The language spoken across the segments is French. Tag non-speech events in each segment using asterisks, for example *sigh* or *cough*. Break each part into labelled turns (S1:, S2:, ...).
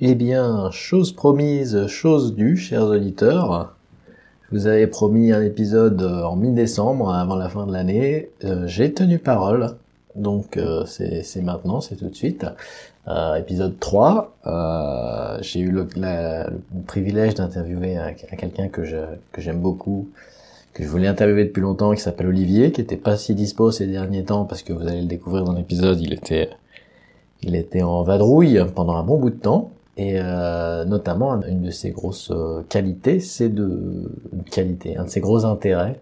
S1: Eh bien, chose promise, chose due, chers auditeurs. Je vous avais promis un épisode euh, en mi-décembre, avant la fin de l'année. Euh, J'ai tenu parole, donc euh, c'est c'est maintenant, c'est tout de suite. Euh, épisode 3, euh, j'ai eu le, la- le privilège d'interviewer un- un quelqu'un que je- que j'aime beaucoup, que je voulais interviewer depuis longtemps, qui s'appelle Olivier, qui était pas si dispo ces derniers temps, parce que vous allez le découvrir dans l'épisode, il était, il était en vadrouille pendant un bon bout de temps. Et euh, notamment, une de ses grosses euh, qualités, c'est de... Une qualité, un de ses gros intérêts,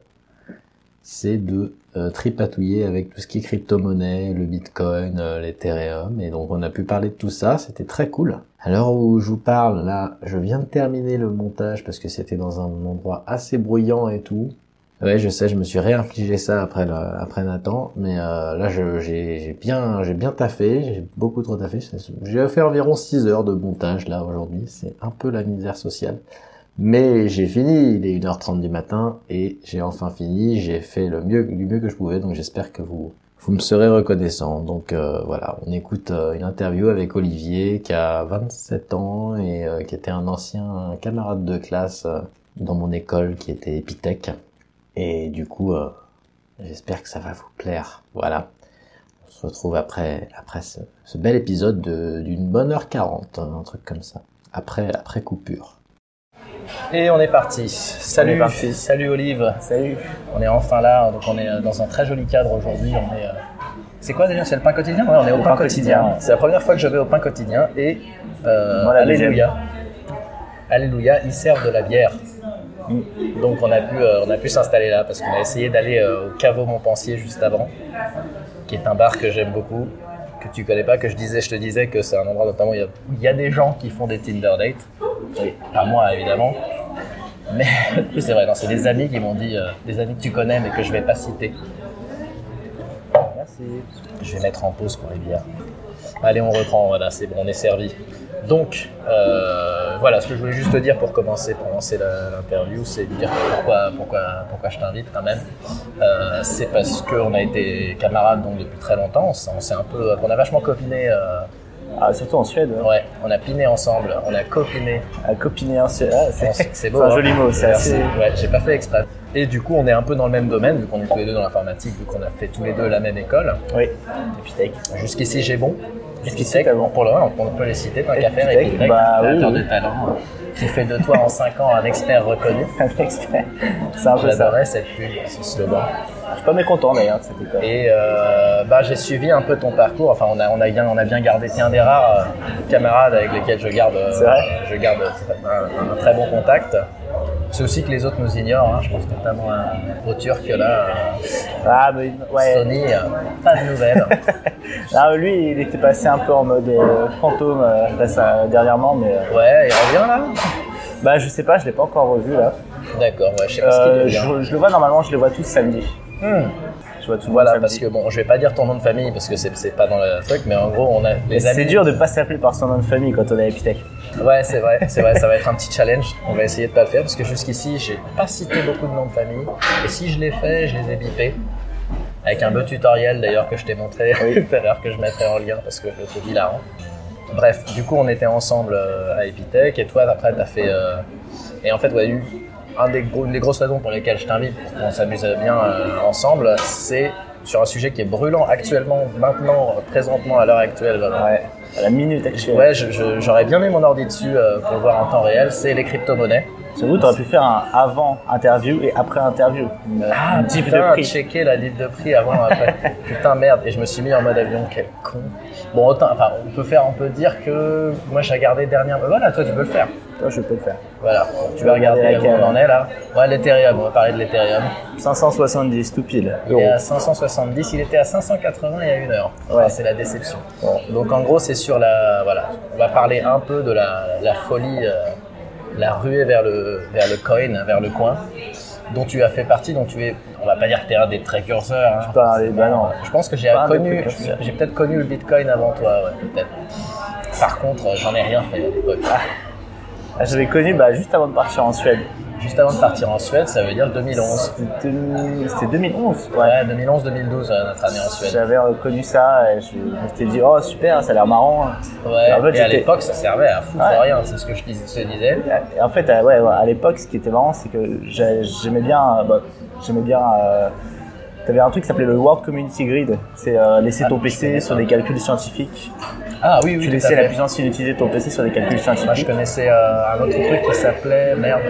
S1: c'est de euh, tripatouiller avec tout ce qui est crypto-monnaie, le bitcoin, euh, l'ethereum, et donc on a pu parler de tout ça, c'était très cool. À l'heure où je vous parle, là, je viens de terminer le montage parce que c'était dans un endroit assez bruyant et tout. Ouais, je sais, je me suis réinfligé ça après le- après Nathan, mais euh, là, je- j'ai j'ai bien, j'ai bien taffé, j'ai beaucoup trop taffé. J'ai fait environ 6 heures de montage là aujourd'hui, c'est un peu la misère sociale. Mais j'ai fini, il est 1h30 du matin et j'ai enfin fini, j'ai fait le mieux du mieux que je pouvais donc j'espère que vous vous me serez reconnaissant. Donc euh, voilà, on écoute euh, une interview avec Olivier qui a 27 ans et euh, qui était un ancien camarade de classe euh, dans mon école qui était épithèque et du coup euh, j'espère que ça va vous plaire. Voilà. On se retrouve après après ce, ce bel épisode de- d'une bonne heure 40, un truc comme ça. Après après coupure.
S2: Et on est parti. Salut,
S3: On est parti.
S2: salut Olive.
S3: Salut.
S2: On est enfin là, donc on est euh, dans un très joli cadre aujourd'hui. On est, euh, c'est quoi déjà C'est le pain quotidien Ouais, on est au
S3: Le
S2: pain,
S3: pain
S2: quotidien.
S3: quotidien.
S2: C'est la première fois que je vais au pain quotidien et euh,
S3: Moi, la deuxième.
S2: alléluia. Alléluia, ils servent de la bière.
S3: Mm.
S2: Donc on a pu, euh, on a pu s'installer là parce qu'on a essayé d'aller euh, au caveau Montpensier juste avant, qui est un bar que j'aime beaucoup, que tu connais pas, que je disais, je te disais que c'est un endroit notamment où il y a- où il y, a des gens qui font des Tinder dates. Pas moi évidemment. Mais *laughs* oui, c'est vrai, non, c'est des amis qui m'ont dit, euh, des amis que tu connais mais que je vais pas citer.
S3: Merci.
S2: Je vais mettre en pause pour les bières. Allez, on reprend, voilà, c'est bon, on est servi. Donc, euh, voilà, ce que je voulais juste te dire pour commencer, pour lancer la- l'interview, c'est de dire pourquoi, pourquoi, pourquoi je t'invite quand même. Euh, c'est parce qu'on a été camarades donc, depuis très longtemps, on s'est on s'est un peu, on a vachement copiné, euh,
S3: Ah, surtout en Suède, ouais.
S2: ouais, on a piné ensemble, on a copiné
S3: à copiner en Suède. Ah,
S2: on-
S3: c'est
S2: C'est beau.
S3: un
S2: hein.
S3: joli mot, c'est
S2: Merci.
S3: assez.
S2: Ouais, j'ai pas fait exprès. Et du coup, on est un peu dans le même domaine, vu qu'on est tous les deux dans l'informatique, vu qu'on a fait tous les deux la même école.
S3: Oui. Epitech.
S2: Jusqu'ici, j'ai bon.
S3: Jusqu'ici,
S2: Epitech,
S3: t'as bon.
S2: Pour le moment, on peut les citer, tant qu'à faire.
S3: Epitech,
S2: Epitech,
S3: bah oui,
S2: créateur
S3: oui.
S2: de talent, euh, qui fait de toi en 5 ans un expert reconnu.
S3: Un expert. Ah, c'est un peu ça.
S2: J'adorais cette pub, ce slogan.
S3: Je suis pas mécontent d'ailleurs de cette école.
S2: Et euh, bah, j'ai suivi un peu ton parcours. Enfin, on a, on a, bien, on a bien gardé. C'est un des rares euh, camarades avec lesquels je garde, euh,
S3: C'est vrai
S2: je garde un, un très bon contact. C'est aussi que les autres nous ignorent. hein. Je pense notamment à- aux Turcs là,
S3: Ah, mais
S2: euh,
S3: ouais.
S2: Sony,
S3: *laughs*
S2: euh, pas de nouvelles.
S3: Ah, lui, il était passé un peu en mode euh, fantôme euh, là, ça, dernièrement, mais euh,
S2: ouais, il revient là.
S3: bah, je sais pas, je l'ai pas encore revu là.
S2: D'accord, ouais, je sais pas ce qu'il
S3: Euh,
S2: devient.
S3: je, je le vois normalement, je le vois tous samedi.
S2: Hmm.
S3: Je vois tout le monde
S2: Voilà,
S3: samedi.
S2: parce que bon, je vais pas dire ton nom de famille parce que c'est c'est pas dans le truc, mais en gros, on a
S3: Et
S2: les amis.
S3: C'est dur de pas s'appeler par son nom de famille quand on est à Epitech.
S2: Ouais, c'est vrai, c'est vrai, ça va être un petit challenge. On va essayer de pas le faire parce que jusqu'ici, j'ai pas cité beaucoup de noms de famille. Et si je l'ai fait, je les ai bipés. Avec un beau tutoriel d'ailleurs que je t'ai montré *laughs* tout à l'heure que je mettrai en lien parce que je le trouve hilarant. Bref, du coup, on était ensemble euh, à Epitech et toi, après, t'as fait. euh, Et en fait, ouais, une- un des gros- une des grosses raisons pour lesquelles je t'invite pour qu'on s'amuse bien euh, ensemble, c'est sur un sujet qui est brûlant actuellement, maintenant, présentement, à l'heure actuelle. voilà.
S3: Ouais, à la minute actuelle.
S2: Ouais, je- je- j'aurais bien mis mon ordi dessus euh, pour le voir en temps réel, c'est les crypto-monnaies.
S3: J'avoue, t'aurais pu faire un avant interview et après interview. Une,
S2: Ah,
S3: une diff
S2: putain,
S3: de prix.
S2: checker la livre de prix avant, euh, après.
S3: *laughs*
S2: putain, merde, et je me suis mis en mode avion, quel con. Bon, autant, enfin, on peut faire, on peut dire que moi j'ai regardé dernière. Voilà, toi tu peux le faire.
S3: Toi, Ah, je peux le faire.
S2: Voilà, tu
S3: vas
S2: vas regarder
S3: regarder
S2: où on
S3: laquelle,
S2: en est là. Ouais, l'Ethereum, on va parler de l'Ethereum.
S3: 570, tout pile. euh,
S2: Il est à 570, il était à 580 il y a une heure. Enfin,
S3: Ouais.
S2: c'est la déception.
S3: Bon.
S2: Donc en gros, c'est sur la. Voilà, on va parler un peu de la, la folie, euh, la ruée vers le, vers le coin, vers le coin, dont tu as fait partie, dont tu es. On va pas dire que tu es un des précurseurs. hein.
S3: Pas, les- bah non.
S2: Je pense que j'ai
S3: Pas un des
S2: connu,
S3: précurseurs.
S2: j'ai peut-être connu le Bitcoin avant toi, ouais, peut-être. Par contre, j'en ai rien fait à l'époque.
S3: Ah, Je l'ai connu bah, juste avant de partir en Suède.
S2: juste avant de partir en Suède, ça veut dire 2011.
S3: C'était deux- c'était 2011.
S2: Ouais, 2011-2012, euh, notre année en Suède.
S3: J'avais reconnu ça et je m'étais dit, oh super, ça a l'air marrant.
S2: Ouais,
S3: En fait,
S2: et à
S3: j'étais-
S2: l'époque, ça servait à foutre
S3: Ouais.
S2: rien, c'est ce que je dis- se disais.
S3: Et En fait, euh, ouais, ouais, à l'époque, ce qui était marrant, c'est que j'a- j'aimais bien. euh, bah, j'aimais bien. euh, T'avais un truc qui s'appelait le World Community Grid. C'est euh, laisser
S2: Ah,
S3: ton
S2: je
S3: PC
S2: connais
S3: sur
S2: pas.
S3: des calculs scientifiques.
S2: Ah oui, oui,
S3: tu
S2: tout à
S3: laissais la
S2: fait.
S3: puissance inutilisée de ton PC sur des calculs
S2: Moi, je
S3: scientifiques.
S2: connaissais euh, un autre truc qui s'appelait. Merde.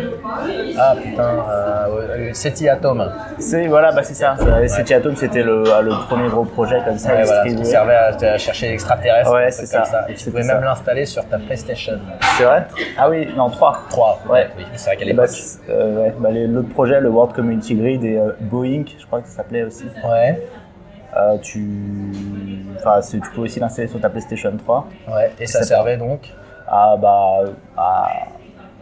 S2: Ah putain, euh, euh, SETI Atom.
S3: C'est voilà, bah c'est ça. C'était Atom, c'était le, euh, le premier gros projet comme ça.
S2: Ouais, voilà, ce
S3: distribué.
S2: qui servait à, à chercher l'extraterrestre.
S3: Ouais,
S2: un truc
S3: c'est
S2: comme
S3: ça.
S2: Et tu
S3: C'était
S2: pouvais
S3: ça.
S2: même l'installer sur ta PlayStation
S3: C'est vrai Ah oui, non, 3.
S2: 3.
S3: Ouais.
S2: Oui, c'est vrai qu'à
S3: Et bah,
S2: l'époque.
S3: c'est- euh, ouais, bah, les- l'autre projet, le World Community Grid et euh, Boeing, je crois que ça s'appelait aussi.
S2: Ouais,
S3: Euh, tu, enfin, c'est- tu peux aussi l'installer sur ta PlayStation 3
S2: ouais. Et ça
S3: C'est
S2: servait donc
S3: à, bah, à,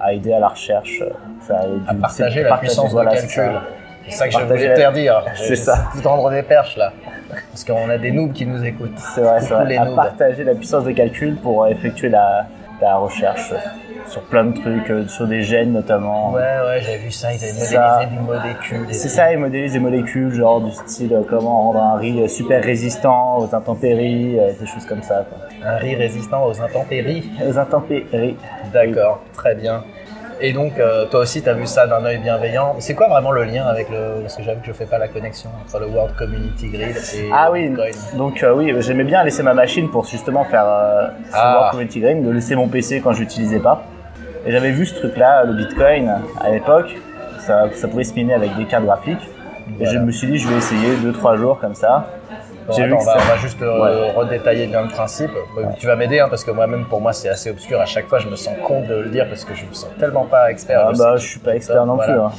S3: à aider à la recherche. euh, Ça,
S2: à
S3: du-
S2: partager
S3: c'est-
S2: la
S3: partager,
S2: puissance
S3: voilà,
S2: de
S3: c'est ça.
S2: calcul. C'est ça que je
S3: Partager
S2: voulais
S3: la-
S2: te dire.
S3: *laughs* C'est ça.
S2: Tout rendre des perches là. Parce qu'on a des noobs qui nous écoutent.
S3: C'est vrai, c'est
S2: Tous
S3: vrai.
S2: les
S3: À
S2: noobs.
S3: partager la puissance de calcul pour euh, effectuer la, la recherche euh, sur plein de trucs, euh, sur des gènes notamment.
S2: Ouais, ouais, j'ai vu ça. Ils avaient
S3: C'est ça.
S2: modélisé des molécules. des-
S3: C'est ça, ils modélisent des molécules, genre du style euh, comment rendre un riz euh, super résistant aux intempéries, euh, des choses comme ça. quoi.
S2: Un riz résistant aux intempéries.
S3: Aux intempéries.
S2: D'accord, très bien. Et donc, euh, toi aussi, tu as vu ça d'un œil bienveillant. C'est quoi vraiment le lien avec le. Parce que j'avoue que je fais pas la connexion entre le World Community Grid et
S3: Ah
S2: le
S3: oui,
S2: Bitcoin.
S3: donc euh, oui, j'aimais bien laisser ma machine pour justement faire euh, ce
S2: Ah.
S3: work community green, de laisser mon PC quand je l'utilisais pas. Et j'avais vu ce truc-là, le Bitcoin, à l'époque, ça, ça pouvait se miner avec des cartes graphiques. Et
S2: Voilà.
S3: je me suis dit, je vais essayer 2-3 jours comme ça.
S2: Bon,
S3: J'ai vu
S2: attends,
S3: que
S2: on, va,
S3: ça-
S2: on va juste euh, redétailler bien le principe. Bah, Tu vas m'aider, hein, parce que moi-même, pour moi, c'est assez obscur. À chaque fois, je me sens con de le dire parce que je me sens tellement pas expert.
S3: Ah
S2: Je sais
S3: bah,
S2: que
S3: je
S2: tu
S3: suis
S2: fais
S3: pas
S2: ça,
S3: expert non
S2: voilà.
S3: plus. hein.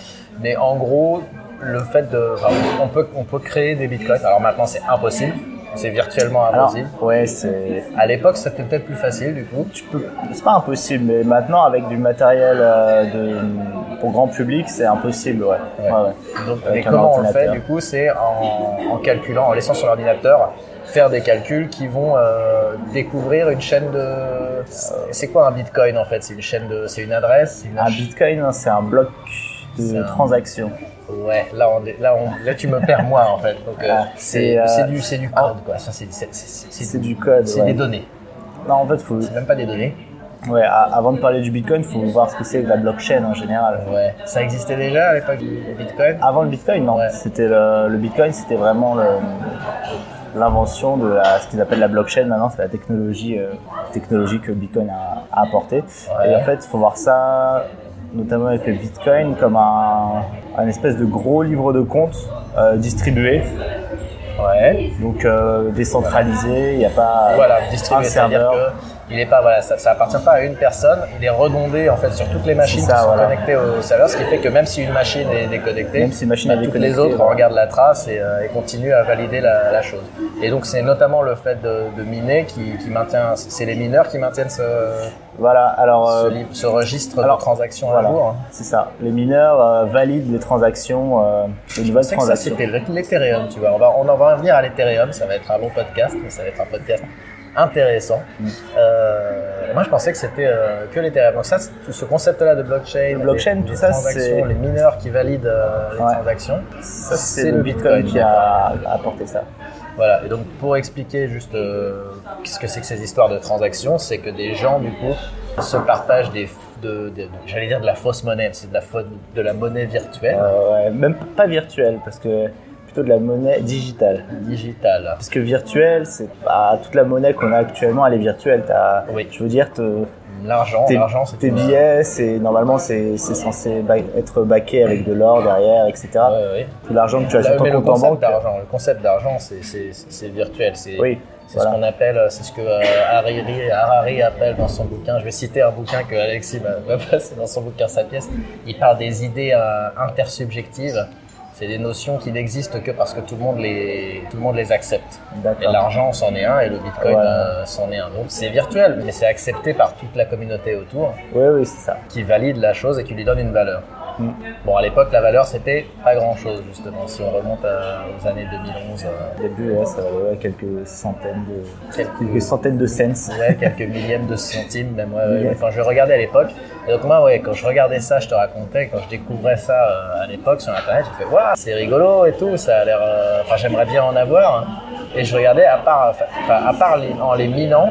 S2: Mais en gros, le fait de. enfin, on, peut, on peut créer des bitcoins. Alors maintenant, c'est impossible. C'est virtuellement
S3: Alors,
S2: impossible.
S3: ouais, c'est.
S2: À l'époque, c'était peut-être plus facile, du coup.
S3: Tu peux- C'est pas impossible, mais maintenant avec du matériel euh, de... pour grand public, c'est impossible, ouais.
S2: Ouais.
S3: Ouais, ouais.
S2: Donc,
S3: Avec
S2: et
S3: un
S2: comment on le fait
S3: ordinateur.
S2: du coup C'est en, en calculant, en laissant sur l'ordinateur faire des calculs qui vont euh, découvrir une chaîne de. euh, C'est quoi un bitcoin en fait C'est une chaîne de. C'est une adresse c'est une-
S3: Un bitcoin, hein, c'est un bloc de
S2: C'est un-
S3: transactions.
S2: Ouais, là, on, est- là, on, là tu me perds moi en fait. Donc, euh,
S3: Ah,
S2: c'est
S3: c'est, euh,
S2: c'est du, c'est du code quoi. Ça, c'est c'est- c'est- c'est-
S3: C'est du code.
S2: C'est
S3: ouais.
S2: des données.
S3: Non, en fait, faut...
S2: C'est même pas des données.
S3: ouais, a- avant de parler du bitcoin, il faut voir ce que c'est que la blockchain en général.
S2: Ouais. Ça existait déjà à l'époque du du bitcoin
S3: Avant le bitcoin, non.
S2: Ouais.
S3: C'était le... le bitcoin, c'était vraiment le- l'invention de la- ce qu'ils appellent la blockchain maintenant, c'est la technologie, euh, technologie que Bitcoin a, a apportée.
S2: Ouais.
S3: Et en fait, il faut voir ça, notamment avec le Bitcoin, comme un, un espèce de gros livre de comptes euh, distribué,
S2: Ouais.
S3: donc euh, décentralisé, il n'y a pas euh,
S2: Voilà, distribué,
S3: un
S2: c'est-à-dire
S3: serveur.
S2: que il est pas, voilà, ça, ça appartient pas à une personne, il est redondé en fait sur toutes les machines
S3: ça,
S2: qui sont
S3: voilà.
S2: connectées au serveur, ce qui fait que même si une machine est déconnectée, bah,
S3: Même si une machine est
S2: toutes les
S3: déconnectée,
S2: autres
S3: voilà.
S2: regardent la trace et, euh, et continuent à valider la, la chose. Et donc c'est notamment le fait de, de miner qui, qui maintient, c'est les mineurs qui maintiennent ce,
S3: Voilà, alors
S2: ce
S3: euh,
S2: livre- ce registre
S3: alors,
S2: de transactions à
S3: voilà,
S2: jour. hein.
S3: c'est ça. Les mineurs euh, valident les transactions, euh, les nouvelles
S2: Je sais que ça,
S3: transactions.
S2: c'était le- l'Ethereum, tu vois. On va, on en va revenir à l'Ethereum, ça va être un long podcast, mais ça va être un podcast intéressant.
S3: Mm.
S2: Euh, moi, je pensais que c'était euh, que l'Ethereum. Donc ça, c'est tout ce concept-là de blockchain,
S3: Le blockchain,
S2: les-
S3: tout
S2: les
S3: ça,
S2: transactions,
S3: c'est-
S2: les mineurs qui valident euh, les
S3: Ouais.
S2: transactions.
S3: Ça,
S2: c'est
S3: c'est
S2: le
S3: le Bitcoin,
S2: Bitcoin,
S3: qui a apporté ça.
S2: Voilà. Et donc, pour expliquer juste euh, qu'est-ce que c'est que ces histoires de transactions, c'est que des gens, du coup, se partagent des, de, de- de- j'allais dire de la fausse monnaie, mais c'est de la faute, de la monnaie virtuelle,
S3: Euh, ouais, même pas virtuel, parce que plutôt de la monnaie digitale.
S2: euh, digitale.
S3: Parce que virtuel, c'est pas toute la monnaie qu'on a actuellement, elle est virtuelle. T'as-
S2: Oui.
S3: Je veux dire, te-
S2: L'argent,
S3: tes,
S2: l'argent, c'est
S3: tes
S2: une-
S3: billets, c'est normalement c'est c'est censé ba- être baqué avec de l'or derrière, etc.
S2: Ouais, ouais.
S3: Tout l'argent que tu as
S2: Là,
S3: sur
S2: mais
S3: ton
S2: le
S3: compte en
S2: concept
S3: banque.
S2: d'argent, le concept d'argent, c'est- c'est c'est virtuel. C'est
S3: Oui,
S2: c'est
S3: voilà.
S2: ce qu'on appelle, euh, c'est ce que euh, Hariri, Harari appelle dans son bouquin. Je vais citer un bouquin que Alexis m'a m'a passé dans son bouquin sa pièce. Il parle des idées euh, intersubjectives. C'est des notions qui n'existent que parce que tout le monde les tout le monde les accepte. Et
S3: D'accord.
S2: l'argent, c'en est un, et le Bitcoin,
S3: Voilà.
S2: euh, c'en est un. Donc c'est virtuel, mais c'est accepté par toute la communauté autour
S3: Oui, oui, c'est ça.
S2: qui valide la chose et qui lui donne une valeur.
S3: Mm.
S2: Bon, à l'époque, la valeur, c'était pas grand-chose, justement. Si on remonte à- aux années 2011, euh,
S3: Au début, ouais, ça valait ouais, quelques centaines de quelques
S2: quelques,
S3: centaines de cents.
S2: ouais, quelques millièmes de centimes, même ouais, ouais.
S3: Yes.
S2: quand je regardais à l'époque. Et donc moi, ouais, quand je regardais ça, je te racontais, quand je découvrais ça euh, à l'époque sur Internet, j'ai fait « Waouh, c'est rigolo et tout, ça a l'air... euh, Enfin, j'aimerais bien en avoir. » Et je regardais, à part, enfin, à part les- en les minant,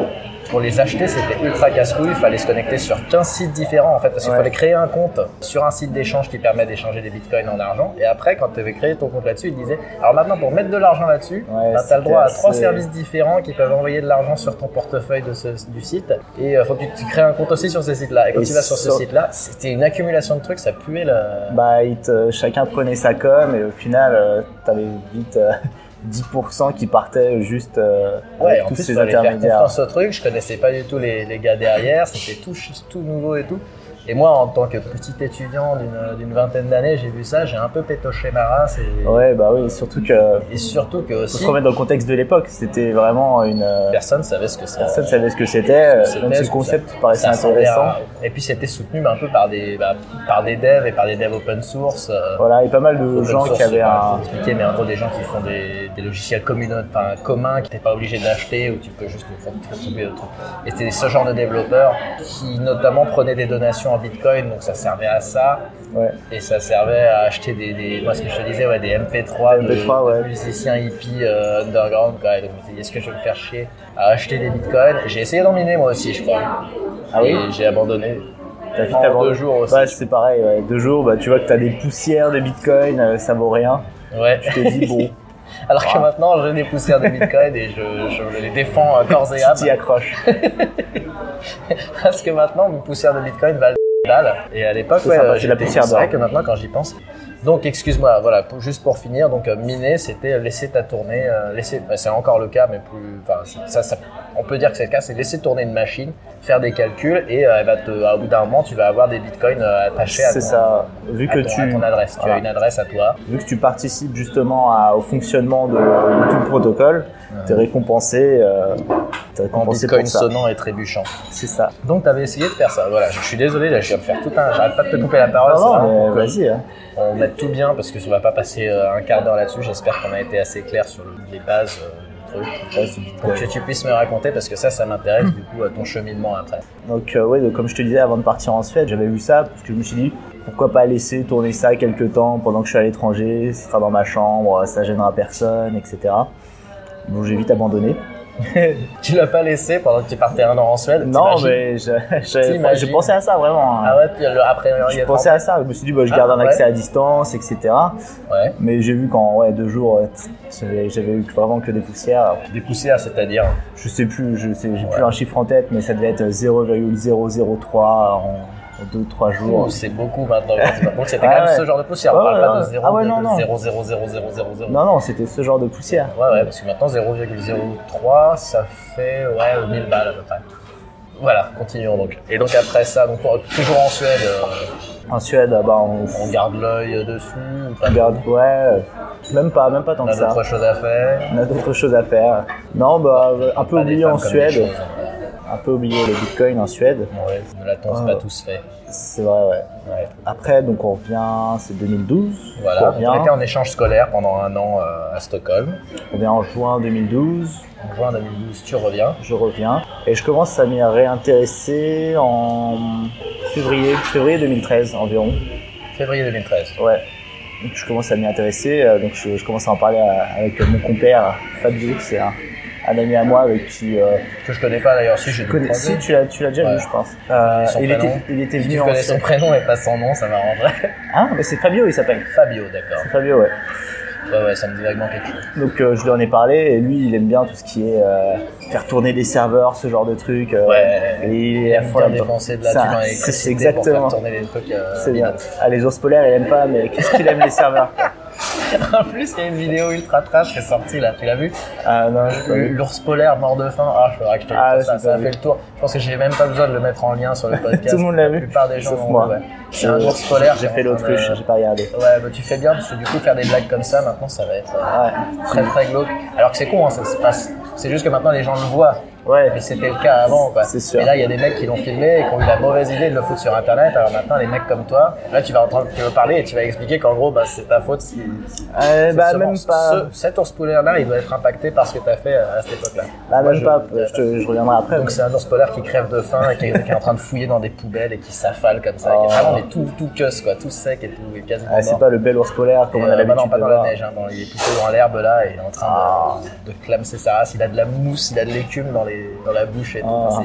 S2: pour les acheter, c'était ultra casse-couille. Il fallait se connecter sur 15 sites différents, en fait, parce qu'il
S3: Ouais.
S2: fallait créer un compte sur un site d'échange qui permet d'échanger des bitcoins en argent. Et après, quand tu avais créé ton compte là-dessus, il disait « Alors maintenant, pour mettre de l'argent là-dessus,
S3: Ouais,
S2: bah, t'as le
S3: c'était
S2: droit à trois
S3: assez-
S2: services différents qui peuvent envoyer de l'argent sur ton portefeuille de ce- du site. Et euh, faut que tu, tu crées un compte aussi sur ces sites-là. Et quand
S3: Et
S2: tu vas sur ce
S3: sur-
S2: site-là, c'était une accumulation de trucs, ça puait le.
S3: Bah, ils te- chacun prenait sa com et au final, euh, t'avais vite euh, *laughs* 10% qui partaient juste euh,
S2: Ouais,
S3: avec
S2: en
S3: tous
S2: plus,
S3: ces
S2: fallait faire
S3: intermédiaires.
S2: confiance au truc. Je connaissais pas du tout les, les gars derrière. C'était tout, ch- tout nouveau et tout. Et moi, en tant que petit étudiant d'une- d'une vingtaine d'années, j'ai vu ça. J'ai un peu pétoché ma race. Et,
S3: Ouais, bah oui, surtout que
S2: et surtout que
S3: faut
S2: aussi,
S3: se remettre dans le contexte de l'époque, c'était vraiment une euh,
S2: personne savait ce que c'était.
S3: personne savait ce que c'était, euh,
S2: ce que
S3: même
S2: c'était,
S3: si
S2: ce
S3: le
S2: que
S3: concept paraissait
S2: Ça ressemblait à-
S3: intéressant.
S2: Et puis c'était soutenu un peu par des, bah, par des devs et par des devs open source. euh,
S3: Voilà, et pas mal de
S2: Open
S3: gens
S2: source,
S3: qui avaient
S2: c'est pas
S3: un.
S2: assez expliqué, mais en gros, des gens qui font des, des logiciels communaut- enfin, communs, que t'es pas obligé d'acheter, ou tu peux juste le faire contribuer au truc. Et c'était ce genre de développeurs qui, notamment, prenaient des donations en bitcoin, donc ça servait à ça.
S3: Ouais.
S2: Et ça servait à acheter des, des- moi ce que je te disais, ouais, des MP3,
S3: Des
S2: de-
S3: MP3,
S2: de
S3: ouais.
S2: musiciens hippies euh, underground. Quoi. Et donc, je me suis dit, est-ce que je vais me faire chier à acheter des bitcoins J'ai essayé d'en miner moi aussi, je crois.
S3: Ah oui
S2: Et j'ai abandonné.
S3: T'as vite
S2: En
S3: abandonné.
S2: deux jours aussi.
S3: Ouais, c'est pareil, ouais. deux jours, bah, tu vois que t'as des poussières de bitcoin, euh, ça vaut rien.
S2: Ouais.
S3: Tu te dis,
S2: *laughs*
S3: bon,
S2: Alors que maintenant, j'ai des poussières de bitcoin et je, je les défends euh, corps et âme.
S3: t'y accroches.
S2: Parce que maintenant, mes poussières de Bitcoin valent dalle. Et à l'époque,
S3: C'est
S2: ouais,
S3: sympa,
S2: euh,
S3: c'est la
S2: j'étais-
S3: poussière
S2: c'est vrai
S3: d'or.
S2: que maintenant, quand j'y pense. Donc, excuse-moi, voilà, pour- juste pour finir, donc euh, miner, c'était laisser ta tournée, euh, laisser, enfin, c'est encore le cas, mais plus, enfin, c'est- ça, ça- on peut dire que c'est le cas, c'est laisser tourner une machine, faire des calculs, et euh, elle va te, au bout d'un moment, tu vas avoir des bitcoins euh, attachés à ton,
S3: C'est ça. Vu
S2: à
S3: que
S2: ton-
S3: tu.
S2: à ton adresse. Tu
S3: Voilà.
S2: as une adresse à toi.
S3: vu que tu participes justement à- au fonctionnement de, de tout le protocole, t'es récompensé, euh, t'es
S2: En
S3: récompensé
S2: bitcoin
S3: pour ça.
S2: sonnant et trébuchant.
S3: C'est ça.
S2: Donc, tu avais essayé de faire ça. Voilà, je suis désolé, là, je viens de faire tout un. J'arrête pas de te couper la parole.
S3: Ah
S2: c'est
S3: non,
S2: vraiment
S3: mais
S2: pour que-
S3: vas-y. hein.
S2: On met tout bien parce que ça va pas passer euh, un quart d'heure là-dessus. J'espère qu'on a été assez clair sur le- les bases euh, du truc.
S3: Ouais, c'est du
S2: Pour
S3: Bitcoin.
S2: que tu puisses me raconter parce que ça, ça m'intéresse du coup à ton cheminement après.
S3: Donc, euh, ouais, donc, comme je te disais avant de partir en Suède, j'avais vu ça parce que je me suis dit pourquoi pas laisser tourner ça quelques temps pendant que je suis à l'étranger, ce sera dans ma chambre, ça gênera personne, etc. Bon, j'ai vite abandonné.
S2: tu l'as pas laissé pendant que tu partais un an en Suède
S3: Non,
S2: t'imagines
S3: mais je- je-
S2: T'imagines
S3: j'ai pensé à ça vraiment. hein.
S2: Ah ouais, tu le- après, il y
S3: je
S2: a
S3: pensais à ça, je me suis dit bah, je
S2: Ah,
S3: garde un
S2: ouais.
S3: accès à distance, etc.
S2: Ouais.
S3: Mais j'ai vu qu'en ouais, deux jours, euh, j'avais j'avais eu vraiment que des poussières.
S2: Des poussières, c'est-à-dire.
S3: Je sais plus, je sais, j'ai
S2: Ouais.
S3: plus un chiffre en tête, mais ça devait être 0,003 en 2-3 jours.
S2: Ouh, c'est beaucoup maintenant. quand tu vois. Donc c'était
S3: Ouais,
S2: quand même
S3: Ah ouais.
S2: ce genre de poussière.
S3: Ouais,
S2: On parle
S3: ouais,
S2: pas de
S3: ouais. Ah ouais, non, non.
S2: 0,0000000.
S3: Non, non, c'était ce genre de poussière.
S2: Ouais, ouais, parce que maintenant 0,03, ça fait ouais, 1000 balles à peu près. Voilà, continuons donc. Et donc après ça, donc, pour- toujours en Suède, euh,
S3: En Suède, bah, on,
S2: on garde l'œil dessus, ou pas
S3: on garde, ouais, euh, même pas, même pas tant
S2: on
S3: que
S2: a
S3: ça.
S2: d'autres choses à faire.
S3: On a d'autres choses à faire. Non, bah, euh, un peu
S2: Pas des
S3: oublié
S2: femmes
S3: en
S2: comme des
S3: Suède,
S2: choses, hein.
S3: un peu oublié le bitcoin en Suède.
S2: Ouais, ne l'a-t-on
S3: Ah.
S2: pas tous fait.
S3: C'est vrai, ouais.
S2: Ouais.
S3: Après, donc on revient, c'est 2012.
S2: Voilà,
S3: on
S2: donc, on était
S3: revient,
S2: en échange scolaire pendant un an euh, à Stockholm.
S3: on revient en juin 2012.
S2: En juin 2012, tu reviens.
S3: je reviens et je commence à m'y réintéresser en février, février 2013 environ.
S2: Février 2013.
S3: Ouais. Donc, je commence à m'y intéresser, euh, donc je, je commence à en parler à- avec mon compère Fabio, c'est un, un ami à moi avec qui euh,
S2: Que je connais pas d'ailleurs, si j'ai
S3: je
S2: dû
S3: connais.
S2: le croiser.
S3: Si tu l'as, tu l'as déjà
S2: Ouais.
S3: vu, je pense. Euh,
S2: Son
S3: il,
S2: prénom.
S3: était, il était
S2: Si tu
S3: venu en
S2: connais son prénom et pas son nom, ça m'arrangerait. *laughs*
S3: Ah, mais c'est Fabio, il s'appelle.
S2: Fabio, d'accord.
S3: C'est Fabio, ouais.
S2: Ouais, ouais, ça me dit vaguement quelque chose.
S3: Donc euh, je lui en ai parlé et lui, il aime bien tout ce qui est euh, faire tourner des serveurs, ce genre de truc. euh,
S2: Ouais.
S3: Et il
S2: Il
S3: est à
S2: aime
S3: fond
S2: bien
S3: là-dedans.
S2: dépenser de la
S3: Ça,
S2: thune en
S3: c'est-
S2: électricité
S3: c'est exactement.
S2: pour faire tourner les trucs. euh,
S3: C'est bien.
S2: bidons.
S3: Ah, les ours polaires, il aime pas, mais qu'est-ce qu'il aime les serveurs quoi.
S2: *laughs* en plus, il y a une vidéo ultra trash qui est sortie là, tu l'as vu
S3: Ah non, je
S2: Le- L'ours polaire mort de faim. Ah, je faudra que je te
S3: Ah,
S2: ça,
S3: j'ai
S2: ça
S3: pas
S2: a
S3: vu.
S2: fait le tour. Je pense que j'ai même pas besoin de le mettre en lien sur
S3: *laughs*
S2: le podcast.
S3: Tout le monde l'a vu,
S2: La plupart des gens
S3: sauf
S2: l'ont vu,
S3: moi.
S2: ouais. C'est un ours polaire.
S3: J'ai
S2: qui
S3: fait
S2: est en train de-
S3: l'autruche, j'ai pas regardé.
S2: Ouais, bah tu fais bien parce que du coup, faire des blagues comme ça maintenant, ça va être euh,
S3: Ouais.
S2: très très glauque. Alors que c'est con, hein, ça se passe. C'est juste que maintenant les gens le voient.
S3: Ouais,
S2: Mais c'était le cas avant, quoi.
S3: C'est sûr.
S2: Et là, il y a des mecs qui l'ont filmé et qui ont eu la mauvaise idée de le foutre sur Internet. Alors maintenant, les mecs comme toi, là, tu vas entendre, tu vas parler et tu vas expliquer qu'en gros, bah, c'est ta faute si.
S3: Euh,
S2: si
S3: bah,
S2: sûrement
S3: même pas.
S2: ce- cet ours polaire-là, il doit être impacté par ce que t'as fait euh, à cette époque-là.
S3: Bah,
S2: Moi,
S3: même
S2: je- euh,
S3: pas, je, te- je reviendrai après.
S2: Donc
S3: mais-
S2: c'est un ours polaire qui crève de faim et qui, qui est en train de fouiller dans des poubelles et qui s'affale comme ça.
S3: Oh.
S2: Qui est vraiment mais tout, tout cuss, quoi, tout sec et tout, et quasiment
S3: Ah, c'est
S2: mort.
S3: pas le bel ours polaire comme
S2: Et,
S3: on a
S2: euh, bah
S3: l'habitude
S2: non, pas
S3: de
S2: dans
S3: voir.
S2: la neige, hein, dans- il est plutôt dans l'herbe là, et il est en train
S3: Ah.
S2: de, de clamser sa race, il a de la mousse, il a de l'écume dans, les- dans la bouche et tout,
S3: Ah.
S2: Enfin,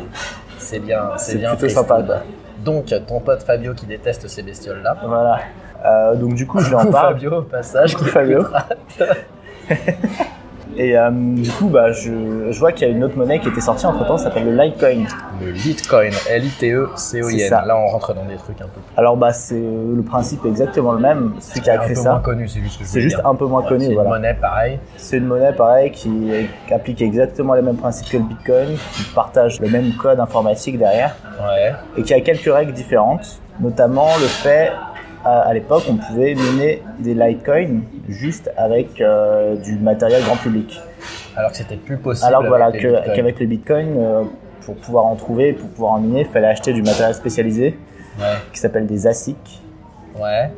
S2: c'est c'est bien,
S3: C'est
S2: c'est bien
S3: plutôt
S2: triste.
S3: sympa, quoi.
S2: Donc ton pote Fabio qui déteste ces bestioles là,
S3: Voilà. Euh, donc du coup, je
S2: *laughs*
S3: lui en parle.
S2: Fabio au passage,
S3: Coucou
S2: qui
S3: Fabio.
S2: écoutera.
S3: Et euh, du coup, bah, je, je vois qu'il y a une autre monnaie qui était sortie entre temps, ça s'appelle le Litecoin.
S2: *laughs* Le Litecoin,
S3: C'est
S2: E L-I-T-E-C-O-I-N,
S3: ça.
S2: là on rentre dans des trucs un peu,
S3: Alors, bah, c'est le principe est exactement le même. Celui qui a
S2: un peu
S3: créé
S2: moins
S3: ça,
S2: connus, c'est juste que je
S3: c'est
S2: voulais
S3: juste
S2: dire.
S3: un peu moins
S2: Voilà, c'est
S3: connu.
S2: une
S3: Voilà.
S2: monnaie pareil,
S3: C'est une monnaie, pareil, qui, qui applique exactement les mêmes principes que le Bitcoin, qui partage le même code informatique derrière
S2: ouais.
S3: et qui a quelques règles différentes, notamment le fait. À à l'époque, on pouvait miner des Litecoin juste avec euh, du matériel grand public.
S2: alors que c'était plus possible.
S3: Alors
S2: avec
S3: voilà,
S2: les
S3: que-
S2: bitcoins.
S3: qu'avec le Bitcoin, euh, pour pouvoir en trouver, pour pouvoir en miner, il fallait acheter du matériel spécialisé
S2: Ouais,
S3: qui s'appelle des ASIC.
S2: ouais.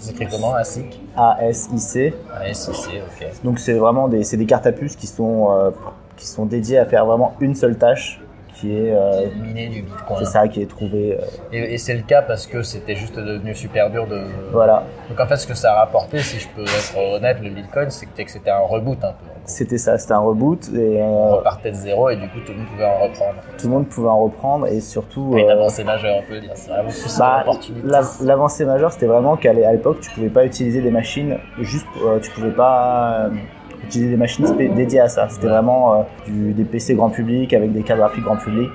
S2: C'est écrit comment ASIC
S3: ASIC.
S2: Ouais, si, si, ok.
S3: Donc c'est vraiment des, c'est des cartes à puces qui sont, euh, qui sont dédiées à faire vraiment une seule tâche, qui est, euh,
S2: Miner du bitcoin.
S3: c'est ça qui est trouvé. euh,
S2: Et, et c'est le cas parce que c'était juste devenu super dur de.
S3: voilà,
S2: Donc en fait, ce que ça a rapporté, si je peux être honnête, le bitcoin, c'était que c'était un reboot un peu. en gros.
S3: c'était ça, c'était un reboot et
S2: On
S3: euh,
S2: repartait de zéro et du coup, tout le monde pouvait en reprendre.
S3: tout le monde pouvait en reprendre et surtout.
S2: Une
S3: euh,
S2: avancée majeure, on peut le dire. C'est vraiment plus
S3: Bah,
S2: une opportunité.
S3: la- L'avancée majeure, c'était vraiment qu'à l'é- à l'époque, tu pouvais pas utiliser des machines juste, euh, tu pouvais pas euh, utiliser des machines spé- dédiées à ça. C'était
S2: Ouais.
S3: vraiment euh, du- des PC grand public avec des cartes graphiques grand public.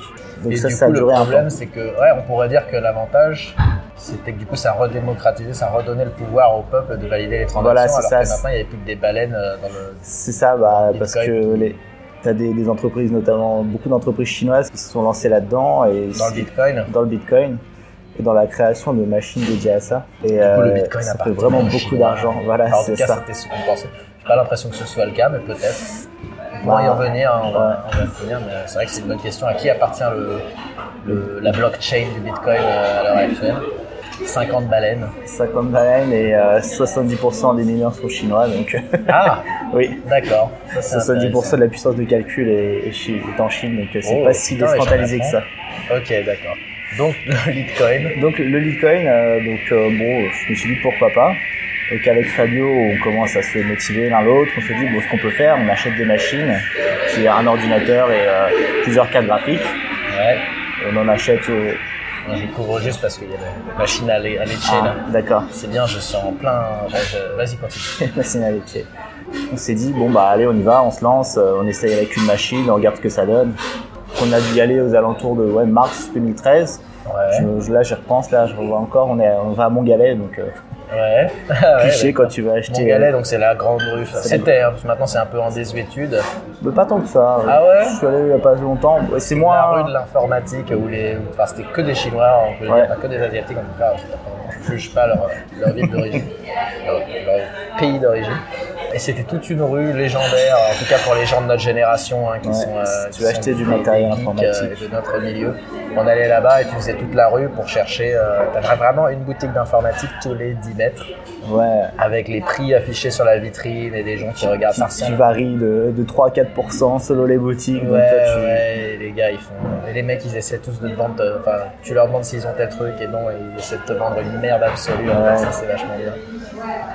S3: Donc
S2: et
S3: ça,
S2: du
S3: ça a
S2: coup, le
S3: duré un temps.
S2: problème, c'est que, ouais, on pourrait dire que l'avantage, c'était que du coup, ça redémocratisait, ça redonnait le pouvoir au peuple de valider les transactions,
S3: Voilà, c'est
S2: alors
S3: ça,
S2: que
S3: c'est-
S2: maintenant, il n'y avait plus que des baleines euh, dans le.
S3: C'est ça, bah,
S2: Et
S3: parce
S2: quand
S3: que les, t'as des, des entreprises, notamment beaucoup d'entreprises chinoises qui se sont lancées là-dedans et
S2: Dans le bitcoin.
S3: dans le Bitcoin et dans la création de machines dédiées à ça. Et euh,
S2: le Bitcoin
S3: ça fait
S2: appartenait
S3: vraiment
S2: aux
S3: beaucoup
S2: Chinois.
S3: d'argent. Voilà,
S2: Alors, en
S3: Ah, c'est
S2: tout cas,
S3: ça.
S2: c'était ce qu'on pensait. J'ai pas l'impression que ce soit le cas, mais peut-être. On va y
S3: Bah,
S2: revenir, hein, on, va, on va y revenir, mais c'est vrai que c'est une bonne question. À qui appartient le, le- la blockchain du Bitcoin euh, à l'heure actuelle 50 baleines.
S3: 50 baleines et euh, 70% des mineurs sont chinois, donc *laughs*
S2: Ah, bah,
S3: oui,
S2: d'accord. Ça, c'est
S3: 70% de la puissance de calcul est, est chi- est en Chine, donc euh, c'est
S2: Oh,
S3: pas si
S2: putain,
S3: décentralisé
S2: les
S3: que
S2: gens
S3: ça.
S2: intéressant. Ok, d'accord. Donc, le Bitcoin.
S3: Donc le Litecoin, euh, donc euh, bon, je me suis dit pourquoi pas. Et qu'avec Fabio, on commence à se motiver l'un l'autre, on se dit bon, ce qu'on peut faire, on achète des machines, qui est un ordinateur et euh, plusieurs cartes graphiques,
S2: Ouais.
S3: on en achète. euh,
S2: Moi, je couvre juste parce qu'il y a la machine à aller, à aller chier,
S3: ah,
S2: là.
S3: D'accord. *laughs*
S2: C'est bien, je suis en plein. je- je- Vas-y, continue.
S3: machine à laitier. On s'est dit, bon bah allez, on y va, on se lance, euh, on essaye avec une machine, on regarde ce que ça donne. On a dû y aller aux alentours de ouais, mars 2013.
S2: Ouais.
S3: Je- je- là, j'y repense, là, je revois encore, on, est, on va à Montgalet, donc euh,
S2: *laughs* Ouais. Ah ouais,
S3: cliché quand tu veux acheter.
S2: Montgalet, donc c'est la grande rue. enfin,
S3: C'est la-
S2: C'était, hein, parce que maintenant c'est un peu en désuétude.
S3: Mais pas tant que ça.
S2: Ah ouais
S3: Je suis allé il y a pas longtemps. Ouais, C'est
S2: La rue
S3: moi.
S2: de l'informatique où les, où- enfin c'était que des Chinois, on peut le
S3: Ouais.
S2: dire, enfin, que des Asiatiques. En tout cas, je juge pas leur, leur ville
S3: *laughs*
S2: d'origine, leur, leur pays d'origine. Et c'était toute une rue légendaire, en tout cas pour les gens de notre génération hein, qui
S3: Ouais,
S2: sont.
S3: si tu
S2: qui
S3: veux
S2: sont
S3: acheter du
S2: des- des
S3: matériel
S2: geeks,
S3: informatique.
S2: euh, de notre milieu, on allait là-bas et tu faisais toute la rue pour chercher. euh, T'avais vraiment une boutique d'informatique tous les 10 mètres
S3: Ouais.
S2: avec les prix affichés sur la vitrine et des gens qui regardent
S3: Qui,
S2: ça
S3: qui
S2: ressemble
S3: varie de, de 3 à 4% selon les boutiques.
S2: Ouais,
S3: donc toi, tu-
S2: ouais, et les gars, ils font. Et les mecs, ils essaient tous de te vendre. euh, Enfin, tu leur demandes s'ils ont tel truc et non, et ils essaient de te vendre une merde absolue.
S3: Ouais.
S2: Ça, c'est vachement bien.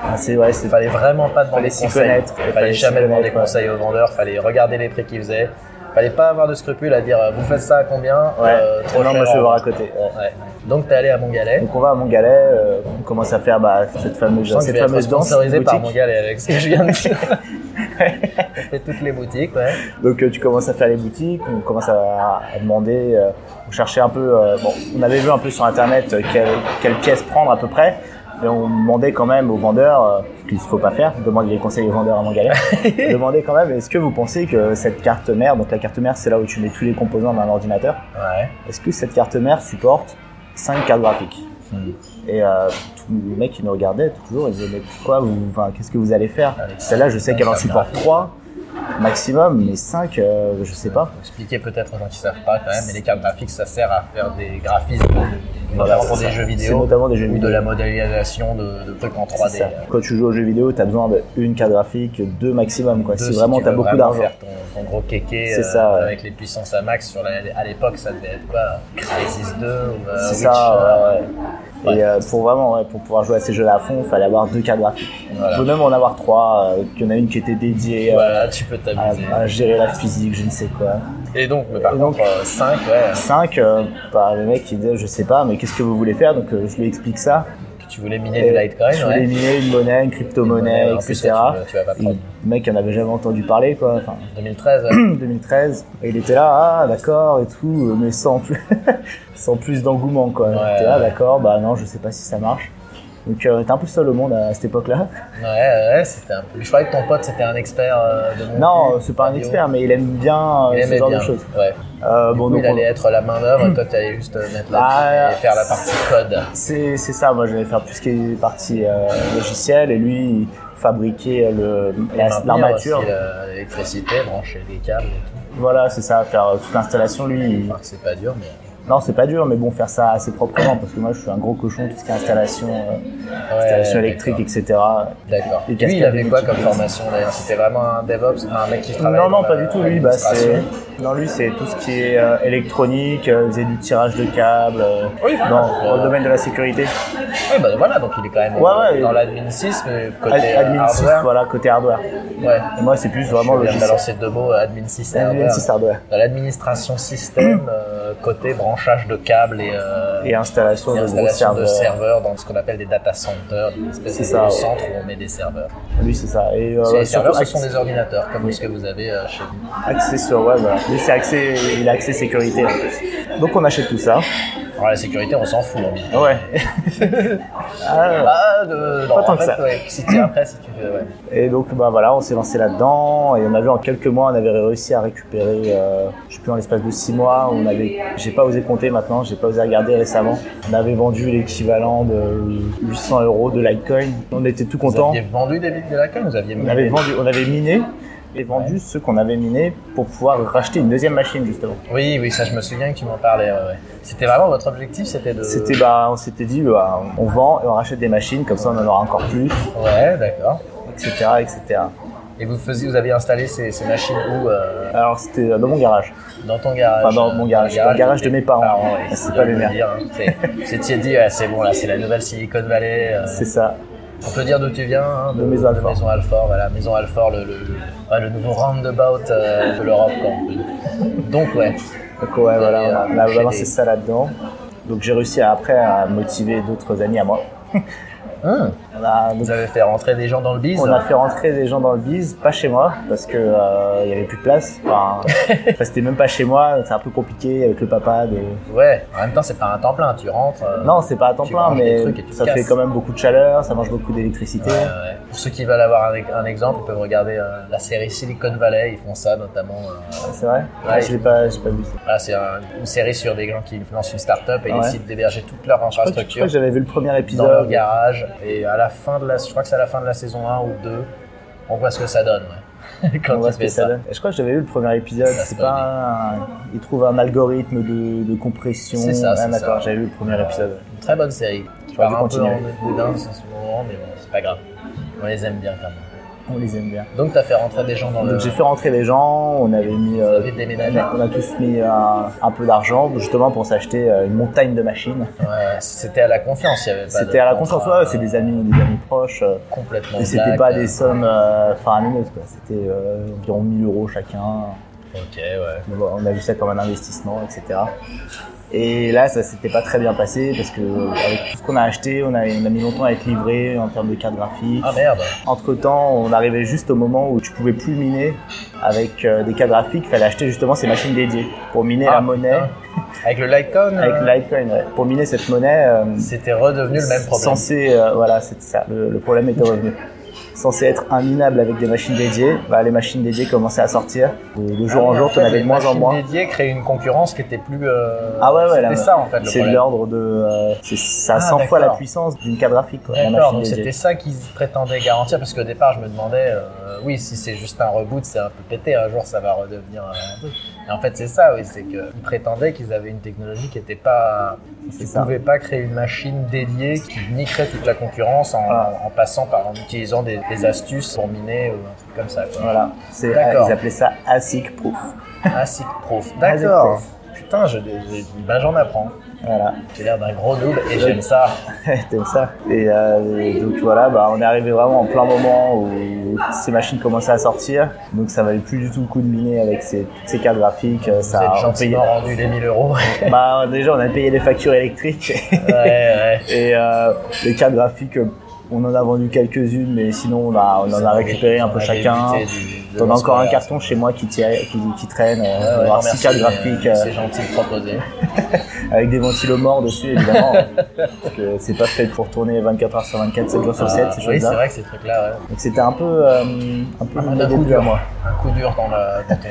S3: Ah, C'est ouais, c'est
S2: Il fallait vraiment pas demander
S3: Fallait
S2: de
S3: s'y
S2: conseils.
S3: connaître.
S2: Fallait,
S3: Fallait s'y
S2: jamais demander
S3: connaître, ouais.
S2: conseil aux vendeurs. Fallait regarder les prix qu'ils faisaient. Fallait pas avoir de scrupules à dire euh, vous faites ça à combien
S3: Ouais.
S2: Euh, Trop
S3: non,
S2: cher.
S3: moi je vais
S2: en-
S3: voir à côté. ouais.
S2: Ouais. Donc, t'es allé à Montgalet.
S3: Donc on va à Montgalet, euh, on commence à faire bah, cette fameuse,
S2: Je sens que
S3: cette
S2: tu vas être
S3: fameuse danse.
S2: sponsorisé par
S3: boutique.
S2: Montgalet avec ce que je viens de
S3: *laughs*
S2: dire. On fait toutes les boutiques, ouais.
S3: Donc euh, tu commences à faire les boutiques, on commence à, à demander, euh, on cherchait un peu, euh, bon, on avait vu un peu sur internet euh, quelle, quelle pièce prendre à peu près, mais on demandait quand même aux vendeurs, euh, ce qu'il ne faut pas faire, demander des conseils aux vendeurs à Montgalet, on demandait quand même, est-ce que vous pensez que cette carte mère, donc la carte mère c'est là où tu mets tous les composants d'un ordinateur,
S2: Ouais.
S3: est-ce que cette carte mère supporte 5 cartes graphiques
S2: Hmm.
S3: Et euh, tous les mecs qui nous regardaient toujours, ils disaient mais pourquoi vous, enfin, qu'est-ce que vous allez faire
S2: Avec
S3: Celle-là, je sais
S2: cinq
S3: qu'elle en
S2: cartes
S3: supporte 3. maximum, mais 5, je sais pas.
S2: Faut expliquer peut-être aux gens qui savent pas quand même, mais les cartes graphiques, ça sert à faire des graphismes,
S3: Voilà,
S2: notamment pour
S3: c'est
S2: des
S3: ça.
S2: jeux
S3: C'est
S2: vidéo
S3: notamment des jeux
S2: ou
S3: vidéo.
S2: de la modélisation de, de trucs en
S3: C'est
S2: 3D.
S3: ça.
S2: euh,
S3: Quand tu joues aux jeux vidéo, t'as besoin d'une carte graphique, deux maximum, quoi.
S2: deux,
S3: si vraiment
S2: tu
S3: t'as
S2: veux
S3: beaucoup
S2: vraiment
S3: d'argent.
S2: faire Ton, ton gros kéké
S3: C'est
S2: euh,
S3: ça, ouais.
S2: avec les puissances à max sur la, à l'époque, ça devait être quoi Crisis 2 ou euh,
S3: C'est
S2: Witcher,
S3: ça, ouais, ouais.
S2: Ouais.
S3: Et euh, pour vraiment, ouais, pour pouvoir jouer à ces jeux-là à fond, fallait avoir deux cartes graphiques.
S2: Voilà.
S3: Je peux même en avoir trois. euh, Il y en a une qui était dédiée euh,
S2: Voilà, tu peux
S3: à,
S2: t'amuser.
S3: à gérer la physique, je ne sais quoi.
S2: Et donc, mais par
S3: Ah, Et donc-
S2: contre, 5, ouais,
S3: 5, bah, le mec il disait je sais pas, mais qu'est-ce que vous voulez faire Donc euh, je lui explique ça. Euh,
S2: que tu voulais miner du Litecoin,
S3: je
S2: ouais.
S3: voulais miner une monnaie, une crypto-monnaie,
S2: En plus,
S3: etc.
S2: toi, tu, tu vas pas
S3: Et
S2: prendre.
S3: le mec il en avait jamais entendu parler quoi. Enfin,
S2: 2013,
S3: *clears throat*
S2: ouais.
S3: 2013. Et il était là, ah d'accord et tout, euh, mais sans plus, *laughs* sans plus d'engouement quoi.
S2: Ouais,
S3: il était là,
S2: ouais.
S3: d'accord, bah non, je sais pas si ça marche. Donc euh, t'es un peu seul au monde à, cette époque-là.
S2: ouais, ouais, c'était un peu. Je croyais que ton pote, c'était un expert euh, de mon.
S3: Non, euh, c'est pas un expert, mais il aime bien euh,
S2: il
S3: ce
S2: aimait
S3: genre
S2: bien.
S3: de choses.
S2: Ouais.
S3: Euh, bon,
S2: Nous,
S3: donc,
S2: il
S3: on-
S2: allait être la main-d'œuvre et toi, tu allais juste euh, mettre la
S3: Hmm. Ah,
S2: et faire la partie code.
S3: c'est c'est ça, moi je vais faire tout ce qui est partie euh, logicielle et lui il fabriquait le- la-
S2: Et maintenir
S3: l'armature.
S2: aussi la- L'électricité, brancher des câbles et tout.
S3: Voilà, c'est ça, faire euh, toute l'installation lui. il-
S2: Enfin, c'est pas dur, mais.
S3: Non, c'est pas dur, mais bon, faire ça assez proprement parce que moi je suis un gros cochon, tout ce qui est installation, euh,
S2: Ouais,
S3: installation électrique, etc.
S2: D'accord.
S3: Et
S2: Lui,
S3: cascade
S2: il avait
S3: des
S2: quoi comme
S3: multiples.
S2: formation d'ailleurs C'était vraiment un DevOps, un mec qui travaille
S3: Non,
S2: dans
S3: non,
S2: la-
S3: pas du tout. Lui, bah, c'est.
S2: l'administration.
S3: Non, lui, c'est tout ce qui est euh, électronique, euh, il faisait du tirage de câbles, euh,
S2: Oui,
S3: dans,
S2: voilà.
S3: dans le domaine de la sécurité.
S2: Ouais, bah voilà, donc il est quand même
S3: Ouais, ouais,
S2: dans
S3: il-
S2: l'admin 6, mais côté
S3: Ad-
S2: euh,
S3: admin 6,
S2: hardware.
S3: voilà, côté hardware.
S2: Ouais.
S3: Et moi, c'est plus vraiment
S2: Je viens de
S3: logiciel.
S2: balancer deux mots, admin 6 et
S3: Admin
S2: hardware.
S3: 6 hardware.
S2: Dans l'administration système, euh, côté branchage de câbles et, euh,
S3: Et installation
S2: et
S3: de gros
S2: installation de
S3: serveurs.
S2: serveurs dans ce qu'on appelle des data centers, des espèces
S3: C'est
S2: de
S3: ça, ouais.
S2: centres où on met des serveurs.
S3: Lui, c'est ça.
S2: Et
S3: Et euh,
S2: les
S3: surtout,
S2: serveurs, ce
S3: axé,
S2: sont des ordinateurs, comme ce que vous avez euh, chez vous.
S3: axé sur web. voilà. Lui, c'est axé, il a axé sécurité. hein. Donc, on achète tout ça.
S2: Alors la sécurité, on s'en fout. hein.
S3: Ouais. *laughs* Ah,
S2: Ah, de- non,
S3: Pas tant
S2: en
S3: que
S2: fait,
S3: ça.
S2: ouais, si tu après, si tu veux, ouais.
S3: Et donc bah voilà, on s'est lancé là-dedans et on a vu en quelques mois, on avait réussi à récupérer, euh, je sais plus en l'espace de six mois, on avait, j'ai pas osé compter maintenant, j'ai pas osé regarder récemment. On avait vendu l'équivalent de 800 euros de Litecoin. On était tout
S2: Vous
S3: content.
S2: aviez vendu des bits de laquelle Vous aviez
S3: On
S2: mis
S3: avait
S2: des-
S3: vendu, on avait miné et vendu ce qu'on avait miné pour pouvoir racheter une deuxième machine justement.
S2: Oui, oui, ça, je me souviens que tu m'en parlais. ouais, ouais. C'était vraiment votre objectif, c'était de.
S3: C'était bah, on s'était dit bah, on vend et on rachète des machines comme ça on en aura encore plus,
S2: Ouais, d'accord.
S3: etc., etc.
S2: Et vous faisiez, vous avez installé ces, ces machines où euh,
S3: Alors c'était dans mon garage.
S2: Dans ton garage.
S3: Enfin, dans mon
S2: euh,
S3: garage, dans le garage de mes parents.
S2: ouais,
S3: *laughs* C'est
S2: c'est bien
S3: pas
S2: de
S3: le
S2: le
S3: mien.
S2: dire, hein. C'est- C'est tu t'es dit, ouais, c'est bon là, c'est la nouvelle Silicon Valley. euh,
S3: C'est ça.
S2: on peut dire d'où tu viens, hein,
S3: De Maison Alfort.
S2: Maison Alfort, voilà, Maison Alfort, le, le, le- ouais, le nouveau roundabout euh, de l'Europe. quoi, on peut dire. Donc ouais,
S3: Donc ouais, voilà, on a- on a
S2: Chez
S3: balancé
S2: les-
S3: ça là-dedans. Donc j'ai réussi à- après à motiver d'autres amis
S2: *laughs*
S3: à moi.
S2: Hum,
S3: On a, donc,
S2: vous avez fait rentrer des gens dans le biz.
S3: on a fait rentrer des gens dans le biz, pas chez moi, parce que euh, il y avait plus de place.
S2: *laughs*
S3: Enfin, enfin, c'était même pas chez moi, c'est un peu compliqué avec le papa. De...
S2: Ouais, en même temps c'est pas un temps plein, tu rentres. euh,
S3: Non, c'est pas à temps
S2: Tu
S3: plein,
S2: manges des
S3: mais
S2: trucs et tu te
S3: ça
S2: casses.
S3: fait quand même beaucoup de chaleur, ça mange beaucoup d'électricité.
S2: euh, Ouais, ouais. Pour ceux qui veulent avoir un, un exemple, ils peuvent regarder euh, la série Silicon Valley, ils font ça notamment. euh,
S3: C'est vrai
S2: Ouais.
S3: Je l'ai pas, j'ai pas vu ça.
S2: voilà, c'est un- une série sur des gens qui lancent une start-up et ils
S3: Ouais.
S2: décident d'héberger toute leur
S3: Je crois que- je crois
S2: infrastructure
S3: que j'avais vu le premier
S2: dans leur
S3: épisode.
S2: garage. Et à la fin de la, je crois que c'est à la fin de la saison 1 ou 2, on voit ce que ça donne. ouais. *laughs* Quand
S3: On voit
S2: il
S3: ce
S2: fait
S3: que ça
S2: ça.
S3: donne. Je crois que j'avais vu le premier épisode.
S2: Ça,
S3: C'est
S2: c'est
S3: pas. un- Il trouve un algorithme de, de compression.
S2: C'est ça, c'est
S3: Ah,
S2: ça.
S3: D'accord, j'avais vu le premier épisode.
S2: Une très bonne série. Je
S3: J'aurais
S2: parle
S3: dû
S2: un peu en
S3: continuer.
S2: boudin en ce moment, mais bon, c'est pas grave. On les aime bien quand même.
S3: On les aime bien.
S2: Donc t'as fait rentrer des gens dans le.
S3: Donc j'ai fait rentrer les gens, on avait mis,
S2: Vous
S3: euh,
S2: avez déménagé.
S3: on a tous mis un, un peu d'argent justement pour s'acheter euh, une montagne de machines.
S2: Ouais, c'était à la confiance, il y avait pas. de
S3: C'était à la
S2: contrat,
S3: conscience, ouais, c'est des amis, des amis proches. euh,
S2: Complètement.
S3: et c'était
S2: blague,
S3: pas
S2: euh,
S3: des sommes euh, faramineuses, quoi. C'était euh, environ 1000 euros chacun.
S2: Ok, ouais.
S3: Donc, On a vu ça comme un investissement, etc. Et là, ça s'était pas très bien passé parce que euh, avec tout ce qu'on a acheté, on a, on a mis longtemps à être livré en termes de carte graphique.
S2: Ah merde.
S3: Entre temps, on arrivait juste au moment où tu pouvais plus miner avec euh, des cartes graphiques. Fallait acheter justement ces machines dédiées pour miner
S2: Ah,
S3: la monnaie
S2: putain. Avec le Litecoin,
S3: avec
S2: euh,
S3: le Litecoin. ouais. Pour miner cette monnaie, euh,
S2: c'était redevenu le même problème.
S3: censé, euh, voilà, c'est ça. Le, le problème était revenu. censé être imminable avec des machines dédiées, bah, les machines dédiées commençaient à sortir. Et de jour
S2: Ah
S3: en
S2: ouais,
S3: jour,
S2: fait,
S3: tu en avais
S2: les
S3: de moins en
S2: machines
S3: moins.
S2: dédiées créaient une concurrence qui était plus. euh,
S3: Ah ouais, ouais,
S2: C'était
S3: là,
S2: ça en fait. le
S3: C'est de
S2: problème.
S3: l'ordre de. euh, c'est ça
S2: Ah,
S3: 100 fois la
S2: d'accord.
S3: puissance d'une carte graphique, quoi, la
S2: D'accord,
S3: machine
S2: donc c'était
S3: dédiée.
S2: ça qu'ils prétendaient garantir, parce qu'au départ, je me demandais, euh, oui, si c'est juste un reboot, c'est un peu pété, un jour ça va redevenir euh, un truc. Et en fait, c'est ça, oui, c'est qu'ils prétendaient qu'ils avaient une technologie qui n'était pas.
S3: C'est
S2: Ils ne
S3: ça.
S2: pouvaient pas créer une machine dédiée qui niquerait toute la concurrence en,
S3: Voilà.
S2: en passant par. en utilisant des, des astuces pour miner ou un truc comme ça, quoi.
S3: Voilà, c'est, euh,
S2: D'accord.
S3: ils appelaient ça ASIC proof.
S2: Asic Prof. D'accord. Putain, je, je- ben, j'en apprends.
S3: Voilà. *laughs*
S2: J'ai l'air d'un gros noob et j'aime ça.
S3: T'aimes ça. Et euh, et donc voilà, bah, on est arrivé vraiment en plein moment où ces machines commençaient à sortir. Donc ça valait plus du tout le coup de miner avec ces, toutes ces cartes graphiques. euh,
S2: Vous
S3: Ça,
S2: êtes
S3: on payait-
S2: gentiment rendu les 1000
S3: *laughs*
S2: euros.
S3: bah, déjà, on a payé les factures électriques *laughs*
S2: ouais, ouais.
S3: et euh, les cartes graphiques. euh, On en a vendu quelques-unes, mais sinon on, a, on en a récupéré un peu
S2: On avait
S3: chacun.
S2: buté du- de
S3: On a encore un
S2: l'espoir.
S3: carton chez moi qui, tire- qui, qui traîne,
S2: Ouais,
S3: euh,
S2: ouais, non,
S3: avoir six
S2: merci,
S3: cartes
S2: mais
S3: graphiques
S2: C'est
S3: euh,
S2: gentil de proposer.
S3: avec des ventilos morts dessus
S2: *laughs*
S3: évidemment. parce que c'est pas fait pour tourner 24 heures sur 24, 7 jours sur
S2: Ah, Euh,
S3: 7, ces
S2: oui, c'est
S3: choses-là.
S2: vrai que ces trucs-là, ouais.
S3: Donc c'était un peu, euh, un peu
S2: Un,
S3: le
S2: coup
S3: début à
S2: dur,
S3: moi.
S2: Un coup dur dans, la, dans ton-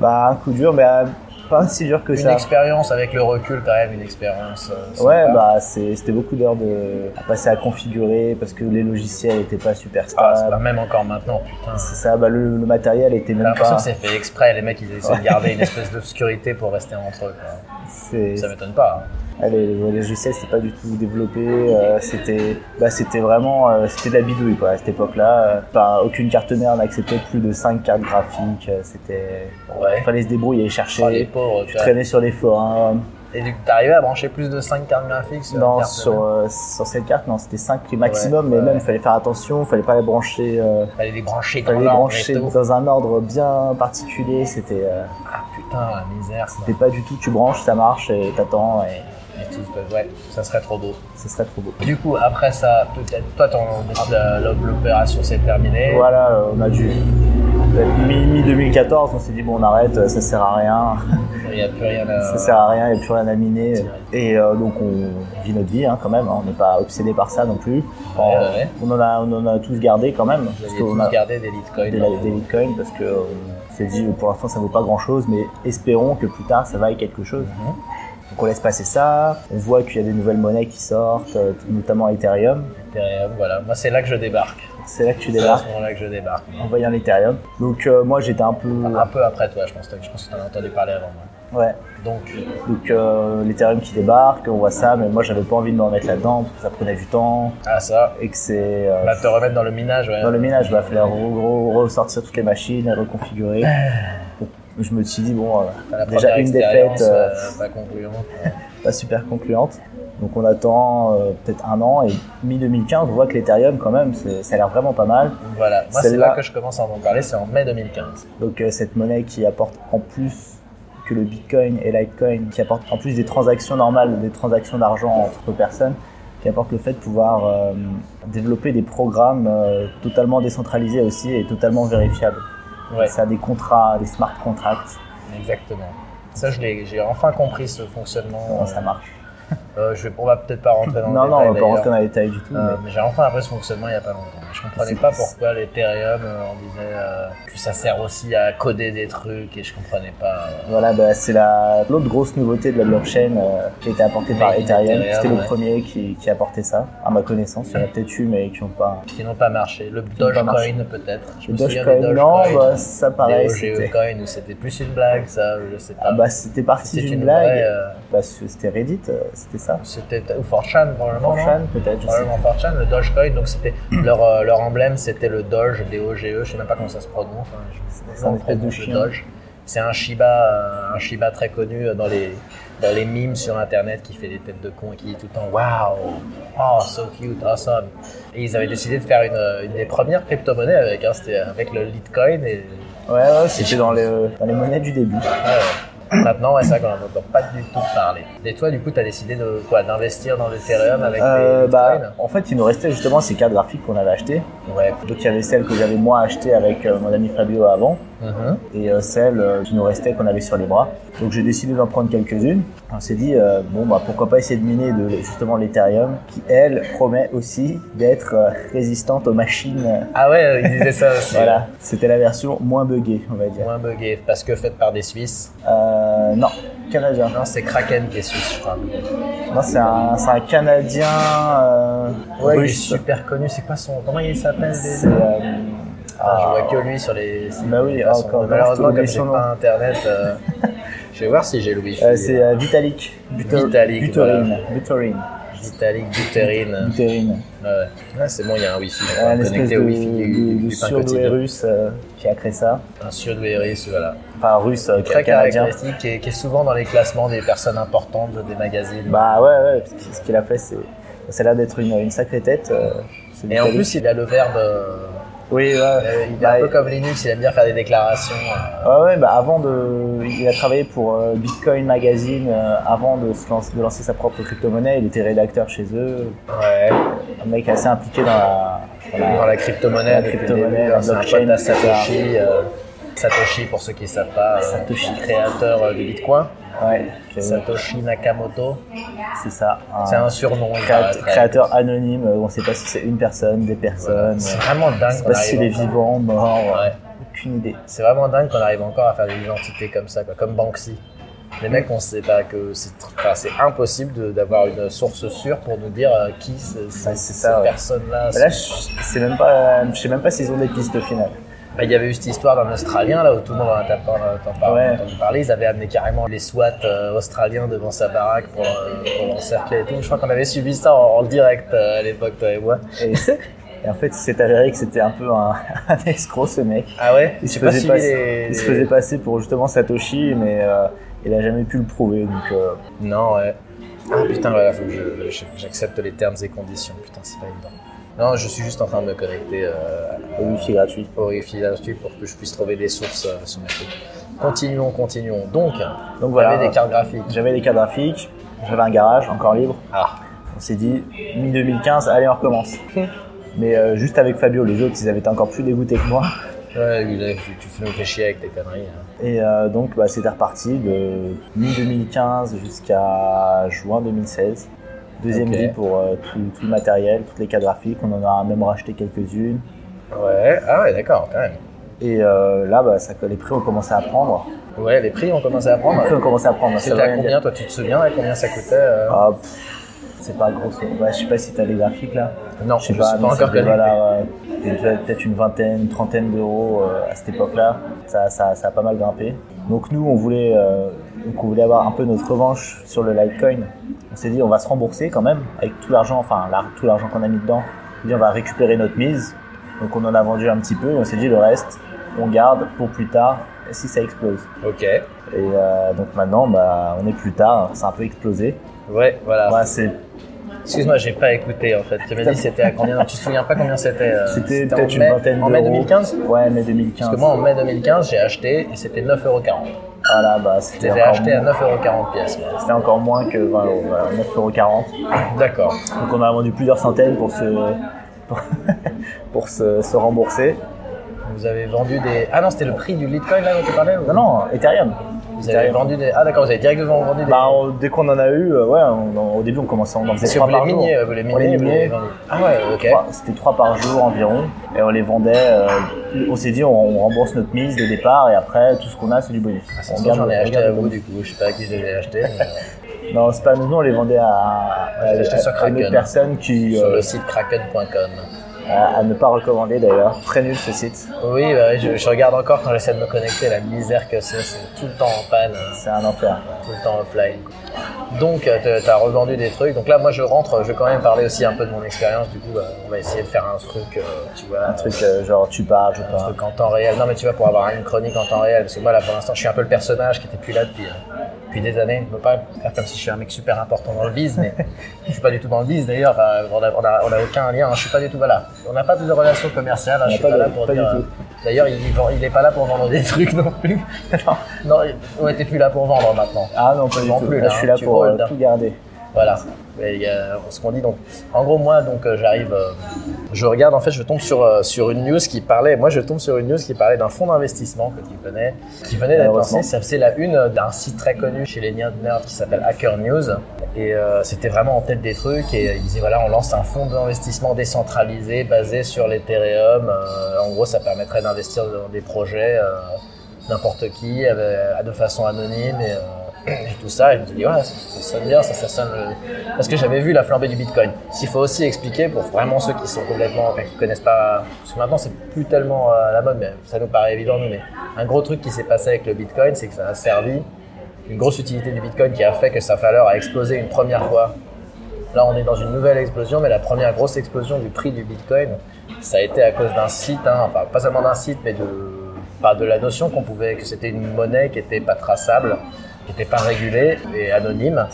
S3: Bah un coup dur, mais euh, pas si dur que
S2: Une
S3: ça.
S2: expérience avec le recul, quand même, une expérience. euh, sympa.
S3: Ouais, bah c'est- c'était beaucoup d'heures de à passer à configurer parce que les logiciels étaient pas super
S2: Ah, c'est pas Bah,
S3: stables.
S2: même encore maintenant, putain.
S3: c'est ça, bah le, le matériel était
S2: J'ai
S3: même
S2: l'impression
S3: pas.
S2: que c'est fait exprès, les mecs ils essaient de garder une espèce d'obscurité pour rester entre eux. quoi.
S3: c'est-
S2: Ça m'étonne pas. hein.
S3: ah, Les, les logiciels c'était pas du tout développé. euh, c'était, bah c'était vraiment, euh, c'était de la bidouille quoi à cette époque-là. euh, pas aucune carte mère n'acceptait plus de 5 cartes graphiques. euh, C'était,
S2: Ouais.
S3: fallait se débrouiller,
S2: Oh, les
S3: chercher.
S2: pauvres,
S3: Tu
S2: tu vois.
S3: traînais sur les forums.
S2: Et du coup, t'arrivais à brancher plus de 5 cartes graphiques sur une
S3: Non,
S2: carte
S3: sur,
S2: même.
S3: euh, sur cette carte, non, c'était 5 maximum,
S2: Ouais,
S3: mais
S2: ouais.
S3: même, il fallait faire attention, il fallait pas les brancher, euh,
S2: Fallait les brancher dans
S3: fallait les
S2: l'ordre et
S3: brancher
S2: tout.
S3: dans un ordre bien particulier, c'était euh,
S2: Ah putain, la misère. ça.
S3: c'était pas du tout, tu branches, ça marche, et t'attends, et
S2: Et tout, ouais, ça serait trop beau.
S3: ce serait trop beau.
S2: Du coup, après ça, peut-être, toi, ton, la- l'opération s'est terminée.
S3: Voilà, euh, on a dû, peut-être mi- mi-2014, on s'est dit, bon, on arrête, euh, ça sert à rien,
S2: Il n'y a plus rien à.
S3: ça sert à rien, il n'y a plus rien à miner, et euh, donc on vit notre vie, hein, quand même, hein, on n'est pas obsédé par ça non plus.
S2: Ouais, ouais, ouais.
S3: On, en a, on en a tous gardé quand même,
S2: Vous
S3: parce
S2: aviez
S3: qu'on
S2: tous
S3: a-
S2: gardé des litcoins.
S3: des, des bitcoins parce que euh, on s'est dit pour l'instant ça vaut pas grand chose mais espérons que plus tard ça vaille quelque chose.
S2: Mhm.
S3: Donc on laisse passer ça, on voit qu'il y a des nouvelles monnaies qui sortent, euh, notamment Ethereum.
S2: Ethereum, voilà. Moi, c'est là que je débarque.
S3: C'est là que tu
S2: C'est à
S3: débarques
S2: ce moment-là que je débarque.
S3: en voyant l'Ethereum. Donc euh, moi j'étais un peu...
S2: Un peu après toi, je pense. toi, Je pense que t'en as entendu parler avant moi.
S3: Ouais.
S2: Donc, euh,
S3: Donc euh, l'Ethereum qui débarque, on voit ça, mais moi j'avais pas envie de me remettre là-dedans parce que ça prenait du temps
S2: à ça,
S3: et que c'est... euh,
S2: va te remettre dans le minage, ouais.
S3: dans le ménage, il va falloir re- re- ressortir toutes les machines, les reconfigurer. Donc, je me suis dit bon, euh,
S2: La
S3: déjà
S2: première
S3: une
S2: expérience,
S3: défaite, euh,
S2: euh, pas concluante.
S3: pas super concluante. Donc on attend euh, peut-être un an et mi-2015, on voit que l'Ethereum quand même, c'est- ça a l'air vraiment pas mal.
S2: Donc Voilà, moi c'est
S3: Celle-là-
S2: là que je commence à en parler, c'est en mai 2015.
S3: Donc euh, cette monnaie qui apporte en plus que le Bitcoin et Litecoin, qui apporte en plus des transactions normales, des transactions d'argent entre personnes, qui apporte le fait de pouvoir euh, développer des programmes euh, totalement décentralisés aussi et totalement vérifiables.
S2: Ouais,
S3: Ça a des contrats, des smart contracts,
S2: exactement. Ça, je l'ai- j'ai enfin compris ce fonctionnement.
S3: comment ça marche.
S2: Euh, je vais, on va peut-être pas rentrer dans
S3: Non,
S2: le
S3: non,
S2: détail,
S3: on va pas
S2: d'ailleurs.
S3: rentrer dans les détails du tout.
S2: Euh,
S3: mais-
S2: mais j'ai enfin appris ce fonctionnement il n'y a pas longtemps. Je comprenais
S3: C'est-
S2: pas pourquoi l'Ethereum, euh, on disait euh, que ça sert aussi à coder des trucs et je comprenais pas. euh,
S3: Voilà, bah, c'est la- l'autre grosse nouveauté de la blockchain euh, qui a été apportée
S2: Oui,
S3: par
S2: Ethereum,
S3: Ethereum. C'était le
S2: ouais.
S3: premier qui, qui a apporté ça, à ma connaissance. Il y en a peut-être eu, mais qui n'ont pas.
S2: qui n'ont pas marché. Le
S3: n'ont pas marché.
S2: Dogecoin peut-être. Je
S3: Le
S2: me souviens
S3: Dogecoin,
S2: des
S3: non,
S2: Dogecoin.
S3: bah, ça pareil.
S2: des
S3: C'était
S2: OGEcoin où c'était plus une blague, ça, je sais pas.
S3: Ah, bah, c'était parti
S2: c'était
S3: d'une
S2: une
S3: blague.
S2: vraie, euh,
S3: Bah, c'était Reddit, euh, c'était ça.
S2: c'était ou 4chan probablement. non
S3: Forchan, peut-être, je sais.
S2: Probablement 4chan, le Dogecoin, donc c'était
S3: Mm.
S2: leur, euh, leur emblème, c'était le Doge, D-O-G-E, E, je sais même pas comment ça se prononce. hein, je-
S3: C'est un espèce de
S2: le
S3: chien.
S2: Doge. C'est un Shiba, euh, un Shiba très connu euh, dans les, dans les mimes sur internet qui fait des têtes de con et qui dit tout le temps Waouh, oh so cute, awesome. Et ils avaient décidé de faire une, euh, une des premières crypto-monnaies avec, hein, c'était avec le Litecoin et
S3: Ouais, ouais, c'était dans les, euh, dans les monnaies du début.
S2: Ouais. Maintenant, ouais, c'est vrai qu'on n'en entend pas du tout parler. Et toi, du coup, tu as décidé de quoi D'investir dans l'Ethereum avec
S3: Euh,
S2: les
S3: bah, en fait, il nous restait justement ces cartes graphiques qu'on avait achetées.
S2: bitcoins Ouais.
S3: Donc, il y avait celles que j'avais moi achetées avec euh, mon ami Fabio avant.
S2: Mhm.
S3: et euh, celles euh, qui nous restaient qu'on avait sur les bras. Donc j'ai décidé d'en prendre quelques-unes. On s'est dit euh, bon bah pourquoi pas essayer de miner de justement l'Ethereum qui elle promet aussi d'être euh, résistante aux machines. euh,
S2: Ah ouais, il disait ça aussi.
S3: Voilà, c'était la version moins buggée on va dire.
S2: Moins buggé, parce que faite par des Suisses.
S3: Euh, non, canadien.
S2: Non, c'est Kraken qui est suisse, je crois.
S3: Non c'est un, c'est un canadien euh,
S2: Ouais, il est
S3: russe.
S2: super connu. C'est quoi son. Comment il s'appelle
S3: C'est,
S2: déjà
S3: euh,
S2: Putain, Je
S3: ah,
S2: vois que lui sur les.
S3: Bah oui,
S2: Ah, son-
S3: encore,
S2: mais malheureusement,
S3: j'ai
S2: comme
S3: oublié
S2: j'ai
S3: son
S2: pas internet,
S3: *laughs*
S2: euh, je vais voir si j'ai le wifi.
S3: euh, c'est euh, Vitalik. Buter-
S2: Vitalik,
S3: Buterin.
S2: voilà.
S3: Buterin.
S2: Vitalik Buterin.
S3: Buterin.
S2: euh, Ouais. Ah, c'est bon, il y a un wifi. On
S3: Un
S2: va
S3: espèce
S2: connecter
S3: de,
S2: au wifi
S3: de,
S2: du,
S3: de
S2: du pain
S3: surdoué
S2: quotidien.
S3: russe euh, qui a créé ça.
S2: Un surdoué russe, voilà.
S3: Enfin, russe, euh,
S2: Très
S3: canadien.
S2: caractéristique et qui est souvent dans les classements des personnes importantes des magazines.
S3: Bah ouais, ouais, parce que ce qu'il a fait, c'est. Ça a l'air d'être une, une sacrée tête. euh, ce
S2: et en
S3: Vitalik.
S2: plus, il a le verbe. euh,
S3: Oui, ouais.
S2: euh, il est
S3: Bah,
S2: un peu comme Linux, il aime bien faire des déclarations. euh,
S3: Ouais, ouais, bah avant de. Il a travaillé pour euh, Bitcoin Magazine euh, avant de, se lancer, de lancer sa propre crypto-monnaie. Il était rédacteur chez eux.
S2: ouais.
S3: Un mec assez impliqué dans la. dans la-
S2: Dans la crypto-monnaie,
S3: La
S2: depuis le
S3: crypto-monnaie,
S2: début,
S3: la
S2: c'est un
S3: blockchain,
S2: pote à
S3: etc.
S2: Satoshi. euh, Satoshi, pour ceux qui ne savent pas, euh,
S3: Satoshi.
S2: créateur euh, du Bitcoin.
S3: Ouais, que-
S2: Satoshi Nakamoto,
S3: c'est ça. un
S2: c'est un surnom. il
S3: créa-
S2: paraît.
S3: Ah. créateur anonyme. euh, On sait pas si c'est une personne, des
S2: Voilà.
S3: personnes.
S2: C'est
S3: euh,
S2: vraiment dingue.
S3: On sait
S2: qu'on
S3: pas si
S2: arrive
S3: c'est des
S2: encore-
S3: vivants, morts. euh,
S2: Ouais.
S3: Aucune idée.
S2: C'est vraiment dingue qu'on arrive encore à faire des identités comme ça, quoi, comme Banksy. Les mecs, on sait pas que c'est tr- enfin, c'est impossible de- d'avoir une source sûre pour nous dire euh, qui c'est- c'est-
S3: c'est
S2: ces
S3: ça, ouais.
S2: personnes-là.
S3: Bah Là, je sais même pas, je sais même pas s'ils ont des pistes au final.
S2: Bah, Il y avait eu cette histoire d'un Australien là où tout le monde en a tapé- en- en parle-
S3: Ouais.
S2: en entendu parler. Ils avaient amené carrément les SWAT euh, australiens devant sa baraque pour, euh, pour l'encercler et tout. Je crois qu'on avait suivi ça en, en direct euh, à l'époque, toi et moi.
S3: Et,
S2: *laughs*
S3: et en fait, c'est avéré que c'était un peu un, *laughs* un escroc ce mec.
S2: Ah ouais
S3: Il se,
S2: J'ai pas
S3: faisait
S2: suivi
S3: passer,
S2: les-
S3: il se
S2: les-
S3: faisait passer pour justement Satoshi, mais euh, il a jamais pu le prouver. Donc, euh,
S2: Non, ouais. Ah putain, voilà, faut que je- je- j'accepte les termes et conditions. Putain, c'est pas évident. Non, je suis juste en train de me connecter euh,
S3: le wifi est gratuit.
S2: au Wi-Fi là-dessus pour que je puisse trouver des sources euh, sur ma truc. Continuons, continuons. Donc, on
S3: Donc voilà,
S2: avait des cartes graphiques.
S3: j'avais des cartes graphiques, j'avais un garage encore libre.
S2: Ah,
S3: On s'est dit, mi-2015, allez, on recommence. Mais euh, juste avec Fabio, les autres, ils avaient été encore plus dégoûtés que moi.
S2: ouais, lui, là, tu, tu fais- nous fais chier avec tes conneries. hein.
S3: Et euh, donc, bah, c'était reparti de mi-2015 jusqu'à juin 2016. Deuxième
S2: Ok.
S3: vie pour euh, tout, tout le matériel, toutes les cartes graphiques. On en a même racheté quelques-unes.
S2: Ouais, ah ouais, d'accord, quand même.
S3: Et euh, là, bah, ça, les prix ont commencé à prendre.
S2: Ouais, les prix ont commencé à
S3: Les prix
S2: prendre.
S3: ont commencé à prendre. ça
S2: C'était
S3: veut
S2: à
S3: rien
S2: combien,
S3: dire.
S2: toi, tu te souviens, à combien ça coûtait euh
S3: Ah, pff, C'est pas gros. c'est- ouais, je sais pas si t'as les graphiques là.
S2: Non,
S3: Je
S2: je
S3: sais
S2: ne
S3: pas,
S2: suis
S3: mais
S2: pas
S3: ça
S2: encore
S3: devait
S2: connecté.
S3: valoir, euh, peut-être une vingtaine, une trentaine d'euros euh, à cette époque-là. Ça, ça, ça a pas mal grimpé. Donc nous, on voulait, euh, donc on voulait avoir un peu notre revanche sur le Litecoin. On s'est dit, on va se rembourser quand même avec tout l'argent, enfin la- tout l'argent qu'on a mis dedans. On s'est dit, on va récupérer notre mise. Donc on en a vendu un petit peu et on s'est dit, le reste, on garde pour plus tard si ça explose.
S2: Ok.
S3: Et euh, donc maintenant, bah, on est plus tard, ça a un peu explosé.
S2: Ouais, voilà.
S3: Bah, c'est-
S2: Excuse-moi, j'ai pas écouté en fait. Tu m'as dit c'était à combien Non, tu te souviens pas combien c'était euh,
S3: C'était
S2: en
S3: peut-être une
S2: mai-
S3: vingtaine d'euros.
S2: En mai 2015
S3: Ouais, mai
S2: Parce
S3: 2015.
S2: que moi en mai 2015 j'ai acheté et c'était 9,40€.
S3: Voilà, bah,
S2: Je
S3: c'était
S2: les ai
S3: encore
S2: achetés à
S3: moins-
S2: 9,40€ pièce. moi.
S3: C'était encore moins que 20 euros, voilà, 9,40 euros.
S2: D'accord.
S3: Donc on a vendu plusieurs centaines pour se, pour, *laughs* pour se, se rembourser.
S2: Vous avez vendu des. Ah non, c'était le prix du Litecoin là dont tu parlais ou-
S3: Non, non, Ethereum.
S2: Vous avez vendu des. Ah d'accord, vous avez directement vendu des.
S3: Bah, on- dès qu'on en a eu, euh, ouais, on- on- au début on commençait, on en faisait
S2: Parce que
S3: trois
S2: vous les
S3: par jour.
S2: miniez, vous les
S3: On les
S2: miniez, vous
S3: miniait.
S2: les vendez. Ah ouais, ok.
S3: Trois- C'était trois par jour environ, et on les vendait. euh, on s'est dit, on, on rembourse notre mise de départ, et après tout ce qu'on a, c'est du bonus.
S2: Ah,
S3: On
S2: c'est sûr,
S3: garde-
S2: j'en ai
S3: on
S2: acheté
S3: garde
S2: à
S3: le
S2: vous
S3: bonus.
S2: du coup, je sais pas à qui je les ai achetés. mais, euh,
S3: Non, c'est pas nous, on les vendait à, à,
S2: je l'ai acheté sur
S3: à une
S2: Kraken.
S3: personne
S2: *laughs*
S3: qui
S2: sur
S3: euh,
S2: le site kraken.com.
S3: à, à ne pas recommander d'ailleurs. Très nul ce site.
S2: Oui, bah, oui, je, je regarde encore quand j'essaie de me connecter, la misère que c'est, c'est tout le temps en panne.
S3: C'est un enfer.
S2: tout le temps offline. Donc, tu as revendu des trucs. Donc là, moi, je rentre. Je vais quand même parler aussi un peu de mon expérience. Du coup, euh, on va essayer de faire un truc, euh, tu vois,
S3: Un truc euh, genre tu parles, je
S2: un
S3: parle.
S2: truc en temps réel. Non, mais tu vois, pour avoir une chronique en temps réel. Parce que moi, là, pour l'instant, je suis un peu le personnage qui était plus là depuis, euh, depuis des années. Je ne veux pas faire comme si je suis un mec super important dans le biz,
S3: *laughs*
S2: mais je suis pas du tout dans le biz d'ailleurs. Enfin, on n'a on a, on a aucun lien. hein. Je suis pas du tout. Voilà. On n'a pas de relation commerciale. hein.
S3: On
S2: Je
S3: n'a
S2: suis
S3: Ah, pas
S2: pas,
S3: de-
S2: là pour
S3: pas du
S2: dire,
S3: tout.
S2: euh, D'ailleurs, il, vend- il est pas là pour vendre des *laughs* trucs non plus. non, on était plus là pour vendre maintenant.
S3: Ah non, pas du
S2: Non
S3: tout.
S2: plus,
S3: Là,
S2: là,
S3: je suis
S2: hein,
S3: là
S2: tu
S3: pour euh,
S2: hold.
S3: tout garder.
S2: Voilà. Et il y a ce qu'on dit. Donc, en gros, moi, donc, euh, j'arrive, euh, je regarde, en fait, je tombe sur, euh, sur une news qui parlait, moi, je tombe sur une news qui parlait d'un fonds d'investissement que tu connais, qui venait d'être
S3: Malheureusement.
S2: lancé. Ça faisait la une euh, d'un site très connu chez les nerds nerds qui s'appelle Hacker News. Et euh, c'était vraiment en tête des trucs. Et euh, ils disaient, voilà, on lance un fonds d'investissement décentralisé basé sur l'Ethereum. Euh, en gros, ça permettrait d'investir dans des projets. euh, n'importe qui, avec- de façon anonyme et, euh, et tout ça. Et je me suis dit, ouais, ça, ça sonne bien, ça, ça sonne. le- Parce que j'avais vu la flambée du bitcoin. S'il faut aussi expliquer pour vraiment ceux qui sont complètement. enfin, qui connaissent pas. Parce que maintenant, c'est plus tellement euh, à la mode, mais ça nous paraît évident, nous. Mais un gros truc qui s'est passé avec le bitcoin, c'est que ça a servi. Une grosse utilité du bitcoin qui a fait que sa valeur a explosé une première fois Là, on est dans une nouvelle explosion, mais la première grosse explosion du prix du Bitcoin, ça a été à cause d'un site, hein, enfin pas seulement d'un site, mais de, pas de la notion qu'on pouvait, que c'était une monnaie qui n'était pas traçable, qui n'était pas régulée et anonyme.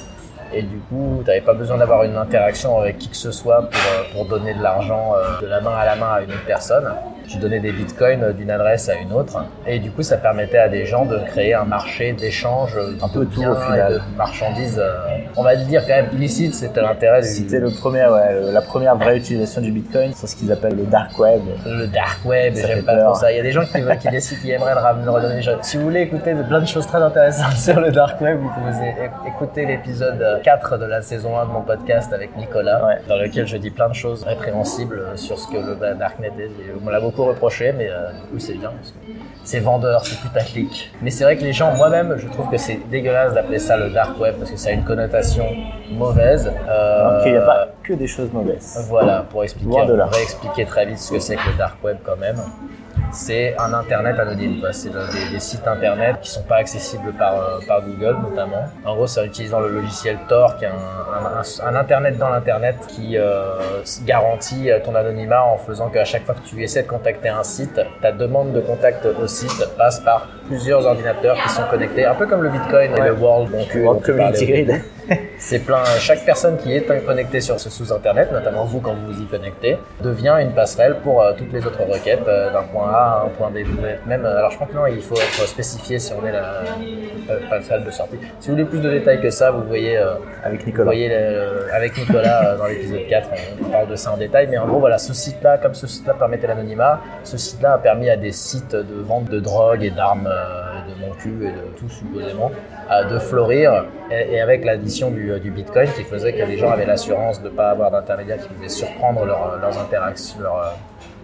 S2: Et du coup, tu n'avais pas besoin d'avoir une interaction avec qui que ce soit pour, euh, pour donner de l'argent euh, de la main à la main à une autre personne. Tu donnais des bitcoins euh, d'une adresse à une autre. Et du coup, ça permettait à des gens de créer un marché d'échange euh,
S3: Un peu
S2: de
S3: tout, au
S2: biens et
S3: final.
S2: de marchandises. euh, on va le dire quand même illicite, c'était l'intérêt du,
S3: C'était le premier, ouais, le- la première vraie utilisation du Bitcoin sur ce qu'ils appellent le dark web.
S2: le dark web,
S3: Ça
S2: j'aime
S3: fait
S2: pas
S3: peur.
S2: trop ça. Il y a des gens qui, veulent- qui décident, qui aimeraient le ramener le redonner. jeune. Si vous voulez écouter de- plein de choses très intéressantes *laughs* sur le dark web, vous pouvez é- écouter l'épisode 4 de la saison 1 de mon podcast avec Nicolas,
S3: Ouais.
S2: dans lequel je dis plein de choses répréhensibles euh, sur ce que le darknet est. Et on me l'a beaucoup reproché, mais euh, du coup c'est bien parce que c'est vendeur, c'est putaclic. Mais c'est vrai que les gens, moi-même, je trouve que c'est dégueulasse d'appeler ça le dark web parce que ça a une connotation mauvaise. Euh,
S3: Alors qu'il n'y a pas que des choses mauvaises.
S2: voilà, pour expliquer,
S3: Loin de là.
S2: on pourrait expliquer très vite ce que c'est que le dark web quand même. C'est un internet anonyme, quoi. c'est le- des, des sites internet qui sont pas accessibles par, euh, par Google notamment. En gros, c'est en utilisant le logiciel Tor, qui est un, un- un- un internet dans l'internet qui euh, garantit euh, ton anonymat en faisant qu'à chaque fois que tu essaies de contacter un site, ta demande de contact au site passe par plusieurs ordinateurs qui sont connectés, un peu comme le Bitcoin et
S3: Ouais.
S2: le World, donc, euh, dont
S3: World
S2: tu parlais au
S3: Community
S2: début.
S3: Grid.
S2: C'est plein. Chaque personne qui est connectée sur ce sous-internet, notamment vous quand vous vous y connectez, devient une passerelle pour euh, toutes les autres requêtes euh, d'un point A à un point B. Vous pouvez être même. euh, alors je crois que non, il faut être spécifié si on est la la passerelle de sortie. Si vous voulez plus de détails que ça, vous voyez. euh,
S3: Avec
S2: vous
S3: Nicolas.
S2: voyez euh, avec Nicolas euh, dans l'épisode 4, on parle de ça en détail, mais en gros voilà, ce site-là, comme ce site-là permettait l'anonymat, ce site-là a permis à des sites de vente de drogue et d'armes, euh, et de mon cul et de tout supposément, euh, de fleurir, et, et avec l'addition du, euh, du Bitcoin qui faisait que les gens avaient l'assurance de ne pas avoir d'intermédiaire qui pouvait surprendre leur, euh, leurs interactions, leurs, euh,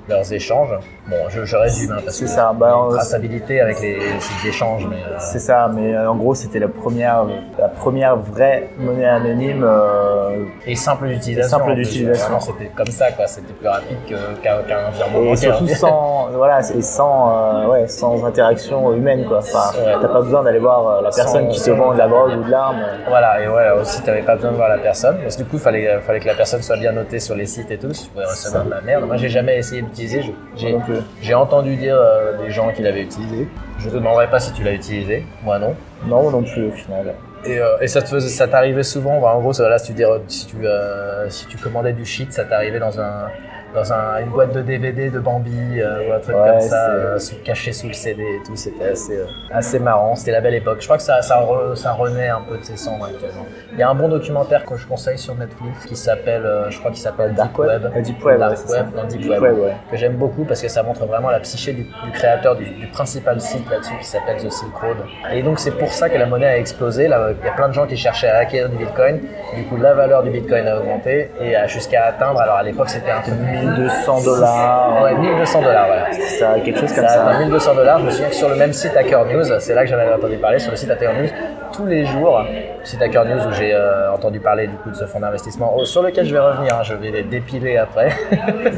S2: leurs échanges. Bon, je, je résume, hein, parce
S3: C'est
S2: que
S3: ça,
S2: il y a
S3: bah,
S2: une
S3: on-
S2: traçabilité avec les sites d'échange, mais... euh,
S3: C'est ça, mais euh, en gros, c'était la première, la première vraie monnaie anonyme. euh,
S2: Et simple d'utilisation.
S3: Simple
S2: en plus.
S3: d'utilisation.
S2: Vraiment, C'était comme ça, quoi. C'était plus rapide que- qu'un qu'un virement
S3: et
S2: bancaire.
S3: surtout sans, voilà, et sans, euh, ouais, sans interaction humaine, quoi. Enfin,
S2: Ouais.
S3: t'as pas besoin d'aller voir euh, la
S2: Sans-
S3: personne qui te vend de la drogue ou de
S2: *laughs*
S3: l'arme. euh,
S2: Voilà, et ouais, aussi, t'avais pas besoin de voir la personne. Parce que du coup, fallait, euh, fallait que la personne soit bien notée sur les sites et tout. Si tu pouvais recevoir de la merde. Moi, j'ai jamais essayé d'utiliser. Je- J'ai
S3: Donc, euh,
S2: j'ai entendu dire euh, des gens qui l'avaient utilisé. Je te demanderai pas si tu l'as utilisé. Moi, non.
S3: non, non plus au final.
S2: Et, euh, et ça te faisait- ça t'arrivait souvent. bah, en gros, ça, là, si tu, dis- si tu, euh, si tu commandais du shit, ça t'arrivait dans un dans un- une boîte de DVD de Bambi euh, ou un truc
S3: Ouais,
S2: comme ça,
S3: c'est-
S2: euh, sous- caché sous le CD et tout. C'était assez euh, assez marrant. C'était la belle époque. Je crois que ça ça, re- ça renaît un peu de ses cendres actuellement. Il y a un bon documentaire que je conseille sur Netflix qui s'appelle, euh, je crois qu'il s'appelle Deep Web.
S3: Euh, Deep Web,
S2: Dark
S3: ouais, c'est ça.
S2: Web, non, Deep Web.
S3: ouais.
S2: que j'aime beaucoup parce que ça montre vraiment la psyché du, du créateur du, du principal site là-dessus qui s'appelle The Silk Road. Et donc c'est pour ça que la monnaie a explosé. Là, il y a plein de gens qui cherchaient à acquérir du Bitcoin. Du coup, la valeur du Bitcoin a augmenté et a- jusqu'à atteindre. Alors à l'époque, c'était un peu
S3: 1200 dollars.
S2: Ouais, 1200 dollars. Voilà.
S3: Ça a quelque chose comme
S2: Ça a atteint
S3: ça.
S2: 1200 dollars. Je me souviens que sur le même site Hacker News, c'est là que j'en avais entendu parler, sur le site Hacker News, tous les jours, site Hacker News où j'ai euh, entendu parler du coup de ce fonds d'investissement, oh, sur lequel je vais revenir, hein, je vais les dépiler après.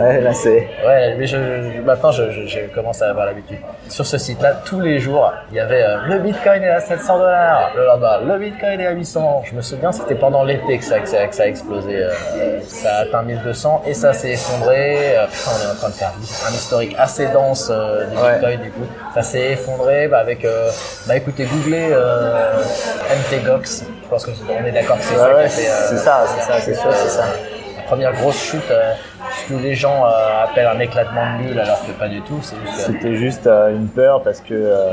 S3: Ouais, là, c'est.
S2: Ouais, mais je, je- maintenant je, je- je commence à avoir l'habitude. Sur ce site-là, tous les jours, il y avait euh, le Bitcoin est à 700 dollars, le lendemain, le Bitcoin est à 800. Je me souviens, c'était pendant l'été que ça, que ça, que ça a explosé. euh, ça a atteint 1200 et ça s'est effondré. Euh, putain, on est en train de faire un historique assez dense euh, du
S3: Ouais.
S2: Bitcoin du coup. Ça s'est effondré bah, avec, euh, bah écoutez, googlez euh, MTGOX. Je pense que on est d'accord que c'est
S3: Ouais,
S2: ça qui a
S3: ouais,
S2: fait, euh,
S3: c'est ça, c'est ça, c'est sûr, c'est ça.
S2: la première grosse chute, euh, ce que les gens euh, appellent un éclatement de bulle, alors que pas du tout, c'est juste. euh,
S3: C'était juste euh, une peur parce que euh,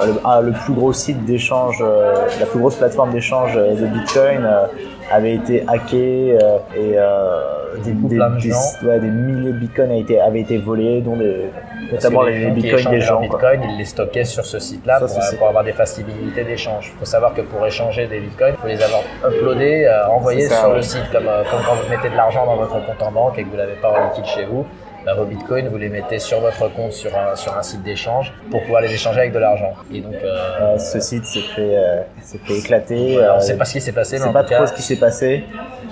S3: euh, le, ah, le plus gros site d'échange, euh, la plus grosse plateforme d'échange euh, de Bitcoin euh, avait été hackée euh, et euh, des,
S2: coup, plein de gens.
S3: ouais, des milliers de Bitcoin avaient été, avaient été volés, dont des, notamment les,
S2: gens qui
S3: Bitcoins des
S2: échangeaient
S3: gens.
S2: leurs
S3: quoi.
S2: bitcoins, ils les stockaient sur ce site-là
S3: Ça,
S2: pour, euh,
S3: c'est-
S2: pour avoir des facilités d'échange. Il faut savoir que pour échanger des bitcoins, il faut les avoir uploadés, euh, renvoyés
S3: C'est ça,
S2: sur
S3: ouais.
S2: le site. Comme, euh, comme quand vous mettez de l'argent dans votre compte en banque et que vous l'avez pas en liquide chez vous, bah, vos bitcoins, vous les mettez sur votre compte sur un, sur un site d'échange pour pouvoir les échanger avec de l'argent. Et donc, euh,
S3: Euh, ce site s'est fait, euh, s'est fait éclater.
S2: voilà, on
S3: euh,
S2: ne sait pas ce qui s'est passé,
S3: c'est
S2: mais en
S3: pas
S2: tout cas,
S3: trop ce qui s'est passé.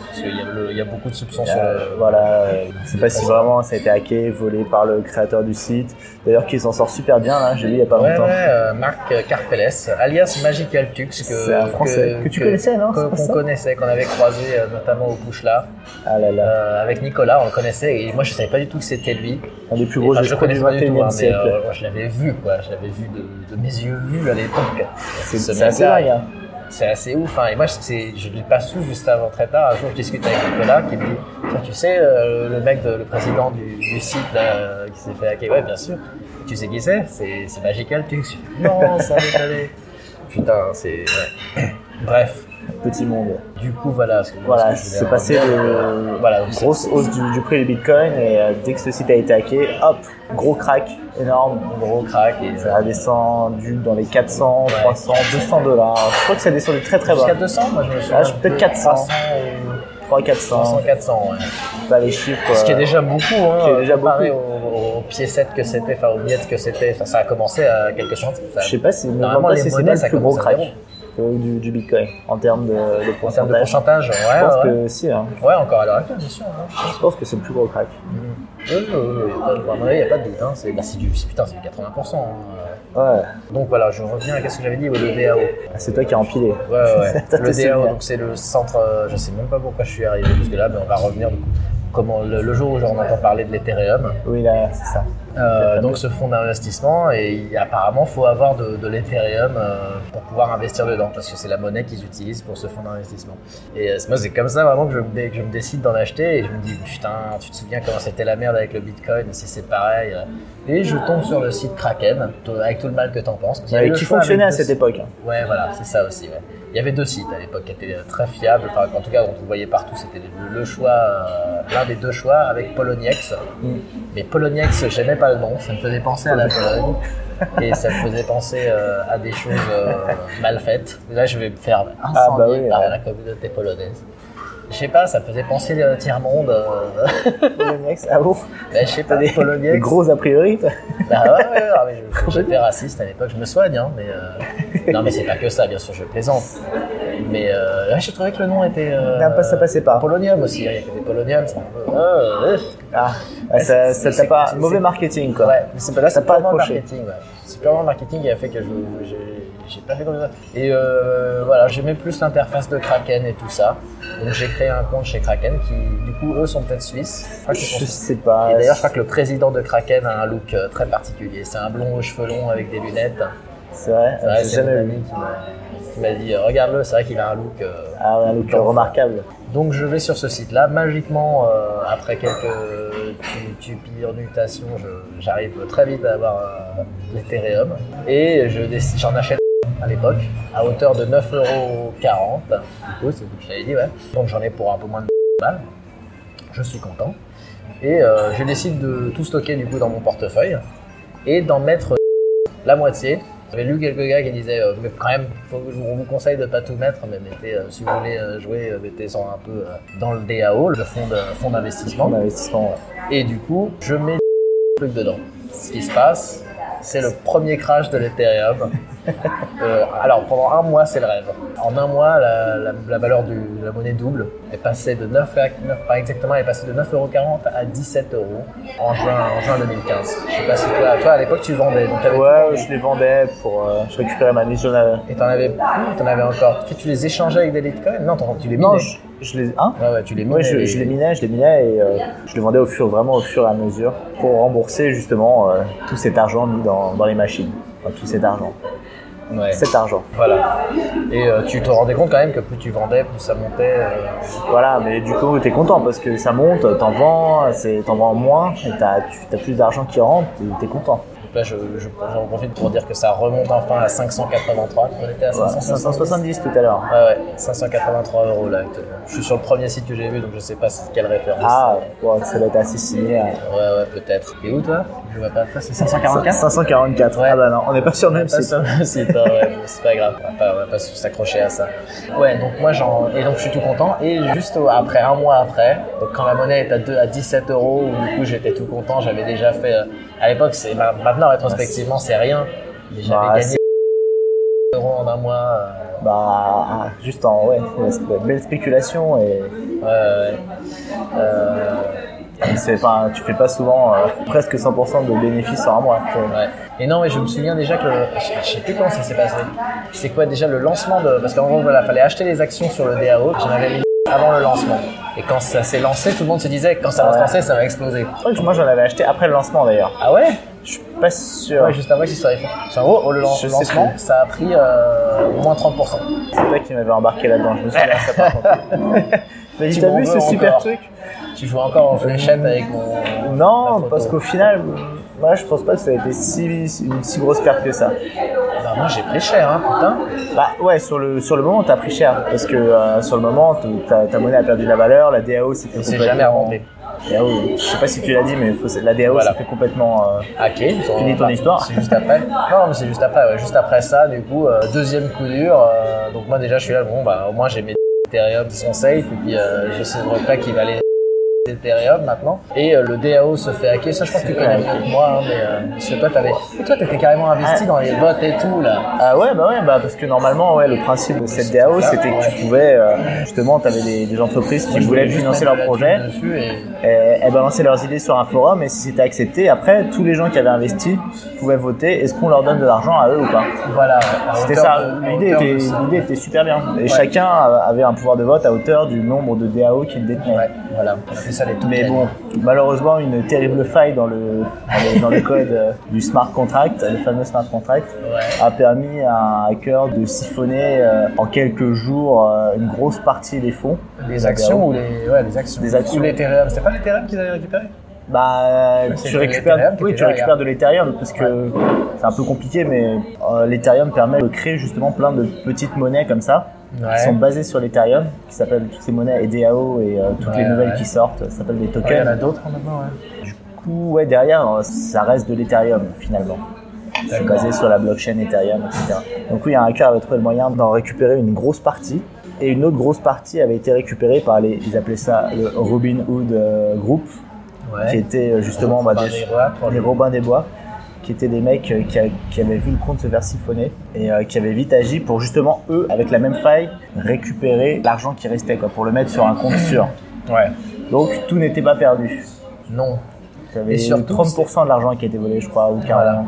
S2: parce qu'il y, a le- il y a beaucoup de soupçons sur
S3: Euh,
S2: le-
S3: voilà, euh, je sais pas si vraiment ça a été hacké, volé par le créateur du site. D'ailleurs, qui s'en sort super bien là, j'ai vu il y a pas
S2: Ouais,
S3: longtemps.
S2: ouais, euh, Marc Carpelès, alias Magical Tux, que,
S3: C'est un français que, tu connaissais, non
S2: que-
S3: c'est pas
S2: qu'on
S3: ça
S2: connaissait, qu'on avait croisé euh, notamment au Pouchla,
S3: Ah là là,
S2: euh, avec Nicolas, on le connaissait, et moi je savais pas du tout que c'était lui.
S3: un des plus
S2: Et,
S3: gros
S2: enfin, Ah, je le
S3: escrocs du
S2: connaissais pas du tout,
S3: 21 e
S2: hein, mais
S3: siècle.
S2: euh, moi, je l'avais vu, quoi, je l'avais vu de, de mes yeux vus à l'époque.
S3: c'est
S2: ce
S3: c'est assez
S2: mec-là,
S3: dingue. hein.
S2: C'est assez ouf, hein. et moi je- c'est- je l'ai pas su juste avant très tard, un jour je discute avec Nicolas qui me dit, Tiens, tu sais, euh, le mec, de- le président du, du site là, euh, qui s'est fait hacker, ouais bien sûr, tu sais qui c'est C'est c'est Magical
S3: *laughs*
S2: Tux. Non, ça m'est allé. *laughs* Putain, c'est... ouais. *clears throat* Bref.
S3: Petit monde.
S2: Du coup, voilà. ce que-
S3: Voilà,
S2: ce que je voulais
S3: c'est passé
S2: en dire. euh,
S3: de
S2: Voilà, donc
S3: grosse hausse du, du prix du Bitcoin et euh, dès que ce site a été hacké, hop, gros crack énorme.
S2: c'est un gros crack. Et, euh,
S3: Ça a descendu dans les 400, 300, 200 dollars. Je crois que ça a descendu très très bas.
S2: Jusqu'à 200, moi je me souviens.
S3: Ah, je- peut-être 400.
S2: 300
S3: 300,
S2: ou 300,
S3: 400,
S2: 400, ouais.
S3: pas les chiffres.
S2: Ah, Ce qui est
S3: euh,
S2: déjà beaucoup, hein.
S3: qui est déjà
S2: comparé au, au piécette que c'était, enfin au miette que c'était. Enfin, ça a commencé à quelque chose. Ça,
S3: Je sais pas si,
S2: Normalement,
S3: vraiment,
S2: les
S3: si c'est
S2: monnaies,
S3: pas
S2: ça
S3: le plus gros
S2: commence à
S3: crack euh, du, du Bitcoin en termes de, de
S2: en termes
S3: pourcentage.
S2: de pourcentage, ouais,
S3: je pense
S2: ouais.
S3: que si, hein.
S2: Ouais, encore à l'heure actuelle, bien sûr. hein. Mm.
S3: je pense que c'est le plus gros crack.
S2: Oui, oui, oui, y a pas de- à mon avis, y a pas de doute. Hein. C'est bah, c'est du, putain, c'est du 80%. hein.
S3: Ouais,
S2: Donc voilà, je reviens à ce que j'avais dit, ouais, le
S3: *laughs*
S2: DAO.
S3: c'est toi qui as empilé.
S2: Ouais, ouais.
S3: *laughs* T'as
S2: le
S3: tes
S2: DAO,
S3: souvenirs.
S2: donc c'est le centre. euh, je sais même pas pourquoi je suis arrivé jusque là, mais on va revenir du coup. Comment, le, le jour où j'en entend parler de l'Ethereum.
S3: Oui, là, c'est ça.
S2: Euh, donc ce fonds d'investissement, et il- apparemment, faut avoir de, de l'Ethereum euh, pour pouvoir investir dedans, parce que c'est la monnaie qu'ils utilisent pour ce fonds d'investissement. Et euh, moi, c'est comme ça vraiment que je, me dé- que je me décide d'en acheter, et je me dis, putain, tu te souviens comment c'était la merde avec le Bitcoin, si c'est pareil. euh. Et je tombe sur le site Kraken, t- avec tout le mal que t'en penses. parce qu'il y avait
S3: Et
S2: le
S3: qui
S2: choix avec
S3: fonctionnait à
S2: deux
S3: cette
S2: sites.
S3: époque.
S2: *laughs*
S3: hein.
S2: Ouais, voilà, c'est ça aussi. ouais. Il y avait deux sites à l'époque qui étaient euh, très fiables. Enfin, en tout cas, on le voyait partout. C'était le- le choix, euh, l'un des deux choix avec Poloniex.
S3: Mm.
S2: Mais Poloniex, j'aimais pas le nom. Ça me faisait penser à la
S3: *laughs*
S2: Pologne. Et ça me faisait penser euh, à des choses euh, mal faites. Là, je vais me faire incendier
S3: Ah, bah oui,
S2: par
S3: ouais.
S2: la communauté polonaise. Je sais pas, ça me faisait penser au tiers-monde. euh, *laughs*
S3: Poloniex, ah bon
S2: bah, je sais pas, des
S3: Des
S2: Poloniex.
S3: gros a priori toi.
S2: Bah ouais, ouais, ouais, mais je- j'étais raciste à l'époque, je me soigne, hein, mais euh, non mais c'est pas que ça, bien sûr, je plaisante. Mais euh, ouais, je trouvais que le nom était. euh,
S3: Non, pas- ça passait pas.
S2: Polonium aussi, il y avait des Polonium. ça- euh, euh,
S3: Ah, ah, ça
S2: c'est-
S3: ça t'a pas.
S2: c'est-
S3: Mauvais
S2: c'est-
S3: marketing quoi.
S2: Ouais, mais c'est pas là,
S3: T'as
S2: c'est
S3: pas
S2: purement le
S3: accroché.
S2: marketing. ouais. C'est purement le marketing qui a fait que je j'ai j'ai pas fait comme ça. Et euh, voilà, j'aimais plus l'interface de Kraken et tout ça. Donc j'ai créé un compte chez Kraken qui, du coup, eux sont peut-être suisses. Je crois qu'ils sont
S3: Je sais pas.
S2: et d'ailleurs, je crois que le président de Kraken a un look euh, très particulier. C'est un blond aux cheveux longs avec des lunettes.
S3: C'est vrai,
S2: C'est vrai,
S3: j'ai
S2: c'est mon
S3: jamais vu.
S2: ami qui m'a- qui m'a dit euh, Regarde-le, c'est vrai qu'il a un look. euh.
S3: Ah, ouais, un look
S2: Enfin.
S3: remarquable.
S2: Donc, je vais sur ce site-là. Magiquement, euh, après quelques tu- tupinutations, je- j'arrive très vite à avoir euh, l'Ethereum. Et je décide- j'en achète à l'époque à hauteur de 9,40€. Du coup, c'est ce que je t'avais dit, ouais. Donc, j'en ai pour un peu moins de balles. Je suis content. Et euh, je décide de tout stocker du coup dans mon portefeuille et d'en mettre la moitié. J'avais lu quelques gars qui disaient euh, mais quand même faut- on vous conseille de pas tout mettre mais mettez euh, si vous voulez euh, jouer euh, mettez en un peu euh, dans le DAO le fonds de- fonds d'investissement
S3: Mon investissement, ouais.
S2: et du coup je mets truc dedans. Ce qui se passe c'est le premier crash de
S3: *laughs*
S2: l'Ethereum. Euh, alors pendant un mois c'est le rêve. En un mois la, la- la valeur de la monnaie double est passée de 9, à, 9 pas exactement elle est passée de 9,40 à 17 euros en juin, en juin 2015. Je sais pas si toi, toi à l'époque tu vendais donc t'avais tout
S3: Ouais,
S2: vendu.
S3: je les vendais pour. euh, je récupérais ma mise sur la-
S2: Et t'en avais, t'en avais encore. Tu- Tu les échangeais avec des bitcoins Non, t'en- tu les minais.
S3: Non, je, je les. Hein
S2: Ouais, ouais, tu les minais.
S3: Ouais, je,
S2: les-
S3: je les minais, je les minais et euh, je les vendais au fur, vraiment au fur et à mesure pour rembourser justement euh, tout cet argent mis dans, dans les machines. Enfin, tout cet argent.
S2: Ouais.
S3: Cet argent.
S2: Voilà. Et euh, tu te rendais compte quand même que plus tu vendais, plus ça montait. euh,
S3: Voilà, mais du coup, t'es content parce que ça monte, t'en vends, c'est- t'en vends moins et t'as tu- t'as plus d'argent qui rentre, t'es- t'es content.
S2: là, je, je- j'en profite pour dire que ça remonte enfin à 583. On était à
S3: Voilà,
S2: 570.
S3: 570 tout à l'heure.
S2: Ah ouais, 583 euros là. actuellement. Je suis sur le premier site que j'ai vu, donc je sais pas c'est quelle référence.
S3: Ah, ouais, ça doit être assez similaire.
S2: Ouais, ouais, peut-être. Et où toi Je vois pas. Toi, c'est 544
S3: 544,
S2: Ouais.
S3: ah bah non, on n'est pas sur le même
S2: Pas
S3: site.
S2: sur le même site, hein, ouais, bon, *laughs* c'est pas grave, on va pas, on va pas s'accrocher à ça. Ouais, donc moi j'en. Et donc je suis tout content. Et juste au- après, un mois après, donc quand la monnaie est à, deux- à 17 euros, où du coup j'étais tout content, j'avais déjà fait. euh, À l'époque, c'est ma- maintenant rétrospectivement, c'est rien. Mais j'avais
S3: Bah,
S2: gagné 1 euros en un mois. euh,
S3: Bah, juste en, ouais, la- la belle spéculation et
S2: ouais, ouais. Euh,
S3: c'est, enfin, tu fais pas souvent euh, presque 100% de bénéfices sur un mois. tu vois.
S2: Ouais. Et non, mais je me souviens déjà que le- je je sais plus quand ça s'est passé. C'est quoi déjà le lancement de parce qu'en gros voilà, fallait acheter les actions sur le DAO. J'en avais mis avant le lancement. Et quand ça s'est lancé, tout le monde se disait que quand ça va se
S3: Ouais.
S2: lancer, ça va exploser.
S3: C'est vrai que moi j'en avais acheté après le lancement d'ailleurs.
S2: Ah ouais
S3: Je suis pas sûr.
S2: Ouais, juste avant qu'ils soient effets. En gros, le lan-
S3: Je sais
S2: lancement,
S3: plus.
S2: ça a pris euh, moins 30%.
S3: C'est toi qui m'avais embarqué là-dedans, je me souviens de ça par contre.
S2: *laughs*
S3: Mais
S2: Tu
S3: t'as
S2: m'en
S3: vu
S2: veux
S3: ce super
S2: encore.
S3: truc
S2: Tu joues encore en fléchette avec mon.
S3: Non,
S2: la photo.
S3: parce qu'au final, moi je pense pas que ça a été si, si- une si grosse perte que ça.
S2: Bah, moi j'ai pris cher, hein, putain.
S3: Bah ouais, sur le, sur le moment t'as pris cher, parce que euh, sur le moment t- ta, ta monnaie a perdu de la valeur, la DAO s'est fait
S2: Et c'est
S3: complètement...
S2: jamais remonté.
S3: DAO, je sais pas si tu l'as dit, mais faut- la DAO
S2: Voilà.
S3: s'est fait complètement... euh,
S2: Ah, Ok,
S3: Fini ton histoire.
S2: C'est juste après. Non, mais c'est juste après. ouais. Juste après ça, du coup, euh, deuxième coup dur. euh, donc moi déjà, je suis là. Bon, bah au moins j'ai mes Ethereum qui sont safe. Et puis euh, j'ai ce repas qui va les Ethereum maintenant. Et euh, le DAO se fait hacker. Ça, je pense que tu connais mieux que moi. hein, mais euh, parce que toi, t'avais, toi, t'étais carrément investi
S3: Ah.
S2: dans les bots et tout là.
S3: Ah ouais, bah ouais, bah parce que normalement, ouais, le principe de cette DAO, c'était que tu pouvais, euh, justement, tu avais des, des entreprises qui voulaient financer
S2: leur
S3: leurs projets,
S2: Dessus et...
S3: et, elles balançaient leurs idées sur un forum, et si c'était accepté, après, tous les gens qui avaient investi pouvaient voter, est-ce qu'on leur donne de l'argent à eux ou pas
S2: Voilà. à
S3: C'était
S2: hauteur
S3: ça,
S2: de- à
S3: l'idée
S2: hauteur
S3: était,
S2: de ça.
S3: l'idée était super bien. Et chacun avait un pouvoir de vote à hauteur du nombre de DAO qu'il détenait.
S2: Ouais, voilà. On appelait ça les tokens.
S3: Mais bon, malheureusement, une terrible faille dans le, dans le, dans le code euh, du smart contract, le fameux smart contract,
S2: Ouais.
S3: a permis à un hacker de siphonner euh, en quelques jours euh, une grosse partie des fonds.
S2: Les actions ou les, ouais, les actions.
S3: Des actions.
S2: Ou l'Ethereum. C'était pas l'Ethereum qu'ils avaient récupéré
S3: Bah,
S2: C'est hein.
S3: tu
S2: de
S3: récupères,
S2: l'Ethereum qui
S3: oui,
S2: était
S3: tu
S2: derrière.
S3: récupères de l'Ethereum parce que c'est un peu compliqué, mais euh, l'Ethereum permet de créer justement plein de petites monnaies comme ça.
S2: Ouais.
S3: qui sont basées sur l'Ethereum, qui s'appellent toutes ces monnaies et DAO et euh, toutes
S2: Ouais,
S3: les nouvelles
S2: ouais.
S3: qui sortent, euh, s'appellent des
S2: Ouais, Ah, Il y en a
S3: tokens.
S2: d'autres hein, maintenant, ouais.
S3: du coup, ouais, derrière, euh, ça reste de l'Ethereum finalement. C'est
S2: D'accord.
S3: basé sur la blockchain Ethereum, etc. Donc oui, un hacker avait trouvé le moyen d'en récupérer une grosse partie. Et une autre grosse partie avait été récupérée par les, ils appelaient ça le Robin Hood euh, Group,
S2: Ouais.
S3: qui était euh, justement bah,
S2: Robin
S3: des-
S2: des Bois, pour
S3: les
S2: les-
S3: Robins des Bois, qui étaient des mecs euh, qui, a- qui avaient vu le compte se faire siphonner et euh, qui avaient vite agi pour justement, eux, avec la même faille, récupérer l'argent qui restait, quoi, pour le mettre sur un compte sûr.
S2: Ouais.
S3: Donc tout n'était pas perdu.
S2: Non.
S3: J'avais
S2: Et surtout,
S3: 30% de l'argent qui a été volé, je crois, ou 40%.
S2: Voilà.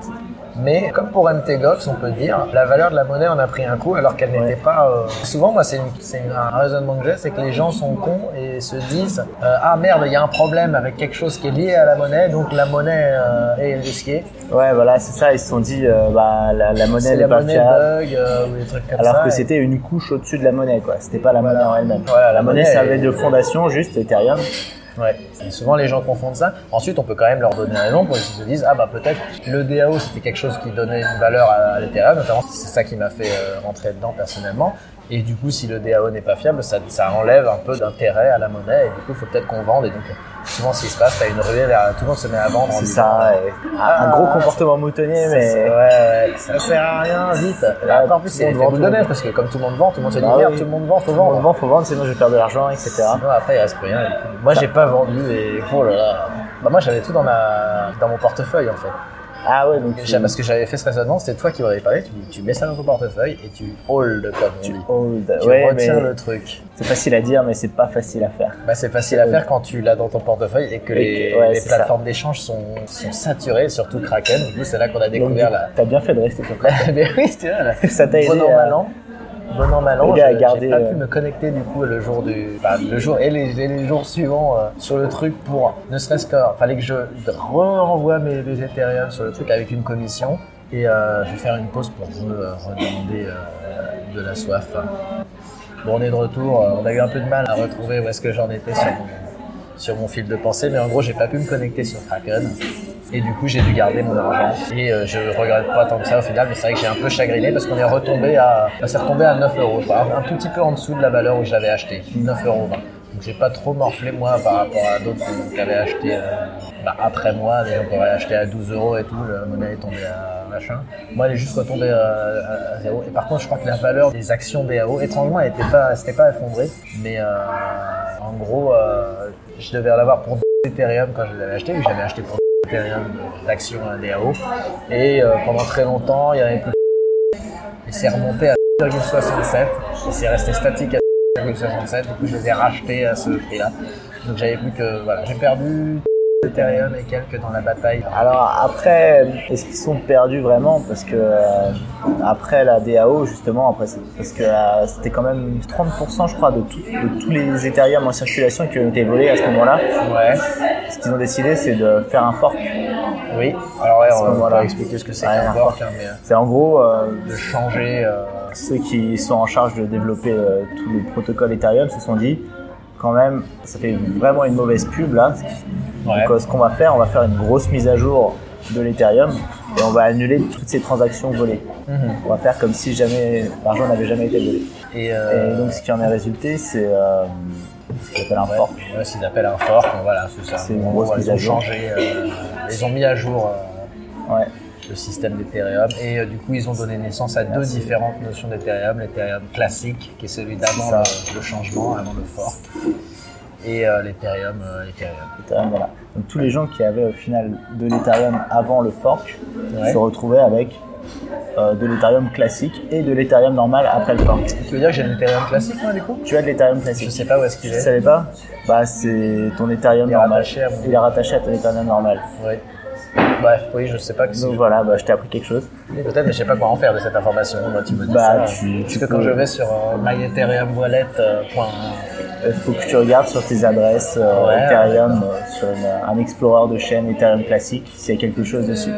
S2: Mais comme pour MTGOX, on peut dire, la valeur de la monnaie en a pris un coup alors qu'elle n'était
S3: Ouais.
S2: pas. euh, Souvent, moi, c'est une- c'est une- un raisonnement que j'ai, c'est que les gens sont cons et se disent euh, Ah merde, il y a un problème avec quelque chose qui est lié à la monnaie, donc la monnaie euh, est risquée.
S3: Ouais, voilà, c'est ça. Ils se sont dit, euh, bah, la, la monnaie
S2: C'est
S3: n'est
S2: la
S3: pas
S2: monnaie
S3: fiable.
S2: bug euh, ou des trucs comme ça.
S3: Alors que
S2: et-
S3: c'était une couche au-dessus de la monnaie, quoi. C'était pas la
S2: Voilà.
S3: monnaie en elle-même.
S2: Voilà, la
S3: la monnaie
S2: monnaie
S3: servait
S2: est-
S3: de fondation, juste Ethereum.
S2: Ouais. Et souvent les gens confondent ça. Ensuite, on peut quand même leur donner raison pour qu'ils se disent ah bah peut-être le DAO c'était quelque chose qui donnait une valeur à, à l'Ethereum, notamment c'est ça qui m'a fait euh, rentrer dedans personnellement. Et du coup, si le DAO n'est pas fiable, ça, ça enlève un peu d'intérêt à la monnaie et du coup, faut peut-être qu'on vende. Et donc, souvent, ce qui se passe, t'as une ruée vers tout le monde se met à vendre. en
S3: C'est
S2: disant,
S3: ça. et-
S2: Ah,
S3: un gros comportement moutonnier,
S2: Ça,
S3: mais.
S2: ça- ouais, ouais, ça sert à rien, vite. Et
S3: Ah,
S2: encore en plus,
S3: tout
S2: c'est
S3: le monde
S2: l'effet
S3: vend,
S2: boule
S3: tout
S2: de
S3: le
S2: neige
S3: monde.
S2: parce que comme tout le monde vend, tout le monde se dit
S3: Bah
S2: merde,
S3: oui.
S2: tout le monde vend, faut
S3: Faut
S2: vendre.
S3: vendre, faut vendre, sinon je vais perdre de l'argent, etc.
S2: Sinon, après, il reste plus rien. Moi, j'ai pas vendu et oh là là. Bah, moi, j'avais tout dans, ma... dans mon portefeuille en fait.
S3: Ah ouais, donc
S2: Déjà, parce que j'avais fait ce raisonnement, c'était toi qui m'avais parlé. Tu, tu mets ça dans ton portefeuille et tu hold comme on dit.
S3: Hold.
S2: Tu
S3: Ouais, mais
S2: retiens le truc.
S3: c'est facile à dire, mais c'est pas facile à faire.
S2: Bah, c'est facile à faire quand tu l'as dans ton portefeuille et que
S3: Et
S2: les,
S3: que- ouais,
S2: les
S3: c'est ça.
S2: plateformes d'échange sont, sont saturées, surtout Kraken. Du coup, c'est là qu'on a
S3: Donc,
S2: découvert la. *laughs*
S3: t'as bien fait de rester sur place. *laughs*
S2: Mais oui, tu vois, là.
S3: Ça t'a aidé
S2: Bon an,
S3: à-
S2: mal an. Bon an, mal an,
S3: euh, T'aider à
S2: je-
S3: garder,
S2: j'ai pas
S3: euh,
S2: pu me connecter du coup le jour du, enfin, le jour et les, et les jours suivants euh, sur le truc pour, ne serait-ce que, fallait que je renvoie mes, mes Ethereum sur le truc avec une commission et euh, je vais faire une pause pour re- euh, redemander euh, de la soif. Bon, on est de retour. euh, On a eu un peu de mal à retrouver où est-ce que j'en étais sur mon, sur mon fil de pensée, mais en gros, j'ai pas pu me connecter sur Kraken. Et du coup, j'ai dû garder mon argent. Et euh, je regrette pas tant que ça au final, mais c'est vrai que j'ai un peu chagriné parce qu'on est retombé à, bah, c'est retombé à 9 euros, je crois. un tout petit peu en dessous de la valeur où je l'avais acheté, 9 euros. Donc j'ai pas trop morflé moi par rapport à d'autres qui avaient acheté euh, bah, après moi, des gens qui auraient acheté à 12 euros et tout, la monnaie est tombée à machin. Moi elle est juste retombée à, à- à zéro. Et par contre je crois que la valeur des actions BAO, étrangement elle était pas, c'était pas effondrée, mais euh, en gros euh, je devais l'avoir pour Ethereum quand je l'avais acheté, que j'avais acheté pour Ethereum euh, l'action à DAO. Et euh, pendant très longtemps il y avait plus et c'est remonté à 0,67 et c'est resté statique à 0,67 du coup je les ai rachetés à ce prix là donc j'avais plus que voilà j'ai perdu Ethereum et quelques dans la bataille Ah,
S3: Alors après, est-ce qu'ils sont perdus vraiment Parce que euh, après la DAO, justement, après, c'est- parce que euh, c'était quand même 30% je crois de, tout- de tous les Ethereum en circulation qui ont été volés à ce moment-là.
S2: ouais
S3: Ce qu'ils ont décidé, c'est de faire un fork.
S2: oui alors ouais,
S3: À ce
S2: on va
S3: moment-là.
S2: pas expliquer ce que c'est
S3: Ouais,
S2: qu'un
S3: un
S2: fork hein, mais euh,
S3: C'est en gros euh,
S2: de changer euh,
S3: ceux qui sont en charge de développer euh, tout le protocole Ethereum se sont dit quand même, ça fait vraiment une mauvaise pub là. Donc euh, ce qu'on va faire, on va faire une grosse mise à jour de l'Ethereum et on va annuler toutes ces transactions volées.
S2: Mhm.
S3: On va faire comme si jamais l'argent n'avait jamais été volé.
S2: et,
S3: Et
S2: euh,
S3: donc ce qui en est résulté, c'est euh, ce qu'on appelle un
S2: ouais,
S3: fork.
S2: ouais, s'ils appellent un fork bon, voilà c'est ça
S3: C'est une
S2: En
S3: grosse
S2: gros, ils
S3: mise à
S2: ont
S3: jour.
S2: changé euh, ils ont mis à jour euh,
S3: Ouais.
S2: le système d'Ethereum. Et euh, du coup, ils ont donné naissance à deux différentes notions d'Ethereum. L'Ethereum classique, qui est celui d'avant
S3: Ça.
S2: le, le changement, avant le fork. Et euh, l'Ethereum, euh, Ethereum.
S3: Ethereum, voilà. Donc tous les gens qui avaient au final de l'Ethereum avant le fork
S2: Ouais.
S3: se retrouvaient avec euh, de l'Ethereum classique et de l'Ethereum normal après le fork.
S2: Tu veux dire que j'ai l'Ethereum classique, moi, du coup
S3: Tu as de l'Ethereum
S2: Je
S3: classique.
S2: sais pas où est-ce qu'il
S3: Tu
S2: est.
S3: savais pas Bah c'est ton Ethereum
S2: Il est
S3: normal.
S2: rattaché à mon-
S3: Il est rattaché à ton Ethereum normal.
S2: Ouais. Bref, oui, je sais pas que c'est.
S3: Donc voilà, bah, je t'ai appris quelque chose.
S2: Oui, Peut-être, mais je sais pas quoi en faire de cette information. Moi, tu me dis
S3: Bah,
S2: ça.
S3: tu-
S2: Parce
S3: tu
S2: que quand
S3: peux-
S2: je vais sur euh, myethereumwallet.com,
S3: Il Euh, faut que tu regardes sur tes adresses euh,
S2: Ouais.
S3: Ethereum, euh, sur une- un explorer de chaîne Ethereum classique, s'il y a quelque chose dessus.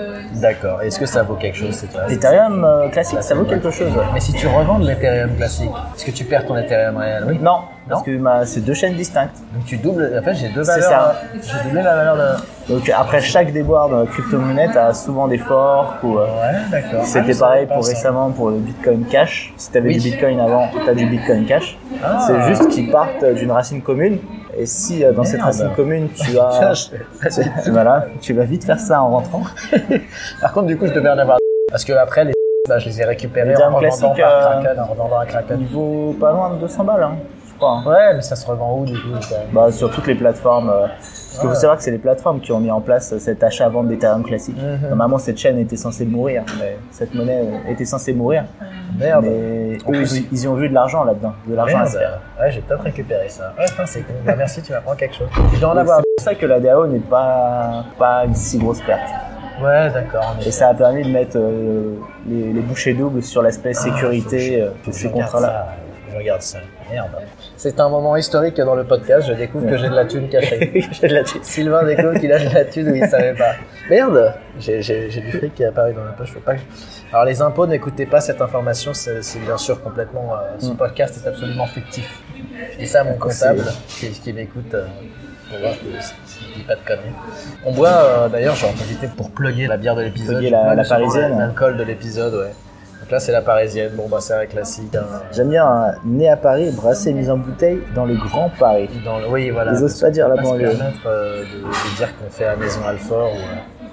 S2: d'accord. Est-ce que ça vaut quelque chose, cette phrase
S3: Ethereum euh, classique, ça vaut quelque chose. ouais.
S2: Mais si tu revends de l'Ethereum classique, est-ce que tu perds ton Ethereum réel Oui.
S3: Non, parce que ma- c'est deux chaînes distinctes.
S2: Donc tu doubles, en fait j'ai deux
S3: C'est
S2: valeurs.
S3: ça.
S2: euh, J'ai doublé la valeur de.
S3: Donc après chaque déboire de crypto-monnaie, t'as souvent des forks ou. euh,
S2: Ouais, d'accord. Ah,
S3: C'était pareil
S2: *laughs*
S3: pour récemment pour le Bitcoin Cash. Si t'avais
S2: Oui.
S3: du Bitcoin avant, t'as du Bitcoin Cash.
S2: Ah.
S3: C'est juste qu'ils partent d'une racine commune. Et si euh, dans cette
S2: Merde.
S3: racine commune, tu
S2: *laughs*
S3: as. *laughs* voilà, tu vas vite faire ça en rentrant.
S2: Par contre, du coup, je devais en avoir. Parce que après, les. *laughs* Bah, je les ai récupérés
S3: Les
S2: en
S3: armes
S2: revendant
S3: classiques,
S2: par
S3: euh,
S2: Kraken, en revendant à Kraken.
S3: Il vaut pas loin de 200 balles, hein, je crois. hein.
S2: Ouais, mais ça se revend où du coup quand même
S3: Bah, sur toutes les plateformes. euh, Parce qu'il faut savoir que c'est les plateformes qui ont mis en place euh, cet achat-vente d'Ethereum classique.
S2: Mhm.
S3: Normalement, cette chaîne était censée mourir, mais cette monnaie euh, était censée mourir.
S2: Merde.
S3: Mais
S2: En
S3: eux,
S2: plus-
S3: ils, ils y ont vu de l'argent là-dedans, de l'argent à se faire.
S2: Merde. Ouais, j'ai peut-être récupéré ça. Ouais, putain, c'est con. Bah, merci, tu m'apprends quelque chose. Je dois en avoir.
S3: C'est pour ça que la DAO n'est pas, pas une si grosse perte.
S2: Ouais, d'accord. mais-
S3: Et ça a permis de mettre euh, les, les bouchées doubles sur l'aspect sécurité euh, de
S2: Ah, Je
S3: ces
S2: regarde
S3: contrats-là.
S2: ça, Je regarde ça. Merde. C'est un moment historique dans le podcast. Je découvre que j'ai de la thune *laughs* cachée.
S3: J'ai de la thune.
S2: Sylvain découvre qu'il a de la thune où il savait pas. Merde J'ai j'ai- j'ai du fric qui est apparu dans la poche, faut pas que- Alors les impôts, n'écoutez pas cette information, c'est c'est bien sûr complètement... euh,
S3: Mm.
S2: ce podcast est absolument fictif. Je dis ça à mon comptable qui, qui m'écoute euh, pour voir que si- si je dis pas de conneries. On boit, euh, d'ailleurs, j'en profiter pour plugger la bière de l'épisode.
S3: Plugger la-
S2: Je plug
S3: la
S2: souvent
S3: parisienne.
S2: L'alcool de l'épisode, ouais. Donc là, c'est la parisienne. Bon, bah c'est un classique. hein.
S3: J'aime bien hein, né à Paris, brassé et mis en bouteille dans le Grand Paris.
S2: Dans le- oui, voilà.
S3: Ils osent
S2: parce
S3: pas
S2: qu'on
S3: dire
S2: peut
S3: la
S2: se
S3: banlieue.
S2: permettre, euh, de, de dire qu'on fait la maison Alfort. ou, euh,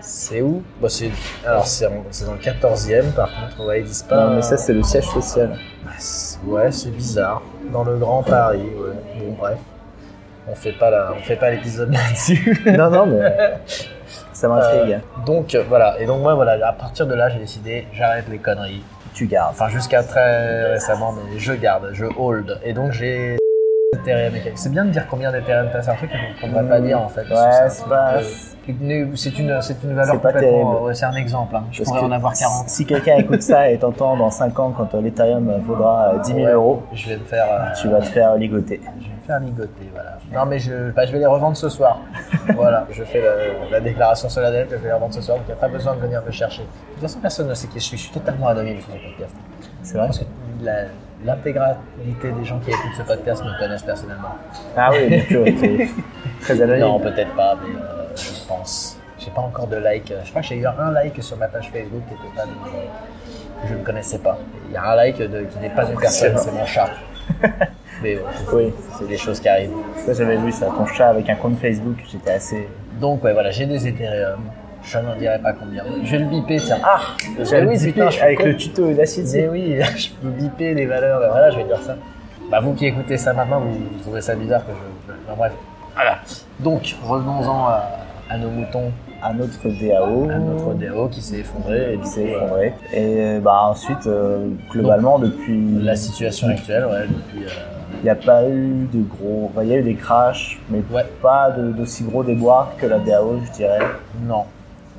S2: c'est où bah, c'est, Alors, c'est, en- c'est dans le 14 e par contre, ouais, ils disent pas. euh,
S3: Non, mais ça, c'est le siège social.
S2: c'est- Ouais, c'est bizarre. Dans le Grand Paris, ouais. Bon, bref. On fait pas, la, on fait pas l'épisode *laughs* là-dessus.
S3: non, non, mais
S2: *laughs*
S3: euh, ça m'intrigue.
S2: donc, euh, voilà. Et donc, moi, voilà, à partir de là, j'ai décidé, j'arrête les conneries.
S3: Tu gardes.
S2: Enfin, jusqu'à très récemment, mais je garde, je hold. Et donc, j'ai. Ethereum et quelques- C'est bien de dire combien d'Ethereum t'as, c'est un truc qu'on ne devrait pas dire en fait. parce que
S3: Hmm. Mmh. Ouais,
S2: un
S3: c'est
S2: truc,
S3: pas.
S2: euh, une- C'est une, c'est une valeur
S3: C'est pas
S2: complètement-
S3: terrible.
S2: ouais, c'est un exemple. hein. Je
S3: parce
S2: pourrais
S3: que
S2: en avoir 40.
S3: Si quelqu'un écoute ça et t'entend dans 5 ans quand euh, l'Ethereum euh, vaudra euh, 10 000
S2: Ouais.
S3: euros,
S2: Je vais me faire, euh,
S3: tu vas te faire ligoter.
S2: je vais me faire ligoter, voilà. Non mais je, bah, je vais les revendre ce
S3: *laughs*
S2: soir. voilà, je fais la, la déclaration solennelle que je vais les revendre ce soir, donc il n'y a pas besoin de venir me chercher. De toute façon, personne ne sait qui je suis. Je suis totalement anonyme sur ce podcast.
S3: C'est vrai
S2: Parce que la- l'intégralité des gens qui écoutent ce podcast me connaissent personnellement.
S3: *laughs* Ah oui, donc euh, t'es très anonyme.
S2: Non, peut-être pas, mais euh, je pense. J'ai pas encore de like. Je crois que j'ai eu un like sur ma page Facebook qui était pas de- que je ne connaissais pas. Il y a un like de- qui n'est pas une personne, c'est mon chat. Mais bon,
S3: Oui,
S2: c'est des choses qui arrivent.
S3: ça j'avais vu ça, ton chat avec un compte Facebook, j'étais assez.
S2: Donc ouais, voilà, j'ai des Ethereum. Je n'en dirai pas combien. Je vais le biper, tiens. Ah
S3: J'avais
S2: oui,
S3: zippé
S2: putain, je suis
S3: avec
S2: con.
S3: le tuto Audacity.
S2: Mais oui, *laughs* je peux biper les valeurs, et voilà, je vais dire ça. Bah, vous qui écoutez ça maintenant, vous, vous trouvez ça bizarre que je. je- enfin, bref. Voilà. Donc, revenons-en à, à nos moutons,
S3: Un autre DAO.
S2: à notre DAO qui s'est effondré et
S3: qui
S2: du
S3: s'est
S2: coup, euh,
S3: effondré. Et bah ensuite, euh, globalement, depuis.
S2: la situation actuelle, ouais, depuis. euh,
S3: Il n'y a pas eu de gros. enfin, Il y a eu des crashs, mais
S2: Ouais.
S3: pas de- d'aussi gros déboires que la DAO, je dirais,
S2: non.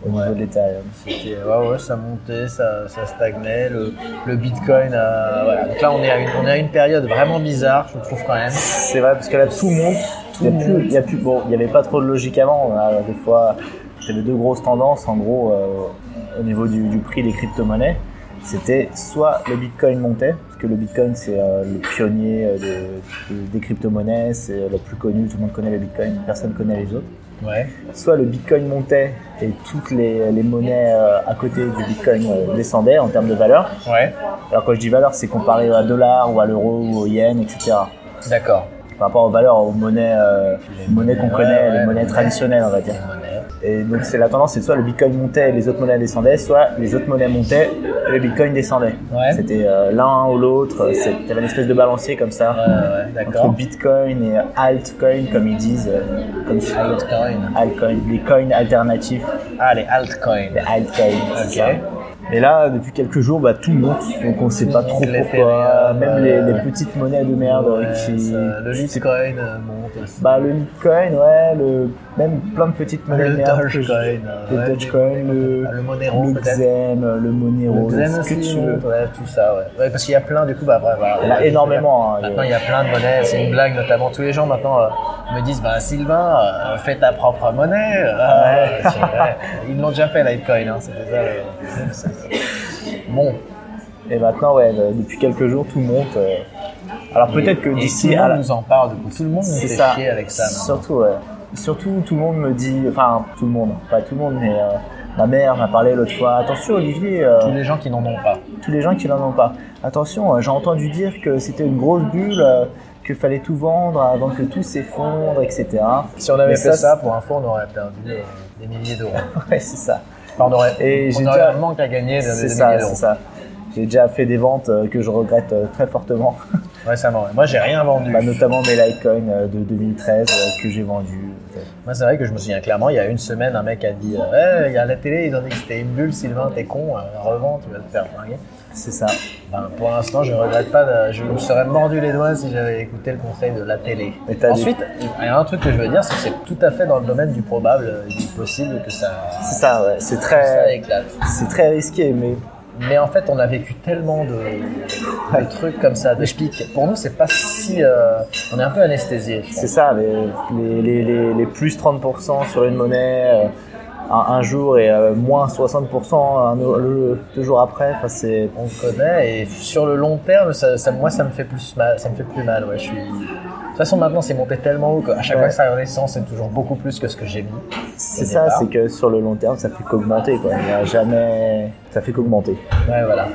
S3: au niveau de l'Ethereum.
S2: C'était- Ouais, ouais, ça montait, ça, ça stagnait. Le, le bitcoin. euh, voilà. Donc là, on est, à une, on est à une période vraiment bizarre, je trouve quand même.
S3: C'est vrai, parce que là, tout monte.
S2: Tout
S3: Il n'y a,
S2: monte.
S3: plus- y a plus. Bon, il n'y avait pas trop de logique avant. On a des fois, j'avais deux grosses tendances, en gros, euh, au niveau du, du prix des crypto-monnaies. C'était soit le bitcoin montait, parce que le bitcoin, c'est euh, le pionnier euh, de- de- des crypto-monnaies, c'est le plus connu, tout le monde connaît le bitcoin, personne ne connaît les autres.
S2: Ouais.
S3: soit le Bitcoin montait et toutes les, les monnaies euh, à côté du Bitcoin euh, descendaient en termes de valeur.
S2: Ouais.
S3: Alors quand je dis valeur, c'est comparé à dollar ou à l'euro ou au yen, etc.
S2: D'accord.
S3: Par rapport aux valeurs, aux monnaies, euh,
S2: Les
S3: aux monnaies qu'on
S2: monnaies,
S3: connaît,
S2: ouais, ouais,
S3: les monnaies
S2: ouais.
S3: traditionnelles, on va dire.
S2: Monnaie.
S3: Et donc c'est la tendance, c'est soit le Bitcoin montait et les autres monnaies descendaient, soit les autres monnaies montaient et le Bitcoin descendait.
S2: Ouais.
S3: C'était euh, l'un ou l'autre. c'est- T'avais une espèce de balancier comme ça.
S2: Ouais, ouais,
S3: Entre
S2: d'accord.
S3: Bitcoin et altcoin, comme ils disent, euh, comme
S2: Altcoin.
S3: altcoin, les coins alternatifs.
S2: Ah, les altcoins.
S3: Les altcoins, c'est
S2: Ok.
S3: ça. Et là, depuis quelques jours, bah, tout monte, donc on ne sait pas
S2: Tout
S3: trop
S2: monte,
S3: pourquoi.
S2: l'Ethereum,
S3: Même les,
S2: euh,
S3: les petites monnaies de merde euh,
S2: Ouais,
S3: qui.
S2: ça, le Bitcoin euh, monte aussi.
S3: Bah, le Bitcoin, ouais, le... même plein de petites monnaies
S2: le
S3: de merde. que-
S2: Dogecoin.
S3: Le
S2: ouais,
S3: Dogecoin, le,
S2: Ah, le Monero
S3: le
S2: peut-être.
S3: Xen, euh, le Monero,
S2: Le Xen
S3: ce que
S2: aussi
S3: tu veux.
S2: monte, ouais, tout ça, ouais. Ouais, parce qu'il y a plein, du coup, bah, bref, voilà.
S3: Il y en a énormément. hein, il y a-
S2: Maintenant, il y a plein de monnaies, c'est une blague notamment. Tous les gens maintenant euh, me disent bah, Sylvain, euh, fais ta propre monnaie. Euh,
S3: Ouais.
S2: je sais, ouais. Ils l'ont déjà fait, l'Altcoin, hein, c'était ça. le- bon,
S3: Et maintenant, ouais, le- depuis quelques jours, tout monte. euh. Alors peut-être que
S2: Et tout
S3: d'ici
S2: le
S3: à
S2: monde
S3: la-
S2: nous en parle, du coup. Tout le monde nous fait
S3: C'est ça.
S2: chier avec ça. maintenant.
S3: Surtout, ouais. Surtout, tout le monde me dit, enfin, tout le monde, pas tout le monde, mais euh, ma mère m'a parlé l'autre fois. Attention, Olivier, euh,
S2: Tous les gens qui n'en ont pas.
S3: tous les gens qui n'en ont pas. Attention, euh, j'ai entendu dire que c'était une grosse bulle, euh, que fallait tout vendre avant que tout s'effondre, etc.
S2: Si on avait
S3: Mais
S2: fait ça,
S3: ça, c'est-
S2: pour info, on aurait perdu euh, des milliers d'euros.
S3: *laughs* Ouais, c'est ça.
S2: Enfin, on aurait,
S3: Et
S2: on
S3: j'ai
S2: aurait
S3: déjà-
S2: un manque à gagner de, de-
S3: C'est
S2: des
S3: ça,
S2: milliers
S3: c'est
S2: d'euros.
S3: ça. J'ai déjà fait des ventes euh, que je regrette euh, très fortement,
S2: Récemment, ouais. moi j'ai rien vendu.
S3: Bah, notamment mes Litecoin euh, de 2013 euh, que j'ai vendu.
S2: Moi c'est vrai que je me souviens clairement, il y a une semaine, un mec a dit euh, Hey, il y a la télé, ils ont dit que c'était une bulle, Sylvain, t'es con, euh, revends, tu vas te faire flinguer.
S3: C'est ça.
S2: Ben, pour l'instant, je regrette pas, de- je me serais mordu les doigts si j'avais écouté le conseil de la télé.
S3: Mais t'as
S2: Ensuite, il y a un truc que je veux dire, c'est que c'est tout à fait dans le domaine du probable, et du possible que ça,
S3: C'est ça, ouais. C'est
S2: que ça
S3: très,
S2: éclate.
S3: c'est très risqué, mais
S2: Mais en fait, on a vécu tellement de, de trucs comme ça, de piques. Pour nous, c'est pas si. euh, on est un peu anesthésié.
S3: C'est ça, les, les, les, les, les plus 30% sur une monnaie euh, un, un jour et euh, moins 60% un, au- le- deux jours après. Enfin, c'est
S2: On connaît et sur le long terme, ça, ça- moi, ça me fait plus mal. Ça me fait plus mal. Ouais, je suis. De toute façon, maintenant, c'est monté tellement haut qu'à chaque
S3: Ouais.
S2: fois que ça redescend, c'est toujours beaucoup plus que ce que j'ai mis.
S3: c'est
S2: Au
S3: ça,
S2: départ.
S3: c'est que sur le long terme, ça fait qu'augmenter. Quoi. Il n'y a jamais. Ça fait qu'augmenter.
S2: Ouais, voilà.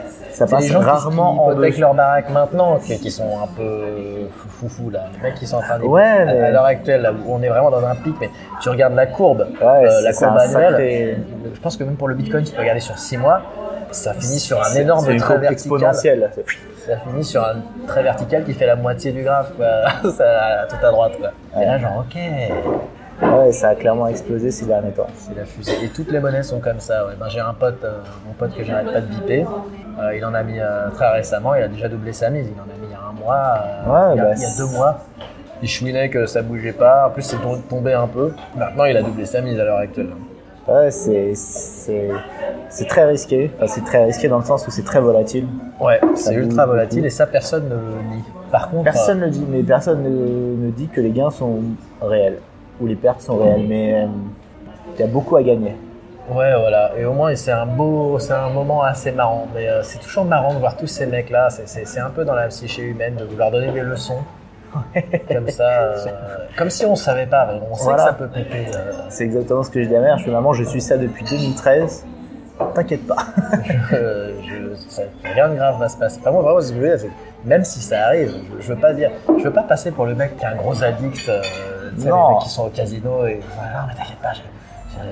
S2: C'est
S3: Ça
S2: les
S3: passe
S2: gens qui- qui
S3: rarement en
S2: hypothèquent
S3: dessous.
S2: leur baraque maintenant, qui, qui sont un peu foufou là. Les mecs qui sont en train de.
S3: Ouais,
S2: à-
S3: mais-
S2: à l'heure actuelle, là, où on est vraiment dans un pic, mais tu regardes la courbe,
S3: Ouais,
S2: euh,
S3: c'est-
S2: la
S3: c'est
S2: courbe
S3: un
S2: annuelle.
S3: sacré-
S2: Je pense que même pour le Bitcoin, tu peux regarder sur 6 mois, ça finit sur un
S3: c'est-
S2: énorme
S3: c'est une
S2: trait
S3: courbe
S2: vertical.
S3: exponentielle. C'est-
S2: Ça finit sur un trait vertical qui fait la moitié du graphe, quoi. *laughs* Ça, tout à droite, quoi. Et là, genre, ok,
S3: Ouais, ça a clairement explosé ces derniers temps.
S2: c'est la fusée. Et toutes les monnaies sont comme ça. Ouais. Ben, j'ai un pote, euh, mon pote que j'arrête pas de biper. euh, il en a mis euh, très récemment. Il a déjà doublé sa mise. Il en a mis il y a un mois, euh,
S3: Ouais,
S2: il, y a,
S3: bah,
S2: il y a
S3: c'est-
S2: deux mois. Il chouinait que ça bougeait pas. En plus, c'est tom- tombé un peu. Maintenant, il a doublé sa mise à l'heure actuelle.
S3: Ouais, c'est- c'est c'est très risqué. Enfin, c'est très risqué dans le sens où c'est très volatile.
S2: Ouais,
S3: Ça
S2: c'est
S3: bouge
S2: ultra
S3: beaucoup.
S2: volatile et ça, personne ne le nie. Par contre,
S3: Personne ne le dit, mais personne ne, ne dit que les gains sont réels ou les pertes sont réelles. Mais il y a beaucoup à gagner.
S2: Ouais, voilà. Et au moins, c'est un beau, c'est un moment assez marrant. Mais euh, c'est toujours marrant de voir tous ces mecs-là. C'est- C'est c'est un peu dans la psyché humaine de vouloir donner des leçons Comme ça, euh, comme si on savait pas, mais on sait
S3: Voilà.
S2: que ça peut péter. euh,
S3: C'est exactement ce que je dis à ma mère. Je fais maman, je suis ça depuis 2013. T'inquiète pas.
S2: Euh, *laughs* je, ça- rien de grave va se passer. Enfin, moi, vraiment, ce que je veux dire, c'est que même si ça arrive, je, je veux pas dire, je veux pas passer pour le mec qui est un gros addict, euh, tu sais,
S3: Non.
S2: les mecs qui sont au casino et voilà, mais t'inquiète pas, je,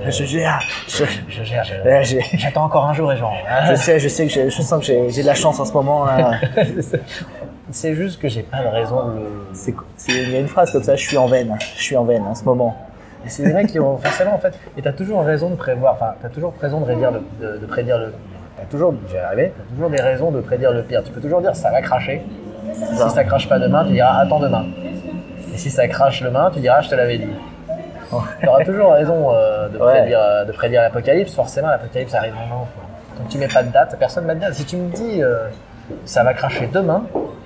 S3: Je Euh,
S2: je,
S3: gère.
S2: je, je gère, je-
S3: Là, j'ai-
S2: j'attends encore un jour et genre.
S3: Je sais, je sais que j'ai- je sens que j'ai j'ai de la chance en ce moment. Là.
S2: c'est juste que j'ai pas de raison de.
S3: C'est quoi- c'est- Il y a une phrase comme ça, je suis en veine, je suis en veine en ce moment.
S2: Et C'est des mecs qui ont forcément en fait, et t'as toujours raison de prévoir, enfin t'as toujours raison de prédire le, de, de prédire le, t'as toujours, j'ai arrivé, t'as toujours des raisons de prédire le pire. Tu peux toujours dire ça va cracher. Si ça crache pas demain, tu diras attends demain. Et si ça crache demain, tu diras je te l'avais dit. T'auras toujours raison euh, de
S3: Ouais.
S2: prédire, euh, de prédire l'apocalypse. Forcément, l'apocalypse arrive un jour. quoi. Donc tu mets pas de date, personne met de date. Si tu me dis euh, ça va cracher demain,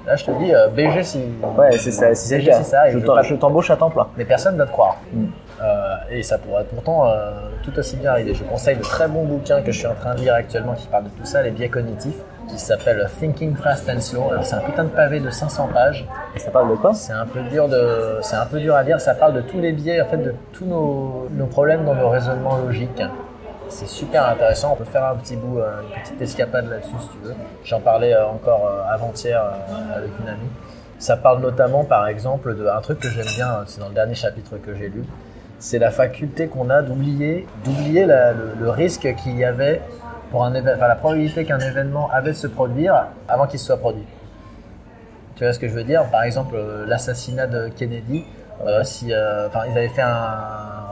S2: là je te dis euh, BG si.
S3: Ouais, c'est ça, c'est
S2: BG
S3: ça.
S2: si ça. arrive.
S3: Je
S2: Je veux
S3: t'en-
S2: pas-
S3: je t'embauche à temps plein.
S2: mais personne ne va te croire.
S3: Mm.
S2: Euh, et ça pourrait pourtant euh, tout aussi bien arriver. Je conseille de très bons bouquins que je suis en train de lire actuellement qui parlent de tout ça, les biais cognitifs, qui s'appelle Thinking Fast and Slow. Alors c'est un putain de pavé de 500 pages.
S3: Et ça parle de quoi
S2: C'est un peu dur de, c'est un peu dur à lire. Ça parle de tous les biais, en fait, de tous nos, nos problèmes dans nos raisonnements logiques. C'est super intéressant. On peut faire un petit bout, euh, une petite escapade là-dessus si tu veux. J'en parlais euh, encore euh, avant-hier euh, avec une amie. Ça parle notamment, par exemple, d'un truc que j'aime bien. hein, C'est dans le dernier chapitre que j'ai lu. C'est la faculté qu'on a d'oublier, d'oublier la- le, le risque qu'il y avait pour un événement, la probabilité qu'un événement avait de se produire avant qu'il se soit produit. Tu vois ce que je veux dire Par exemple, euh, l'assassinat de Kennedy, euh, si, euh, enfin, ils avaient fait un.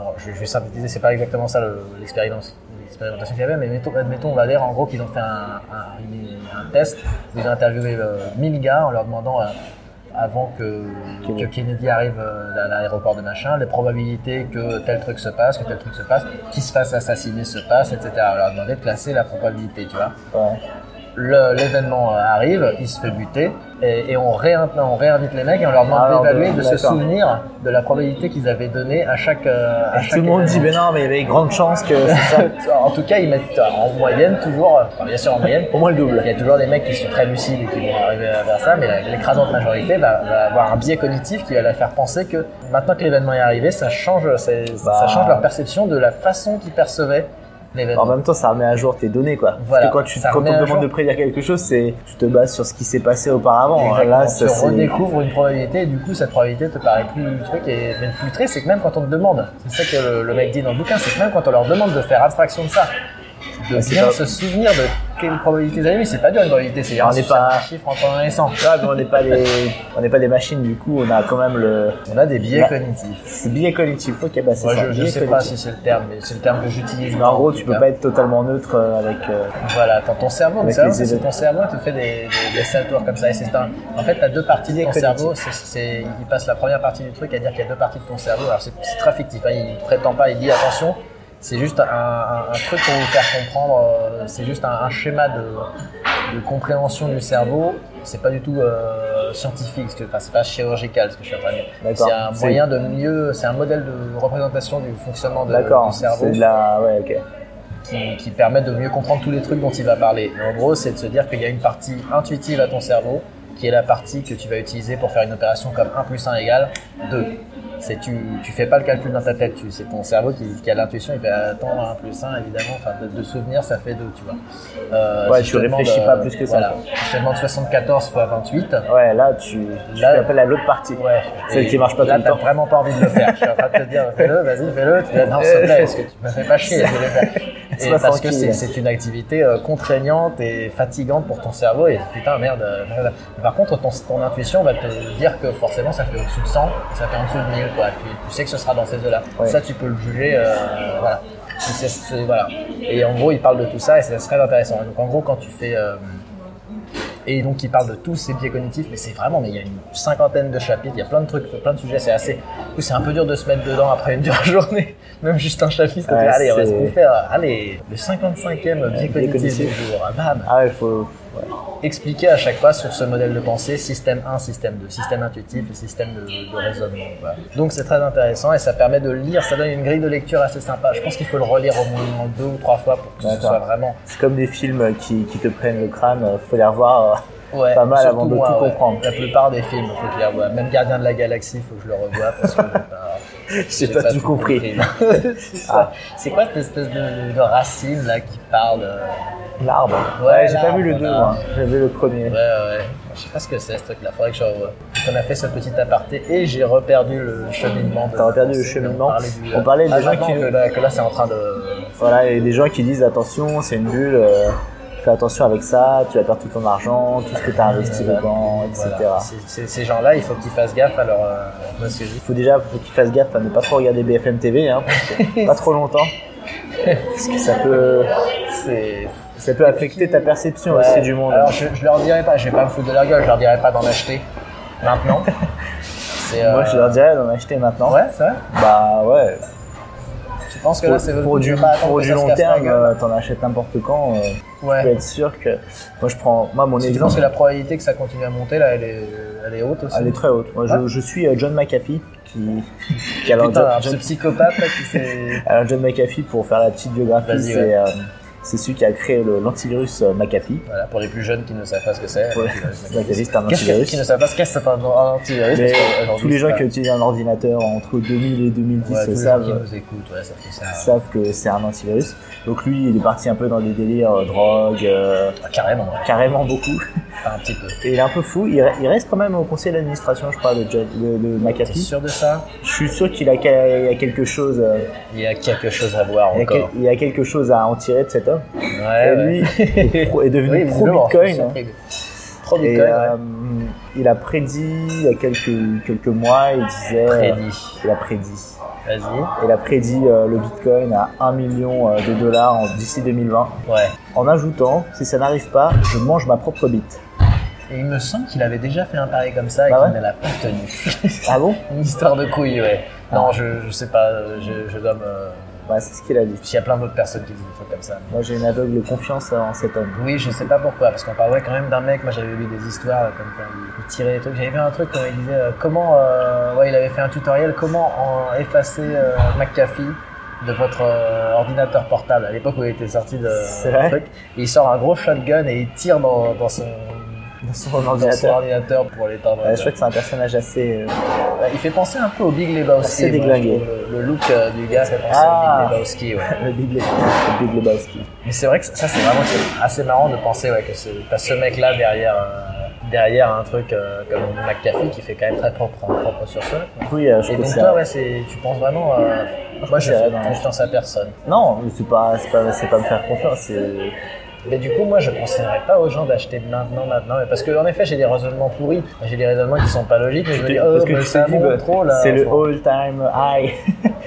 S2: bon, je, je vais synthétiser, c'est pas exactement ça le- l'expérience- l'expérimentation qu'il y avait, mais mettons- admettons, on va dire en gros qu'ils ont fait un, un- une- un test, où ils ont interviewé euh, 1000 gars en leur demandant. euh, avant que, que Kennedy arrive euh, à l'aéroport de machin, les probabilités que tel truc se passe, que tel truc se passe, qu'il se fasse assassiner se passe, etc. On leur demandait de classer la probabilité, tu vois
S3: Ouais.
S2: le- l'événement euh, arrive, il se fait buter, et, et on, réin- on réinvite les mecs et on leur demande
S3: Ah, Alors,
S2: d'évaluer,
S3: de-
S2: de se
S3: d'accord.
S2: souvenir de la probabilité qu'ils avaient donnée à chaque. euh, à
S3: Tout
S2: chaque
S3: le monde dit,
S2: événement.
S3: mais non, mais il y avait grande chance que c'est
S2: *laughs*
S3: ça.
S2: En tout cas, ils mettent euh, en moyenne toujours, euh, enfin, bien sûr en moyenne,
S3: Au moins le double.
S2: il y a toujours des mecs qui sont très lucides et qui vont arriver vers ça, mais la- l'écrasante majorité va, va avoir un biais cognitif qui va la faire penser que maintenant que l'événement est arrivé, ça change, c'est- ça
S3: Bah.
S2: change leur perception de la façon qu'ils percevaient l'événement.
S3: En même temps, ça remet à jour tes données, quoi.
S2: Voilà,
S3: Parce que quand, tu,
S2: ça
S3: quand on
S2: remet à
S3: te demande
S2: jour.
S3: de prédire quelque chose, c'est tu te bases sur ce qui s'est passé auparavant.
S2: Exactement.
S3: Là, ça
S2: Oh, tu
S3: c'est. *laughs*
S2: redécouvres une probabilité et du coup cette probabilité te paraît plus truc et même plus triste, c'est que même quand on te demande, c'est ça que le, le mec dit dans le bouquin, c'est que même quand on leur demande de faire abstraction de ça, de
S3: Ouais, c'est
S2: bien
S3: pas-
S2: se souvenir de quelle probabilité ils avaient, mais c'est pas dur une probabilité, c'est
S3: On n'est pas-
S2: un chiffre entre 1 et 100.
S3: Ouais, Ah, mais on n'est pas des, on n'est pas des machines. Du coup, on a quand même le
S2: On a des biais
S3: Bah,
S2: cognitifs.
S3: c'est biais cognitif. Ok, bah c'est
S2: Moi,
S3: ça.
S2: je, je
S3: biais
S2: sais pas
S3: cognitif.
S2: si c'est le terme, mais c'est le terme que j'utilise.
S3: Mais en gros, tu
S2: tout
S3: peux
S2: cas.
S3: pas être totalement neutre euh, avec. euh,
S2: Voilà, ton, ton cerveau,
S3: Avec
S2: c'est vrai,
S3: les
S2: c'est que
S3: éléments.
S2: ton cerveau te fait des, des, des saltoirs comme ça. Et c'est un, en fait, tu as deux parties de ton
S3: Cognitif.
S2: cerveau. c'est- c'est- il passe la première partie du truc à dire qu'il y a deux parties de ton cerveau. Alors c'est c'est très fictif, hein, il prétend pas, il dit attention. C'est juste un, un- un truc pour vous faire comprendre, euh, c'est juste un, un schéma de, de compréhension du cerveau. C'est pas du tout euh, scientifique, ce que- enfin, c'est pas chirurgical ce que je suis en train de dire.
S3: D'accord.
S2: C'est un
S3: C'est-
S2: moyen de mieux, c'est un modèle de représentation du fonctionnement de-
S3: D'accord.
S2: du cerveau
S3: C'est de la. Ouais, ok.
S2: qui, qui permettent de mieux comprendre tous les trucs dont il va parler. Et en gros, c'est de se dire qu'il y a une partie intuitive à ton cerveau, qui est la partie que tu vas utiliser pour faire une opération comme 1 plus 1 égale 2. C'est tu, tu fais pas le calcul dans ta tête, tu, c'est ton cerveau qui, qui a l'intuition, il fait attendre 1 plus 1, évidemment, enfin, de, de souvenir, ça fait 2, tu vois. Euh,
S3: Ouais,
S2: je
S3: tu
S2: te demande,
S3: réfléchis pas plus que ça.
S2: Voilà, je te demande 74 fois 28.
S3: Ouais, là, tu. Tu
S2: Là-
S3: fais appel à l'autre partie.
S2: Ouais.
S3: Celle
S2: Et
S3: qui marche pas
S2: là,
S3: tout le temps.
S2: t'as vraiment pas envie de le faire. Je suis en train de te dire, fais-le, vas-y, fais-le. Tu dis, non, s'il te plaît, parce que tu me fais pas chier, je vais le faire.
S3: *laughs* C'est
S2: Et
S3: pas
S2: parce que
S3: tranquille.
S2: c'est c'est une activité euh, contraignante et fatigante pour ton cerveau. Et putain, merde. euh, merde. Par contre, ton, ton intuition va te dire que forcément, ça fait au-dessus de 100, ça fait en dessous de 1000, quoi. Puis tu sais que ce sera dans ces deux-là.
S3: Ouais.
S2: Ça, tu peux le juger, euh, voilà. Tu sais, c'est- voilà. Et en gros, il parle de tout ça et c'est très intéressant. Et donc, en gros, quand tu fais. euh, et donc il parle de tous ces biais cognitifs, mais c'est vraiment, mais il y a une cinquantaine de chapitres, il y a plein de trucs, plein de sujets, c'est assez. Du coup, c'est un peu dur de se mettre dedans après une dure *laughs* journée, même juste un chapitre.
S3: Ouais,
S2: allez, on va se
S3: c'est-
S2: faire, allez, le 55e biais
S3: biais
S2: cognitif du
S3: cognitif.
S2: jour, ah, bam.
S3: Ah ouais, faut. ouais.
S2: Expliquer à chaque fois sur ce modèle de pensée, système 1, système 2, système intuitif et système de, de raisonnement. quoi. Donc c'est très intéressant et ça permet de lire, ça donne une grille de lecture assez sympa. Je pense qu'il faut le relire au moins deux ou trois fois pour que ce
S3: D'accord.
S2: soit vraiment
S3: C'est comme des films qui, qui te prennent le crâne. euh, Faut les revoir. euh,
S2: Ouais,
S3: pas mal
S2: surtout
S3: avant de
S2: moi,
S3: tout
S2: ouais.
S3: comprendre.
S2: La plupart des films, faut que je les revoie. Même Gardien de la Galaxie, faut que je le revoie parce que j'ai pas,
S3: *laughs* J'ai pas tout compris. *laughs* Ah.
S2: C'est ça. C'est quoi cette espèce de, de racine là qui parle euh,
S3: L'arbre.
S2: Ouais,
S3: Ouais, j'ai pas
S2: l'arbre,
S3: vu le 2,
S2: là.
S3: moi. J'ai vu le premier.
S2: Ouais, ouais. Je sais pas ce que c'est ce truc-là. Faudrait que je revoie. Donc, on a fait ce petit aparté et j'ai reperdu le cheminement. de-
S3: T'as reperdu le cheminement.
S2: On parlait, du-
S3: On parlait des
S2: Ah,
S3: gens
S2: maintenant
S3: qui-
S2: que là, que là, c'est en train de.
S3: Voilà, et des gens qui disent attention, c'est une bulle, euh, fais attention avec ça, tu vas perdre tout ton argent, tout ce que tu as investi
S2: Voilà.
S3: dedans, etc.
S2: Voilà. C'est- c'est- Ces gens-là, il faut qu'ils fassent gaffe à leur. euh, moi, ce que je dis.
S3: Il faut déjà faut qu'ils fassent gaffe à ne pas trop regarder BFM TV, hein,
S2: *laughs*
S3: parce que pas trop longtemps. Parce que ça peut,
S2: C'est.
S3: ça peut affecter ta perception
S2: Ouais.
S3: aussi du monde.
S2: Alors je, je leur dirais pas, je vais pas me foutre de leur gueule, je leur dirais pas d'en acheter
S3: *laughs*
S2: maintenant. C'est, euh,
S3: Moi, je leur dirais d'en acheter maintenant.
S2: Ouais, c'est vrai.
S3: Bah ouais.
S2: Tu penses que
S3: Pour,
S2: là c'est
S3: pour du,
S2: pas attendre
S3: pour
S2: que
S3: du
S2: ça se
S3: long
S2: casse la
S3: terme,
S2: gueule.
S3: euh, t'en achètes n'importe quand. euh, Tu peux
S2: Ouais.
S3: être sûr que. Moi, je prends. Moi, mon
S2: Je pense
S3: exemple,
S2: que la probabilité que ça continue à monter là, elle est, elle est haute aussi.
S3: elle est très haute. Moi, je,
S2: Ouais.
S3: je suis euh, John McAfee qui, *laughs* qui a leur
S2: Putain,
S3: job-
S2: alors, ce psychopathe là qui s'est. *laughs*
S3: Alors John McAfee, pour faire la petite biographie,
S2: Vas-y,
S3: c'est
S2: ouais.
S3: euh, c'est celui qui a créé le- l'antivirus euh, McAfee.
S2: Voilà, pour les plus jeunes qui ne savent pas ce que c'est.
S3: Ouais, McAfee, c'est un
S2: Qu'est-ce que, qui ne
S3: antivirus.
S2: savent pas ce que c'est un, un antivirus
S3: Mais
S2: parce que, aujourd'hui,
S3: tous les
S2: c'est
S3: gens
S2: pas-
S3: qui utilisent un ordinateur entre 2000 et 2010
S2: ouais, tous les gens qui
S3: euh, savent, euh,
S2: nous écoutent, ouais, ça fait ça.
S3: savent que c'est un antivirus. Donc lui, il est parti un peu dans des délires euh, drogue, euh,
S2: Ah, carrément, ouais.
S3: carrément beaucoup.
S2: Enfin, un petit peu.
S3: Et il est un peu fou. Il, re- il reste quand même au conseil d'administration, je crois, de, John- de- de
S2: T'es
S3: McAfee.
S2: sûr de ça
S3: Je suis sûr qu'il a, quel- il y a quelque chose, euh,
S2: Il y a quelque chose à voir
S3: il y a Eh quel-
S2: encore.
S3: il y a quelque chose à en tirer de cet homme.
S2: Ouais,
S3: et
S2: ouais.
S3: *laughs* lui est, pro- est devenu pro Bitcoin. hein.
S2: Pro
S3: Et,
S2: Bitcoin,
S3: euh, il a prédit il y a quelques, quelques mois, il disait. euh,
S2: prédit.
S3: Il a prédit.
S2: Vas-y.
S3: Il a prédit euh, le bitcoin à 1 million euh, de dollars en- d'ici 2020.
S2: Ouais.
S3: En ajoutant, si ça n'arrive pas, je mange ma propre bite.
S2: Et il me semble qu'il avait déjà fait un pari comme ça et
S3: Ah
S2: qu'il
S3: ouais
S2: ne l'a pas tenu.
S3: Ah bon
S2: *laughs* Une histoire de couille, ouais.
S3: Ah.
S2: Non, je, je sais pas, euh, je, je dois me.
S3: Bah, C'est ce qu'il a dit.
S2: S'il y a plein d'autres personnes qui disent des trucs comme ça.
S3: Moi, j'ai une aveugle confiance euh, en cet homme.
S2: Oui, je sais pas pourquoi, parce qu'on parlait quand même d'un mec, moi j'avais lu des histoires euh, comme quand il- il tirait des trucs. J'avais vu un truc quand il disait euh, comment. euh, ouais, il avait fait un tutoriel comment en effacer euh, McAfee de votre euh, ordinateur portable à l'époque où il était sorti de
S3: C'est vrai
S2: truc. Et il sort un gros shotgun et il tire dans, dans son.
S3: *laughs* Dans son
S2: Dans son
S3: ordinateur.
S2: ordinateur pour l'éteindre.
S3: Ouais, je crois que c'est un personnage assez. euh, *laughs*
S2: Ouais, Il fait penser un peu au Big Lebowski.
S3: Assez
S2: moi,
S3: déglingué.
S2: je trouve. Le, le look euh, du gars fait penser au
S3: Ah.
S2: Big Lebowski. Ouais.
S3: le Big Leb- le Big Lebowski.
S2: Mais c'est vrai que ça, c'est vraiment c'est assez marrant de penser ouais, que c'est- t'as ce mec-là derrière, euh, derrière un truc euh, comme McAfee qui fait quand même très propre, hein, propre sur ça.
S3: Oui, euh, je
S2: Et
S3: trouve
S2: donc
S3: ça-
S2: toi, ouais, c'est- tu penses vraiment. euh, moi, je
S3: c'est
S2: fais
S3: vrai, non.
S2: confiance à personne.
S3: Non, c'est pas, c'est pas, c'est pas me faire confiance. c'est-
S2: Mais du coup, moi, je conseillerais pas aux gens d'acheter maintenant, maintenant. mais Parce que, en effet, j'ai des raisonnements pourris. J'ai des raisonnements qui sont pas logiques. Mais je me dis, oh,
S3: parce que
S2: mais
S3: tu
S2: ça
S3: te dis,
S2: monte
S3: bah,
S2: trop là.
S3: c'est le
S2: Faut-
S3: all-time high.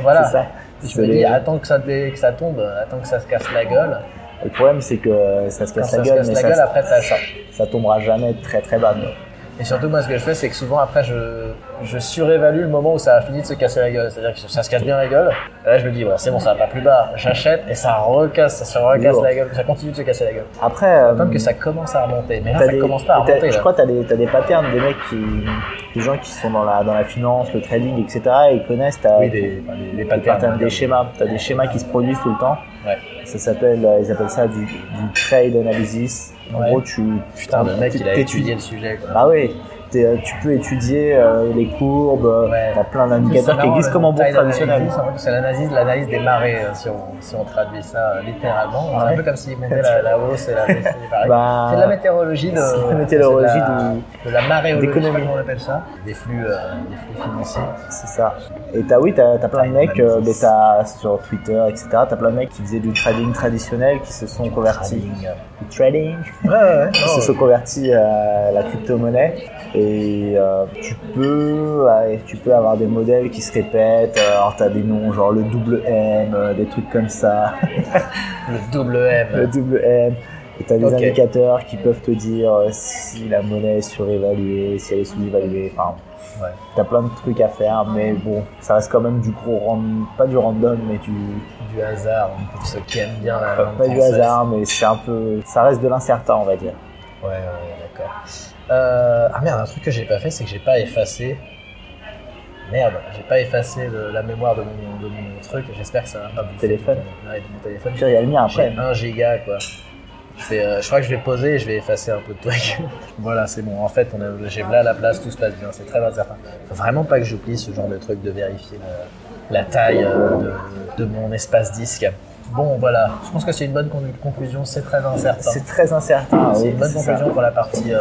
S2: Voilà.
S3: c'est ça.
S2: Je
S3: C'est
S2: me
S3: les-
S2: dis, attends que ça, dé- que ça tombe, attends que ça se casse la gueule.
S3: Le problème, c'est que ça se
S2: Quand
S3: casse
S2: ça
S3: la
S2: se
S3: gueule,
S2: casse
S3: mais
S2: la
S3: ça,
S2: gueule, après ça sort.
S3: ça tombera jamais très très bas. mais
S2: Et surtout, moi, ce que je fais, c'est que souvent, après, je, je surévalue le moment où ça a fini de se casser la gueule. C'est-à-dire que ça se casse bien la gueule. Et là, je me dis, ouais, c'est bon, ça va pas plus bas. J'achète et ça recasse, ça se recasse
S3: Lourd.
S2: la gueule, ça continue de se casser la gueule.
S3: Après, euh,
S2: Tant que ça commence à remonter. Mais là,
S3: t'as
S2: ça
S3: des-
S2: commence pas à
S3: t'as-
S2: remonter.
S3: je
S2: là.
S3: crois que t'as des, t'as des patterns, des mecs qui, des gens qui sont dans la, dans la finance, le trading, etc. Et ils connaissent, t'as
S2: Oui, des, enfin, des, des
S3: des
S2: patterns.
S3: patterns, des schémas, t'as des schémas qui se produisent tout le temps.
S2: Ouais.
S3: Ça s'appelle, euh, ils appellent ça du, du trade analysis. En
S2: Ouais.
S3: gros, tu,
S2: Putain, le mec, il a
S3: t'étudies-
S2: étudié le sujet, quoi.
S3: Bah oui, t'es, euh, tu peux étudier euh, les courbes, euh,
S2: Ouais.
S3: t'as plein
S2: C'est
S3: d'indicateurs qui
S2: marrant,
S3: existent
S2: le
S3: comme en bourse
S2: tide analysis,
S3: traditionnelle.
S2: en fait, hein, C'est l'analyse, l'analyse des marées, euh, si on, si on traduit ça euh, littéralement. C'est
S3: Ouais.
S2: un peu comme s'ils montaient la, la hausse et la baisse des marées.
S3: Bah,
S2: c'est de la météorologie de,
S3: c'est de la météorologie
S2: c'est de la, de la maréologie, je sais pas
S3: d'économie.
S2: comment on appelle ça, des flux, euh, des flux financiers.
S3: C'est ça. Et t'as oui, t'as t'as plein de mecs, euh, mais t'as sur Twitter, etc. T'as plein de mecs qui faisaient du trading traditionnel, qui se sont convertis.
S2: trading. euh. Oh.
S3: Du trading.
S2: Ouais, ouais, ouais.
S3: Qui se sont convertis à la crypto-monnaie. Et euh, tu peux, ouais, tu peux avoir des modèles qui se répètent. Alors t'as des noms genre le double M, euh, des trucs comme ça,
S2: Le double
S3: le
S2: M.
S3: double Euh, M. Et t'as des
S2: Ok.
S3: indicateurs qui peuvent te dire euh, si la monnaie est surévaluée, si elle est sous-évaluée. Enfin,
S2: Ouais.
S3: T'as plein de trucs à faire, mais bon, ça reste quand même du gros random, pas du random, mais du
S2: Du hasard, hein, pour ceux qui aiment bien la
S3: pas,
S2: langue
S3: pas du
S2: française.
S3: hasard, mais c'est un peu, ça reste de l'incertain, on va dire.
S2: Ouais, ouais, ouais, d'accord. Euh, ah merde, un truc que j'ai pas fait, c'est que j'ai pas effacé. Merde, j'ai pas effacé le- la mémoire de mon, de mon truc. J'espère que ça va pas bouffer
S3: Téléphone. Ah
S2: mon- ouais, de mon téléphone.
S3: Puis il y a le mien
S2: J'ai
S3: après.
S2: 1 giga hein, quoi. Je, fais, euh, je crois que je vais poser et je vais effacer un peu de trucs. *laughs* voilà, c'est bon. En fait, on a- j'ai là la place, tout se passe bien. C'est très incertain. Faut vraiment pas que j'oublie ce genre de truc de vérifier la, la taille euh, de, de mon espace disque. Bon, voilà. Je pense que c'est une bonne con- conclusion. C'est très incertain.
S3: C'est très incertain.
S2: C'est
S3: oui,
S2: une bonne
S3: c'est ça.
S2: conclusion pour la partie euh,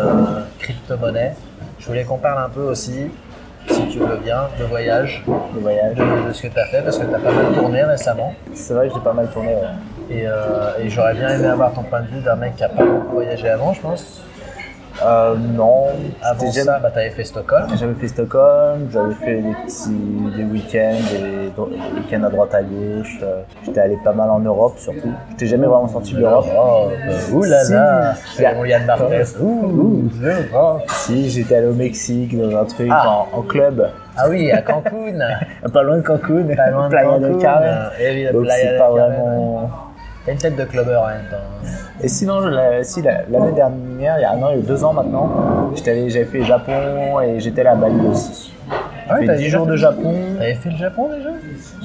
S2: crypto-monnaie. Je voulais qu'on parle un peu aussi, si tu veux bien, de voyage,
S3: Le voyage.
S2: de, de ce que tu as fait, parce que tu as pas mal tourné récemment.
S3: C'est vrai que j'ai pas mal tourné. ouais.
S2: Et, euh, et j'aurais bien aimé avoir ton point de vue d'un mec qui a pas beaucoup voyagé avant, je pense.
S3: Euh, non,
S2: Avant
S3: j'étais jamais-
S2: ça, bah, tu avais fait Stockholm.
S3: J'avais fait Stockholm, j'avais fait des petits des week-ends, des, dro- des week-ends à droite à gauche. euh, J'étais allé pas mal en Europe surtout. J'étais jamais vraiment sorti de l'Europe.
S2: Oh, euh, oulala,
S3: Si.
S2: c'est la Yann Barthès. Ouh, ouh, je rentre.
S3: Si, j'étais allé au Mexique dans un truc
S2: Ah.
S3: en, en club,
S2: Ah oui, à Cancun.
S3: *laughs* pas loin de Cancun,
S2: pas loin de
S3: Playa
S2: Cancun.
S3: del Carmen.
S2: Eh oui, la
S3: Donc
S2: Playa
S3: c'est
S2: del
S3: pas
S2: Carmen.
S3: vraiment.
S2: T'as une tête de clubber en même temps. hein.
S3: Et sinon, je l'ai- si, la- l'année dernière, il y a un an, il y a deux ans maintenant, j'étais allé- j'avais fait Japon et j'étais allé à Bali aussi.
S2: Ah ouais,
S3: J'ai
S2: t'as
S3: fait 10
S2: déjà
S3: jours
S2: fait
S3: de
S2: le-
S3: Japon,
S2: T'avais fait le Japon déjà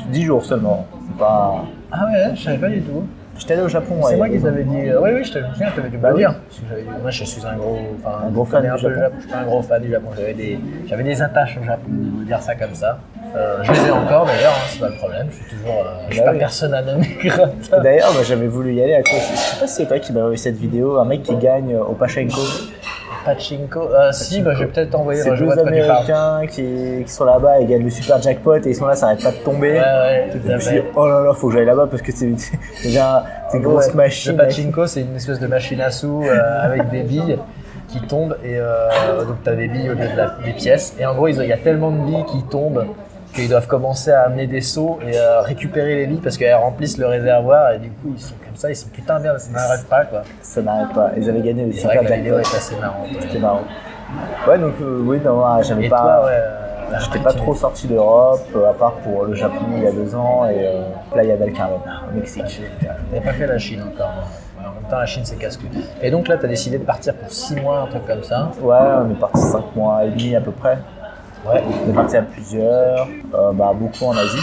S3: 10 jours seulement. C'est pas.
S2: Ah ouais, je savais pas du tout.
S3: J'étais allé au Japon.
S2: c'est
S3: ouais,
S2: moi
S3: il y a
S2: qui
S3: deux ans.
S2: t'avais dit. euh, oui, oui, je te je me souviens, je t'avais dû me
S3: Bah
S2: le
S3: oui.
S2: dire. Parce que j'avais dit, moi, je suis un gros, enfin,
S3: Un gros
S2: je
S3: fan
S2: connais
S3: du
S2: peu le
S3: Japon.
S2: Je suis pas un gros fan du Japon. J'avais des, j'avais des attaches au Japon, de vous dire ça comme ça. Euh, je les ai encore d'ailleurs, hein, c'est pas le problème. Je suis toujours, euh, je suis
S3: Bah
S2: pas
S3: oui.
S2: personne à nommer. gratte.
S3: Et D'ailleurs, bah, j'avais voulu y aller à cause. Je sais pas si c'est toi qui m'avais envoyé cette vidéo, un mec qui gagne euh, au Pachenko.
S2: Pachinko. Euh, si, bah, je vais peut-être t'envoyer.
S3: C'est
S2: je
S3: deux
S2: vois de quoi tu parles.
S3: Américains qui, qui sont là-bas et gagnent le super jackpot et ils sont là, ça arrête pas de tomber.
S2: Ouais, ouais,
S3: Et
S2: tout
S3: je
S2: à
S3: me suis dit,
S2: fait.
S3: oh là là, faut que j'aille là-bas parce que c'est c'est *laughs* déjà une grosse
S2: Ouais,
S3: machine.
S2: Le pachinko, c'est une espèce de machine à sous euh, avec des billes qui tombent et euh, donc t'as des billes au lieu de la- des pièces. Et en gros, ils ont- il y a tellement de billes qui tombent qu'ils doivent commencer à amener des seaux et euh, récupérer les billes parce qu'elles remplissent le réservoir et du coup ils sont comme ça, ils sont putain merde, ça n'arrête pas quoi.
S3: Ça n'arrête pas. Ils avaient gagné le
S2: C'est vrai
S3: super
S2: que la vidéo
S3: jackpot.
S2: est assez marrante. ouais.
S3: C'était marrant. Ouais, donc euh, oui, non, ouais, j'avais
S2: Et
S3: pas.
S2: toi, ouais. euh,
S3: J'étais pas
S2: tu-
S3: trop sorti d'Europe, euh, à part pour le Japon il y a deux ans et euh, Playa del Carmen, au Mexique.
S2: T'avais pas fait la Chine encore. hein. Ouais, En même temps, la Chine c'est casse-cul. Et donc là, t'as décidé de partir pour 6 mois, un truc comme ça.
S3: Ouais, on est parti cinq mois et demi à peu près.
S2: Ouais.
S3: On est parti à plusieurs, euh, bah, beaucoup en Asie.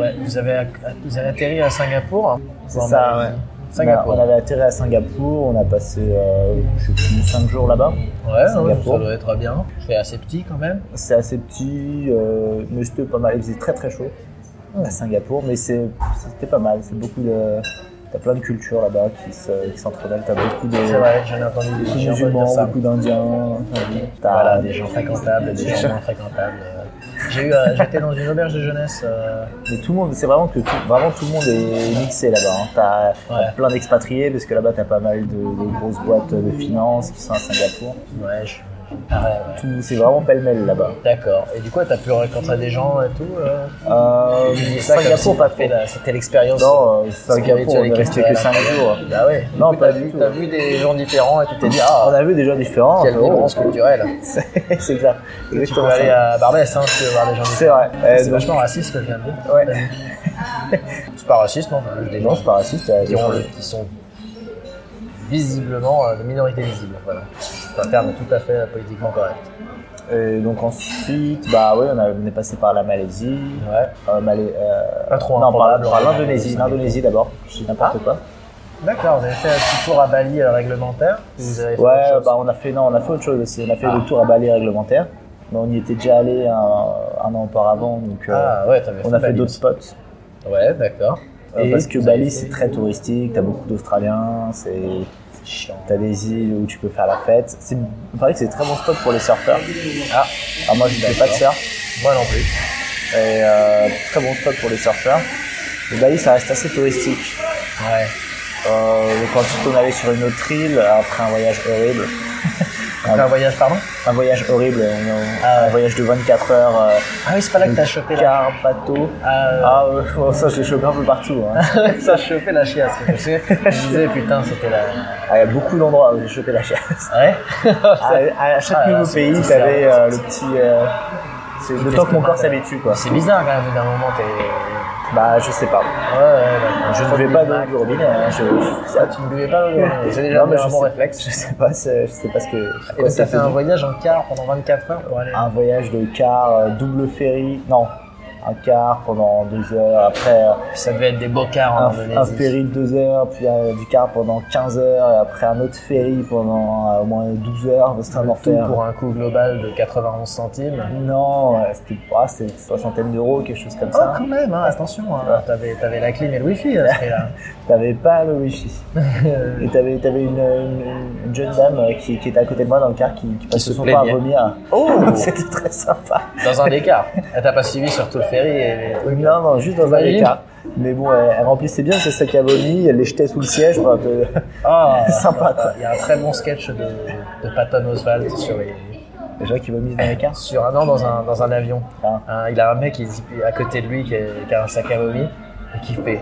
S2: Ouais, vous avez, vous avez atterri à Singapour. hein
S3: C'est
S2: Ou en
S3: ça,
S2: Malaisie
S3: ouais. Bah,
S2: Singapour.
S3: On, a- on avait atterri à Singapour, on a passé, euh, je sais plus, cinq jours là-bas.
S2: Ouais, ouais,
S3: Singapour.
S2: ça doit être bien. C'est assez petit quand même.
S3: C'est assez petit, euh, mais c'était pas mal. Il faisait très très chaud à Singapour, mais c'est- c'était pas mal. C'est beaucoup de. T'as plein de cultures là-bas qui se- qui s'entremêlent. T'as beaucoup de.
S2: C'est vrai, j'en ai entendu des
S3: beaucoup de
S2: gens dire
S3: musulmans,
S2: ça.
S3: beaucoup d'indiens. T'as-
S2: Voilà, des gens fréquentables, des gens moins fréquentables. euh. J'ai eu, euh, j'étais dans une auberge de jeunesse. euh,
S3: Mais tout le monde, c'est vraiment que tout, vraiment tout le monde est mixé là-bas. hein. T'as
S2: Ouais.
S3: t'as plein d'expatriés parce que là-bas t'as pas mal de, de grosses boîtes de finance qui sont à Singapour.
S2: ouais, je. Ah ouais, ouais.
S3: Tout, c'est vraiment pêle-mêle là-bas.
S2: D'accord. Et du coup, t'as pu rencontrer des gens et tout. euh,
S3: Euh,
S2: tu dis ça comme
S3: Singapour
S2: si
S3: pas
S2: t'as
S3: fait.
S2: la- C'était l'expérience.
S3: Non, euh, Singapour
S2: spirituelle
S3: on
S2: et
S3: est resté que
S2: culturelle
S3: 5 jours.
S2: incroyable. Bah ouais.
S3: Non,
S2: Du coup,
S3: pas
S2: t'as
S3: du
S2: vu-
S3: tout.
S2: T'as vu des gens différents et tu t'es dit
S3: On
S2: ah,
S3: a vu des gens différents.
S2: quelle
S3: on fait, oh,
S2: vibrance culturelle.
S3: *laughs* c'est c'est exact.
S2: Tu peux
S3: Exactement
S2: aller
S3: ça.
S2: à Barbès hein, si tu veux voir des gens
S3: C'est vrai. Euh,
S2: C'est
S3: donc-
S2: vachement raciste ce que je viens de dire.
S3: Ouais.
S2: *laughs* C'est pas raciste, non mais Des
S3: Non,
S2: gens
S3: c'est pas raciste. il y a des
S2: qui,
S3: gens-
S2: ont- qui sont visiblement euh, de minorité visible. Voilà. C'est un terme tout à fait euh, politiquement correct.
S3: Et donc ensuite, bah oui, on, a- on est passé par la Malaisie.
S2: Ouais.
S3: euh, Malais- euh,
S2: Pas trop
S3: non, par,
S2: improbable.
S3: par l'Indonésie. L'Indonésie d'abord. Je dis n'importe
S2: Ah.
S3: quoi.
S2: D'accord, vous avez fait un petit tour à Bali euh, réglementaire ou vous avez fait autre
S3: Ouais,
S2: chose
S3: bah on a fait non, on a fait autre chose aussi. On a fait
S2: Ah.
S3: le tour à Bali réglementaire. Mais on y était déjà allé un, un an auparavant, donc euh,
S2: Ah ouais, t'avais
S3: on a fait
S2: Bali
S3: d'autres
S2: aussi.
S3: spots.
S2: Ouais, d'accord.
S3: Euh,
S2: Et
S3: parce que
S2: vous avez
S3: Bali
S2: fait-
S3: c'est très touristique, t'as beaucoup d'Australiens, c'est
S2: C'est chiant.
S3: t'as des îles où tu peux faire la fête. C'est il paraît que c'est un très bon spot pour les surfeurs.
S2: Ah,
S3: Alors moi je ne fais pas de surf,
S2: moi non plus.
S3: et euh, très bon spot pour les surfeurs. Mais Bali ça reste assez touristique.
S2: Ouais.
S3: Euh, quand on allait sur une autre île après un voyage horrible,
S2: Après un voyage, pardon
S3: un voyage horrible, on-
S2: Ah ouais.
S3: un voyage de 24 heures. euh,
S2: Ah oui, c'est pas là que t'as chopé la.
S3: Car, bateau.
S2: Ah,
S3: Ah, euh, *laughs* bon, ça, je l'ai chopé un peu partout. *laughs* hein.
S2: *laughs* ça chopait la chiasse, je
S3: *laughs*
S2: sais. Je disais, putain, c'était la.
S3: Ah, Il y a beaucoup d'endroits où j'ai chopé la *laughs* chasse.
S2: Ouais *laughs*
S3: À, à chaque
S2: Ah, là,
S3: nouveau
S2: c'est-
S3: pays,
S2: c'est
S3: t'avais
S2: ça,
S3: euh, le petit. euh, c'est le temps que mon corps s'habitue, quoi.
S2: C'est bizarre quand même, au bout d'un moment, t'es. Ouais,
S3: Bah, je sais pas.
S2: ouais, d'accord.
S3: Je ne buvais pas d'eau du robinet. hein, Je, je-
S2: Ah, tu ne buvais pas l'eau C'est déjà
S3: Non, mais
S2: un
S3: je
S2: bon
S3: sais-
S2: réflexe.
S3: *laughs* Je sais pas, c'est- je sais pas ce que. à
S2: Et
S3: quoi
S2: donc, t'as
S3: ça
S2: fait
S3: fait
S2: un
S3: du-
S2: voyage en car pendant 24 heures pour aller.
S3: un voyage de car, euh, double ferry. Non, un quart pendant deux heures, après euh,
S2: Puis ça devait être des hein, bocards en
S3: un,
S2: Indonésie.
S3: un ferry de deux heures, puis euh, du quart pendant 15 heures, et après un autre ferry pendant euh, au moins 12 heures, c'était un
S2: Le tout
S3: enfer.
S2: pour un coût global de 91 centimes.
S3: Non, euh, c'était ah, c'est une soixantaine d'euros, quelque chose comme ça.
S2: même, hein, attention, hein. t'avais, t'avais la clim et le wifi à ce prix-là.
S3: T'avais pas le wifi. Et t'avais, t'avais une, une- une jeune dame euh, qui, qui était à côté de moi dans le car qui, qui passait
S2: se
S3: son temps à
S2: plaignait.
S3: vomir.
S2: *laughs* oh
S3: *laughs* C'était très sympa.
S2: *laughs* Dans un écart. Elle t'a pas suivi sur tout le ferry et.
S3: Non, non, juste dans un
S2: T'imagines
S3: écart. Mais bon, elle, elle remplissait bien ses sacs à vomi, elle les jetait sous le siège. enfin, euh, que-
S2: *laughs* Ah
S3: Sympa, quoi.
S2: Il y a un très bon sketch de, de Patton Oswald sur les.
S3: *laughs* les gens qui vomissent dans l'écart.
S2: sur un an dans un, dans un avion.
S3: Ah.
S2: Un- il a un mec qui est à côté de lui qui, est- qui a un sac à vomi et qui fait.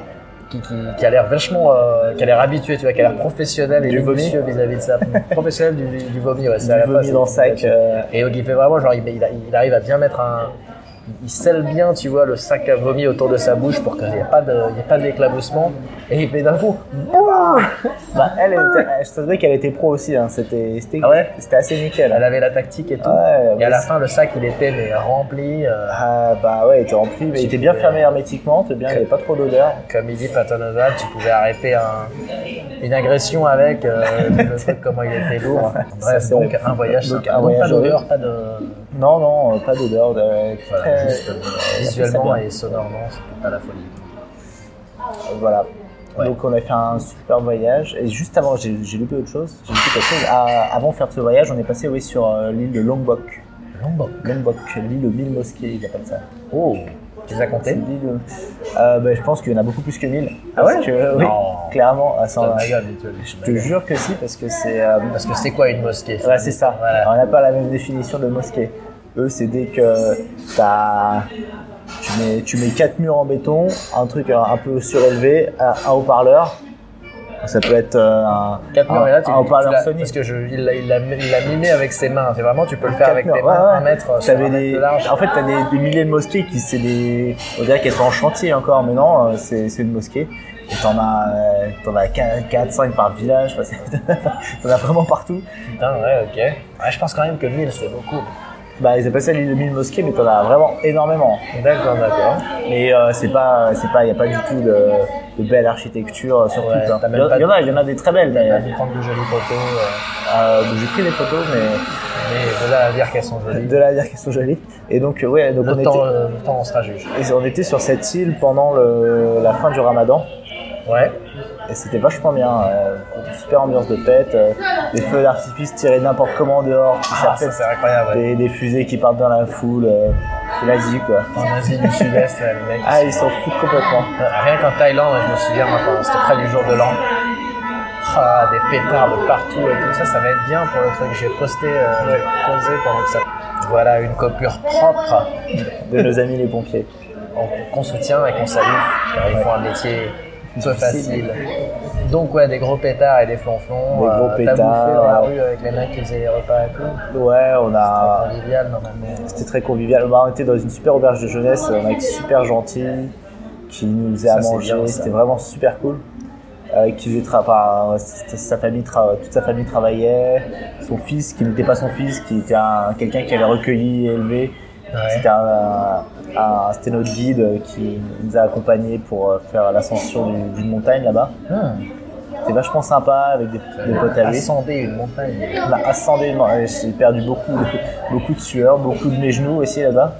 S2: Qui, qui, qui a l'air vachement, euh, qui a l'air habitué, tu vois, qui a l'air professionnel et
S3: Du vomi.
S2: minutieux vis-à-vis de
S3: *laughs*
S2: ça. professionnel du, du vomi, ouais, c'est à
S3: Du
S2: la
S3: vomi
S2: fois,
S3: dans le
S2: c'est-
S3: sac. euh,
S2: Et donc il fait vraiment genre, il, il a- il arrive à bien mettre un, il scelle bien, tu vois, le sac à vomi autour de sa bouche pour qu'il n'y ait pas de, il y ait pas d'éclaboussement. Et il fait d'un coup,
S3: Bah, elle était, elle- je savais qu'elle était pro aussi, hein. c'était, c'était,
S2: Ah ouais
S3: c'était assez nickel.
S2: elle avait la tactique et tout.
S3: Ouais,
S2: et à
S3: bah,
S2: la
S3: c'est-
S2: fin, le sac, il était mais, rempli. euh,
S3: Ah, bah ouais, il était rempli, mais il était bien fermé hermétiquement, c'était bien, il n'y avait pas trop d'odeur.
S2: Comme il dit Patanova, tu pouvais arrêter un- une agression avec euh, le truc comment il était lourd.
S3: Ça,
S2: Bref,
S3: c'est
S2: donc
S3: vrai.
S2: un voyage,
S3: Donc,
S2: donc,
S3: un
S2: donc
S3: voyage
S2: pas d'odeur,
S3: horrible.
S2: pas de
S3: Non, non, euh, pas d'odeur. euh,
S2: voilà,
S3: très-
S2: juste, euh,
S3: ça
S2: visuellement
S3: bien.
S2: et sonorement, c'est pas la folie.
S3: euh, voilà.
S2: Ouais.
S3: Donc on a fait un super voyage. Et juste avant, j'ai, j'ai loupé autre chose. J'ai loupé quelque chose. Ah, avant de faire ce voyage, on est passé oui, sur euh, l'île de Lombok.
S2: Lombok.
S3: Lombok, l'île aux mille mosquées, ils appellent ça.
S2: Oh, tu les as
S3: C'est
S2: comptés
S3: une île, euh, euh, bah, je pense qu'il y en a beaucoup plus que mille.
S2: Ah
S3: Parce
S2: ouais
S3: que, euh, oui,
S2: Non.
S3: clairement. ah, sans-
S2: Putain, ma gueule, tu vois,
S3: je te jure que si, parce que c'est... euh,
S2: Parce que c'est quoi une mosquée
S3: Ouais, c'est ça.
S2: Voilà.
S3: On n'a pas la même définition de mosquée. Eux, c'est dès que t'as- tu mets, tu mets quatre murs en béton, un truc euh, un, un peu surélevé, un, un haut-parleur. Ça peut être euh, un,
S2: Quatre
S3: un-
S2: murs et là, tu,
S3: un
S2: tu
S3: haut-parleur
S2: l'as-
S3: Sony.
S2: parce que je, il l'a- il l'a il l'a mimé avec ses mains. C'est vraiment, tu peux le faire
S3: Quatre
S2: avec
S3: murs,
S2: tes
S3: ouais,
S2: mains,
S3: ouais.
S2: un mètre euh, sur
S3: T'avais
S2: un mètre
S3: des-
S2: de large.
S3: En fait, t'as des, des milliers de mosquées qui c'est des, on dirait qu'elles sont en chantier encore, mais non, euh, c'est c'est une mosquée. Et t'en as, euh, t'en as 4, 5 par village. Enfin, c'est- *laughs* t'en as vraiment partout.
S2: Putain, ouais, ok. Ouais, je pense quand même que 1000 c'est beaucoup.
S3: Bah, ils appellent ça l'île de mille mosquées, mais t'en as vraiment énormément.
S2: D'accord, d'accord.
S3: Mais euh, c'est pas, c'est pas, il y a pas du tout de, de belle architecture sur
S2: Ouais,
S3: tout. hein.
S2: t'as
S3: Il
S2: même
S3: y, en-
S2: pas
S3: il y en a, il y en a des très belles
S2: Il a
S3: d'ailleurs.
S2: dû prendre de jolies photos, euh,
S3: Euh, J'ai pris des photos, mais
S2: mais de là à dire qu'elles sont jolies.
S3: de là à dire qu'elles sont jolies. Et donc euh, ouais, donc
S2: le,
S3: on
S2: temps,
S3: était,
S2: euh, le temps, on sera juge.
S3: et on était sur cette île pendant le, la fin du Ramadan.
S2: Ouais.
S3: Et c'était vachement bien, euh, super ambiance de fête, euh, des feux d'artifice tirés n'importe comment dehors, qui
S2: Ah, ça,
S3: sortaient,
S2: c'est incroyable. ouais.
S3: des, des fusées qui partent dans la foule, euh, c'est l'Asie quoi.
S2: En Asie du Sud-Est, là, les mecs.
S3: Ah, ils s'en foutent complètement.
S2: Euh, Rien qu'en Thaïlande, je me souviens, moi, quand c'était près du jour de l'an. Ah, des pétards de partout et tout ça, ça va être bien pour le truc. J'ai posté, euh, j'ai posé pendant que ça. Voilà une copure propre
S3: De nos amis les pompiers.
S2: on- qu'on soutient et qu'on salue, car ils font un métier peu
S3: Difficile.
S2: facile. Donc, ouais, des gros pétards et des flonflons. euh,
S3: Des gros
S2: t'as
S3: pétards,
S2: bouffé dans la
S3: ouais.
S2: rue avec les mecs qui faisaient les repas et tout.
S3: Ouais, on a.
S2: Très convivial normalement.
S3: C'était très convivial. Bah, on était dans une super auberge de jeunesse, un mec super gentil qui nous faisait à
S2: Ça, c'est
S3: manger.
S2: bien, ça.
S3: C'était vraiment super cool. Euh, qui faisait tra- enfin, c'était- sa famille tra- toute sa famille travaillait. Son fils, qui n'était pas son fils, qui était un- quelqu'un qui avait recueilli et élevé.
S2: Ouais.
S3: C'était un- un- c'était notre guide qui nous a accompagnés pour euh, faire l'ascension du- d'une montagne là-bas. C'était vachement sympa avec des, des potes à lui.
S2: Ascender une montagne.
S3: On a ascendé, non, et j'ai perdu beaucoup, de- beaucoup de sueur, beaucoup de mes genoux aussi là-bas.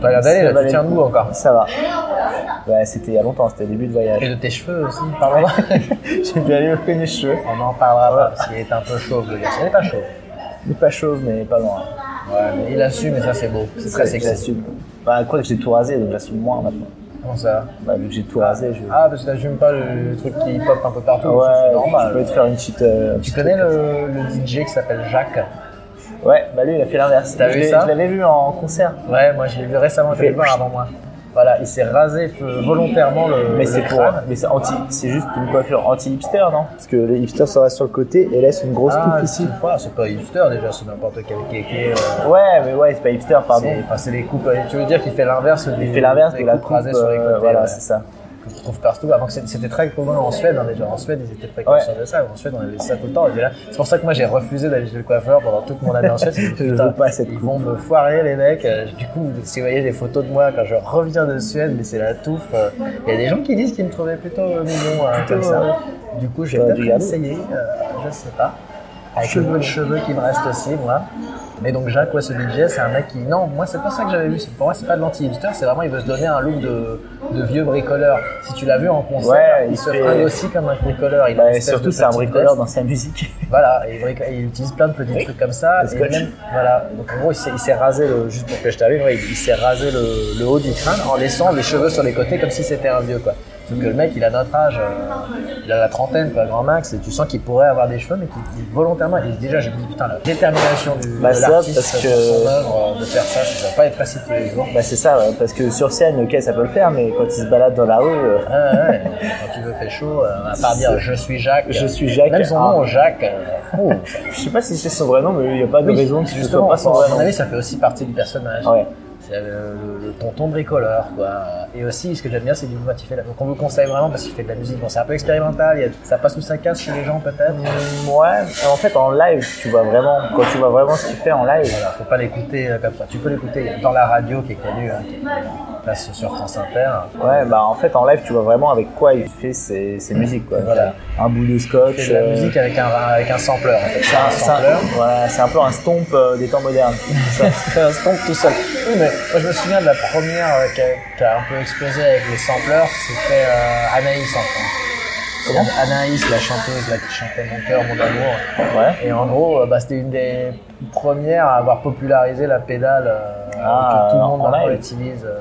S2: Pas l'air
S3: Ça
S2: d'aller, là,
S3: valait
S2: tu
S3: le
S2: tiens
S3: coup.
S2: debout encore.
S3: Ça va. Ouais, c'était il y a longtemps, c'était début de
S2: Et
S3: voyage.
S2: de tes
S3: *laughs*
S2: cheveux aussi, pardon.
S3: J'ai dû aller au mes cheveux.
S2: On en parlera pas, parce qu'il est un peu chauve, le garçon. Il est pas chauve.
S3: Il est pas chauve, mais pas loin.
S2: Ouais, mais il assume et ça, c'est beau. C'est très sexy.
S3: J'assume. Bah, quoi que j'ai tout rasé, donc j'assume moins maintenant.
S2: Comment ça
S3: Bah, vu que j'ai tout rasé, je. Ah
S2: Ah, parce que t'assumes pas le truc qui pop un peu partout.
S3: ouais,
S2: ça, c'est
S3: je peux
S2: normal.
S3: te faire une petite. euh, un
S2: Tu
S3: petit
S2: connais
S3: truc.
S2: le, le DJ qui s'appelle Jacques
S3: Ouais, bah lui, il a fait l'inverse.
S2: T'as
S3: Je
S2: vu
S3: l'ai-
S2: ça
S3: Je l'avais vu en concert.
S2: Ouais, moi je l'ai vu récemment, je
S3: fait-
S2: l'ai voir avant moi. Voilà, il s'est rasé euh, volontairement le.
S3: Mais
S2: le
S3: c'est pour.
S2: crâne.
S3: Mais c'est anti. C'est juste une coiffure anti-hipster, non Parce que les hipsters se restent sur le côté et laissent une grosse
S2: Ah,
S3: touffe ici.
S2: c'est pas- c'est pas hipster déjà, c'est n'importe quel kéké. euh,
S3: Ouais, mais ouais, c'est pas hipster, pardon.
S2: C'est- Enfin, c'est les coupes. Tu veux euh, dire qu'il fait l'inverse
S3: Il fait l'inverse de la
S2: coupe
S3: coupe. euh,
S2: sur les côtés.
S3: voilà,
S2: ouais.
S3: c'est ça.
S2: que je retrouve partout. Avant que c'était- c'était très commun en Suède, hein, déjà. En Suède, ils étaient très conscients de ça. En Suède, on avait ça tout le temps. Et puis là, C'est pour ça que moi, j'ai refusé d'aller chez le coiffeur pendant toute mon année en
S3: *laughs*
S2: Suède. J'ai dit,
S3: Je
S2: Putain,
S3: veux pas cette
S2: ils
S3: coupe.
S2: vont me foirer, les mecs. Euh, Du coup, si vous voyez des photos de moi quand je reviens de Suède, mais c'est la touffe. euh, Il y a des gens qui disent qu'ils me trouvaient plutôt euh, mignon, hein, comme ça.
S3: euh,
S2: Du coup, j'ai
S3: T'as
S2: peut-être
S3: dû garder.
S2: essayé, euh, je sais pas. Avec cheveux, les cheveux qui me restent aussi, moi. Mais donc Jacques, ouais, ce DJ, c'est un mec qui... Non, moi, c'est pas ça que j'avais vu. C'est- Pour moi, c'est pas de l'anti-hipster, c'est vraiment, il veut se donner un look de, de vieux bricoleur. Si tu l'as vu en concert,
S3: Ouais,
S2: il,
S3: il
S2: se
S3: fait-
S2: fringue aussi comme un bricoleur. Il a
S3: Bah,
S2: une espèce de
S3: surtout, c'est un
S2: petite
S3: bricoleur
S2: veste.
S3: dans sa musique.
S2: Voilà, et il, bric- il utilise plein de petits trucs comme ça.
S3: Le
S2: et
S3: scotch.
S2: même- voilà, donc en gros, il s'est- il s'est rasé, le, juste pour que je t'allume, ouais, il, il s'est rasé le, le haut du crâne en laissant les cheveux sur les côtés comme si c'était un vieux. quoi. Sauf que le mec, il a notre âge, euh, il a la trentaine, quoi, grand max, et tu sens qu'il pourrait avoir des cheveux, mais qu'il il- volontairement, il, déjà, je me dis, putain, la détermination du
S3: Bah,
S2: de
S3: ça,
S2: l'artiste
S3: parce que-
S2: sur son œuvre, euh, de faire ça, ça va pas être facile tous les jours.
S3: *laughs* Bah, c'est ça, ouais, parce que sur scène, ok, ça peut le faire, mais quand il se balade dans la rue, euh,
S2: Ah, ouais, quand tu veux pécho, euh, à part dire je suis Jacques,
S3: Je suis Jacques, Oh.
S2: même son
S3: ah.
S2: nom Jacques, euh, ouh,
S3: je sais pas si c'est son vrai nom, mais il n'y a pas de
S2: Ah Oui,
S3: raison que ce
S2: justement,
S3: soit pas son
S2: à
S3: vrai
S2: mon
S3: nom.
S2: avis, ça fait aussi partie du personnage.
S3: Ouais.
S2: C'est le, le- le tonton bricoleur, quoi. Et aussi, ce que j'aime bien, c'est du coup, quand il fait la... Donc, on vous conseille vraiment parce qu'il fait de la musique. Bon, c'est un peu expérimental, il y a- ça passe sous sa casse chez les gens, peut-être.
S3: Mm, Ouais, en fait, en live, tu vois vraiment, quand tu vois vraiment ce qu'il fait en live,
S2: Voilà, faut pas l'écouter euh, comme ça. Tu peux l'écouter dans la radio qui est connue, hein, qui passe sur France Inter.
S3: ouais, bah en fait, en live, tu vois vraiment avec quoi il fait ses, ses musiques, quoi.
S2: Voilà.
S3: Un bout de
S2: Il
S3: scotch.
S2: fait de la
S3: euh,
S2: musique avec un, avec un sampler, en fait.
S3: c'est
S2: C'est
S3: un-
S2: un
S3: c'est un,
S2: sampler.
S3: voilà, c'est un peu un stomp euh, des temps modernes. Ça. *laughs*
S2: Ça se tombe tout seul. Oui, mais moi je me souviens de la première euh, qui a, qui a un peu explosé avec les sampleurs, c'était euh, Anaïs en fait.
S3: Comment
S2: Anaïs, la chanteuse là, qui chantait Mon cœur, mon amour.
S3: Ouais.
S2: Et en gros, euh, bah, c'était une des premières à avoir popularisé la pédale euh,
S3: Ah,
S2: que tout le
S3: en
S2: monde maintenant
S3: live.
S2: utilise. euh,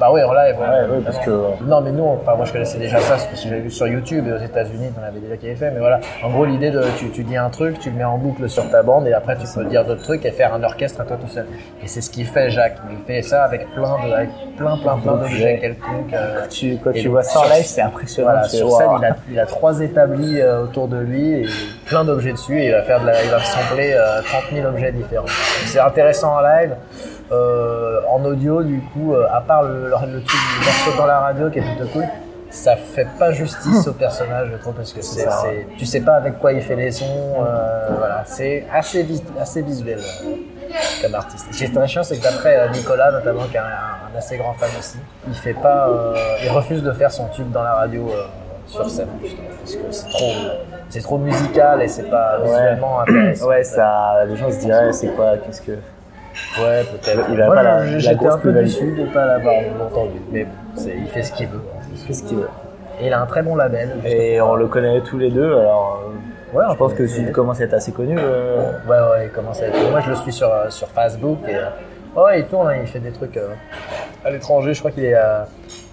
S2: Bah oui, en live. ouais,
S3: Ouais, ouais, parce
S2: évidemment.
S3: que- euh,
S2: Non, mais nous, enfin, moi je connaissais déjà ça, parce que j'avais vu sur YouTube et aux États-Unis, on avait déjà qui avait fait. Mais voilà, en gros, l'idée de tu, tu dis un truc, tu le mets en boucle sur ta bande et après tu peux dire d'autres trucs et faire un orchestre à toi tout seul. Et c'est ce qu'il fait, Jacques. Il fait ça avec plein, de, avec plein, plein, plein d'objets
S3: D'objets.
S2: quelconques. euh,
S3: Tu, quand
S2: Et
S3: tu vois ça en
S2: sur-
S3: live, c'est impressionnant.
S2: voilà,
S3: parce que,
S2: sur
S3: waouh.
S2: scène, il a, il a trois établis euh, autour de lui et plein d'objets dessus. Et il va faire de la, il va ressembler 30 000 objets différents. Donc, C'est intéressant en live. Euh, en audio, du coup, euh, à part le, le, le truc du morceau dans la radio qui est plutôt cool, ça fait pas justice au personnage, je trouve, parce que c'est,
S3: C'est ça.
S2: c'est- tu sais pas avec quoi il fait les sons. euh, voilà, c'est assez, vis- assez visuel euh, comme artiste. Ce qui est très chiant, c'est que d'après euh, Nicolas, notamment, qui est un, un assez grand fan aussi, il fait pas, euh, il refuse de faire son tube dans la radio euh, sur scène, justement, parce que c'est trop, c'est trop musical et c'est pas
S3: Ouais. *clears throat*
S2: visuellement intéressant.
S3: Ouais, ça, les gens se diraient, c'est quoi, qu'est-ce que.
S2: Ouais, peut-être.
S3: Il a
S2: Moi,
S3: pas la-
S2: je-
S3: la
S2: j'étais
S3: grosse
S2: un peu
S3: plus-value.
S2: déçu de pas l'avoir entendu, mais bon, c'est- il fait ce qu'il veut.
S3: Qu'est-ce qu'il veut
S2: Et il a un très bon label.
S3: Et on le connaît tous les deux, alors euh,
S2: Ouais,
S3: je pense que si tu commences à être assez connu, euh,
S2: Ouais, ouais, il commence à être- Moi, je le suis sur, euh, sur Facebook et. euh, ouais, il tourne, hein, il fait des trucs euh, à l'étranger. Je crois qu'il est. euh,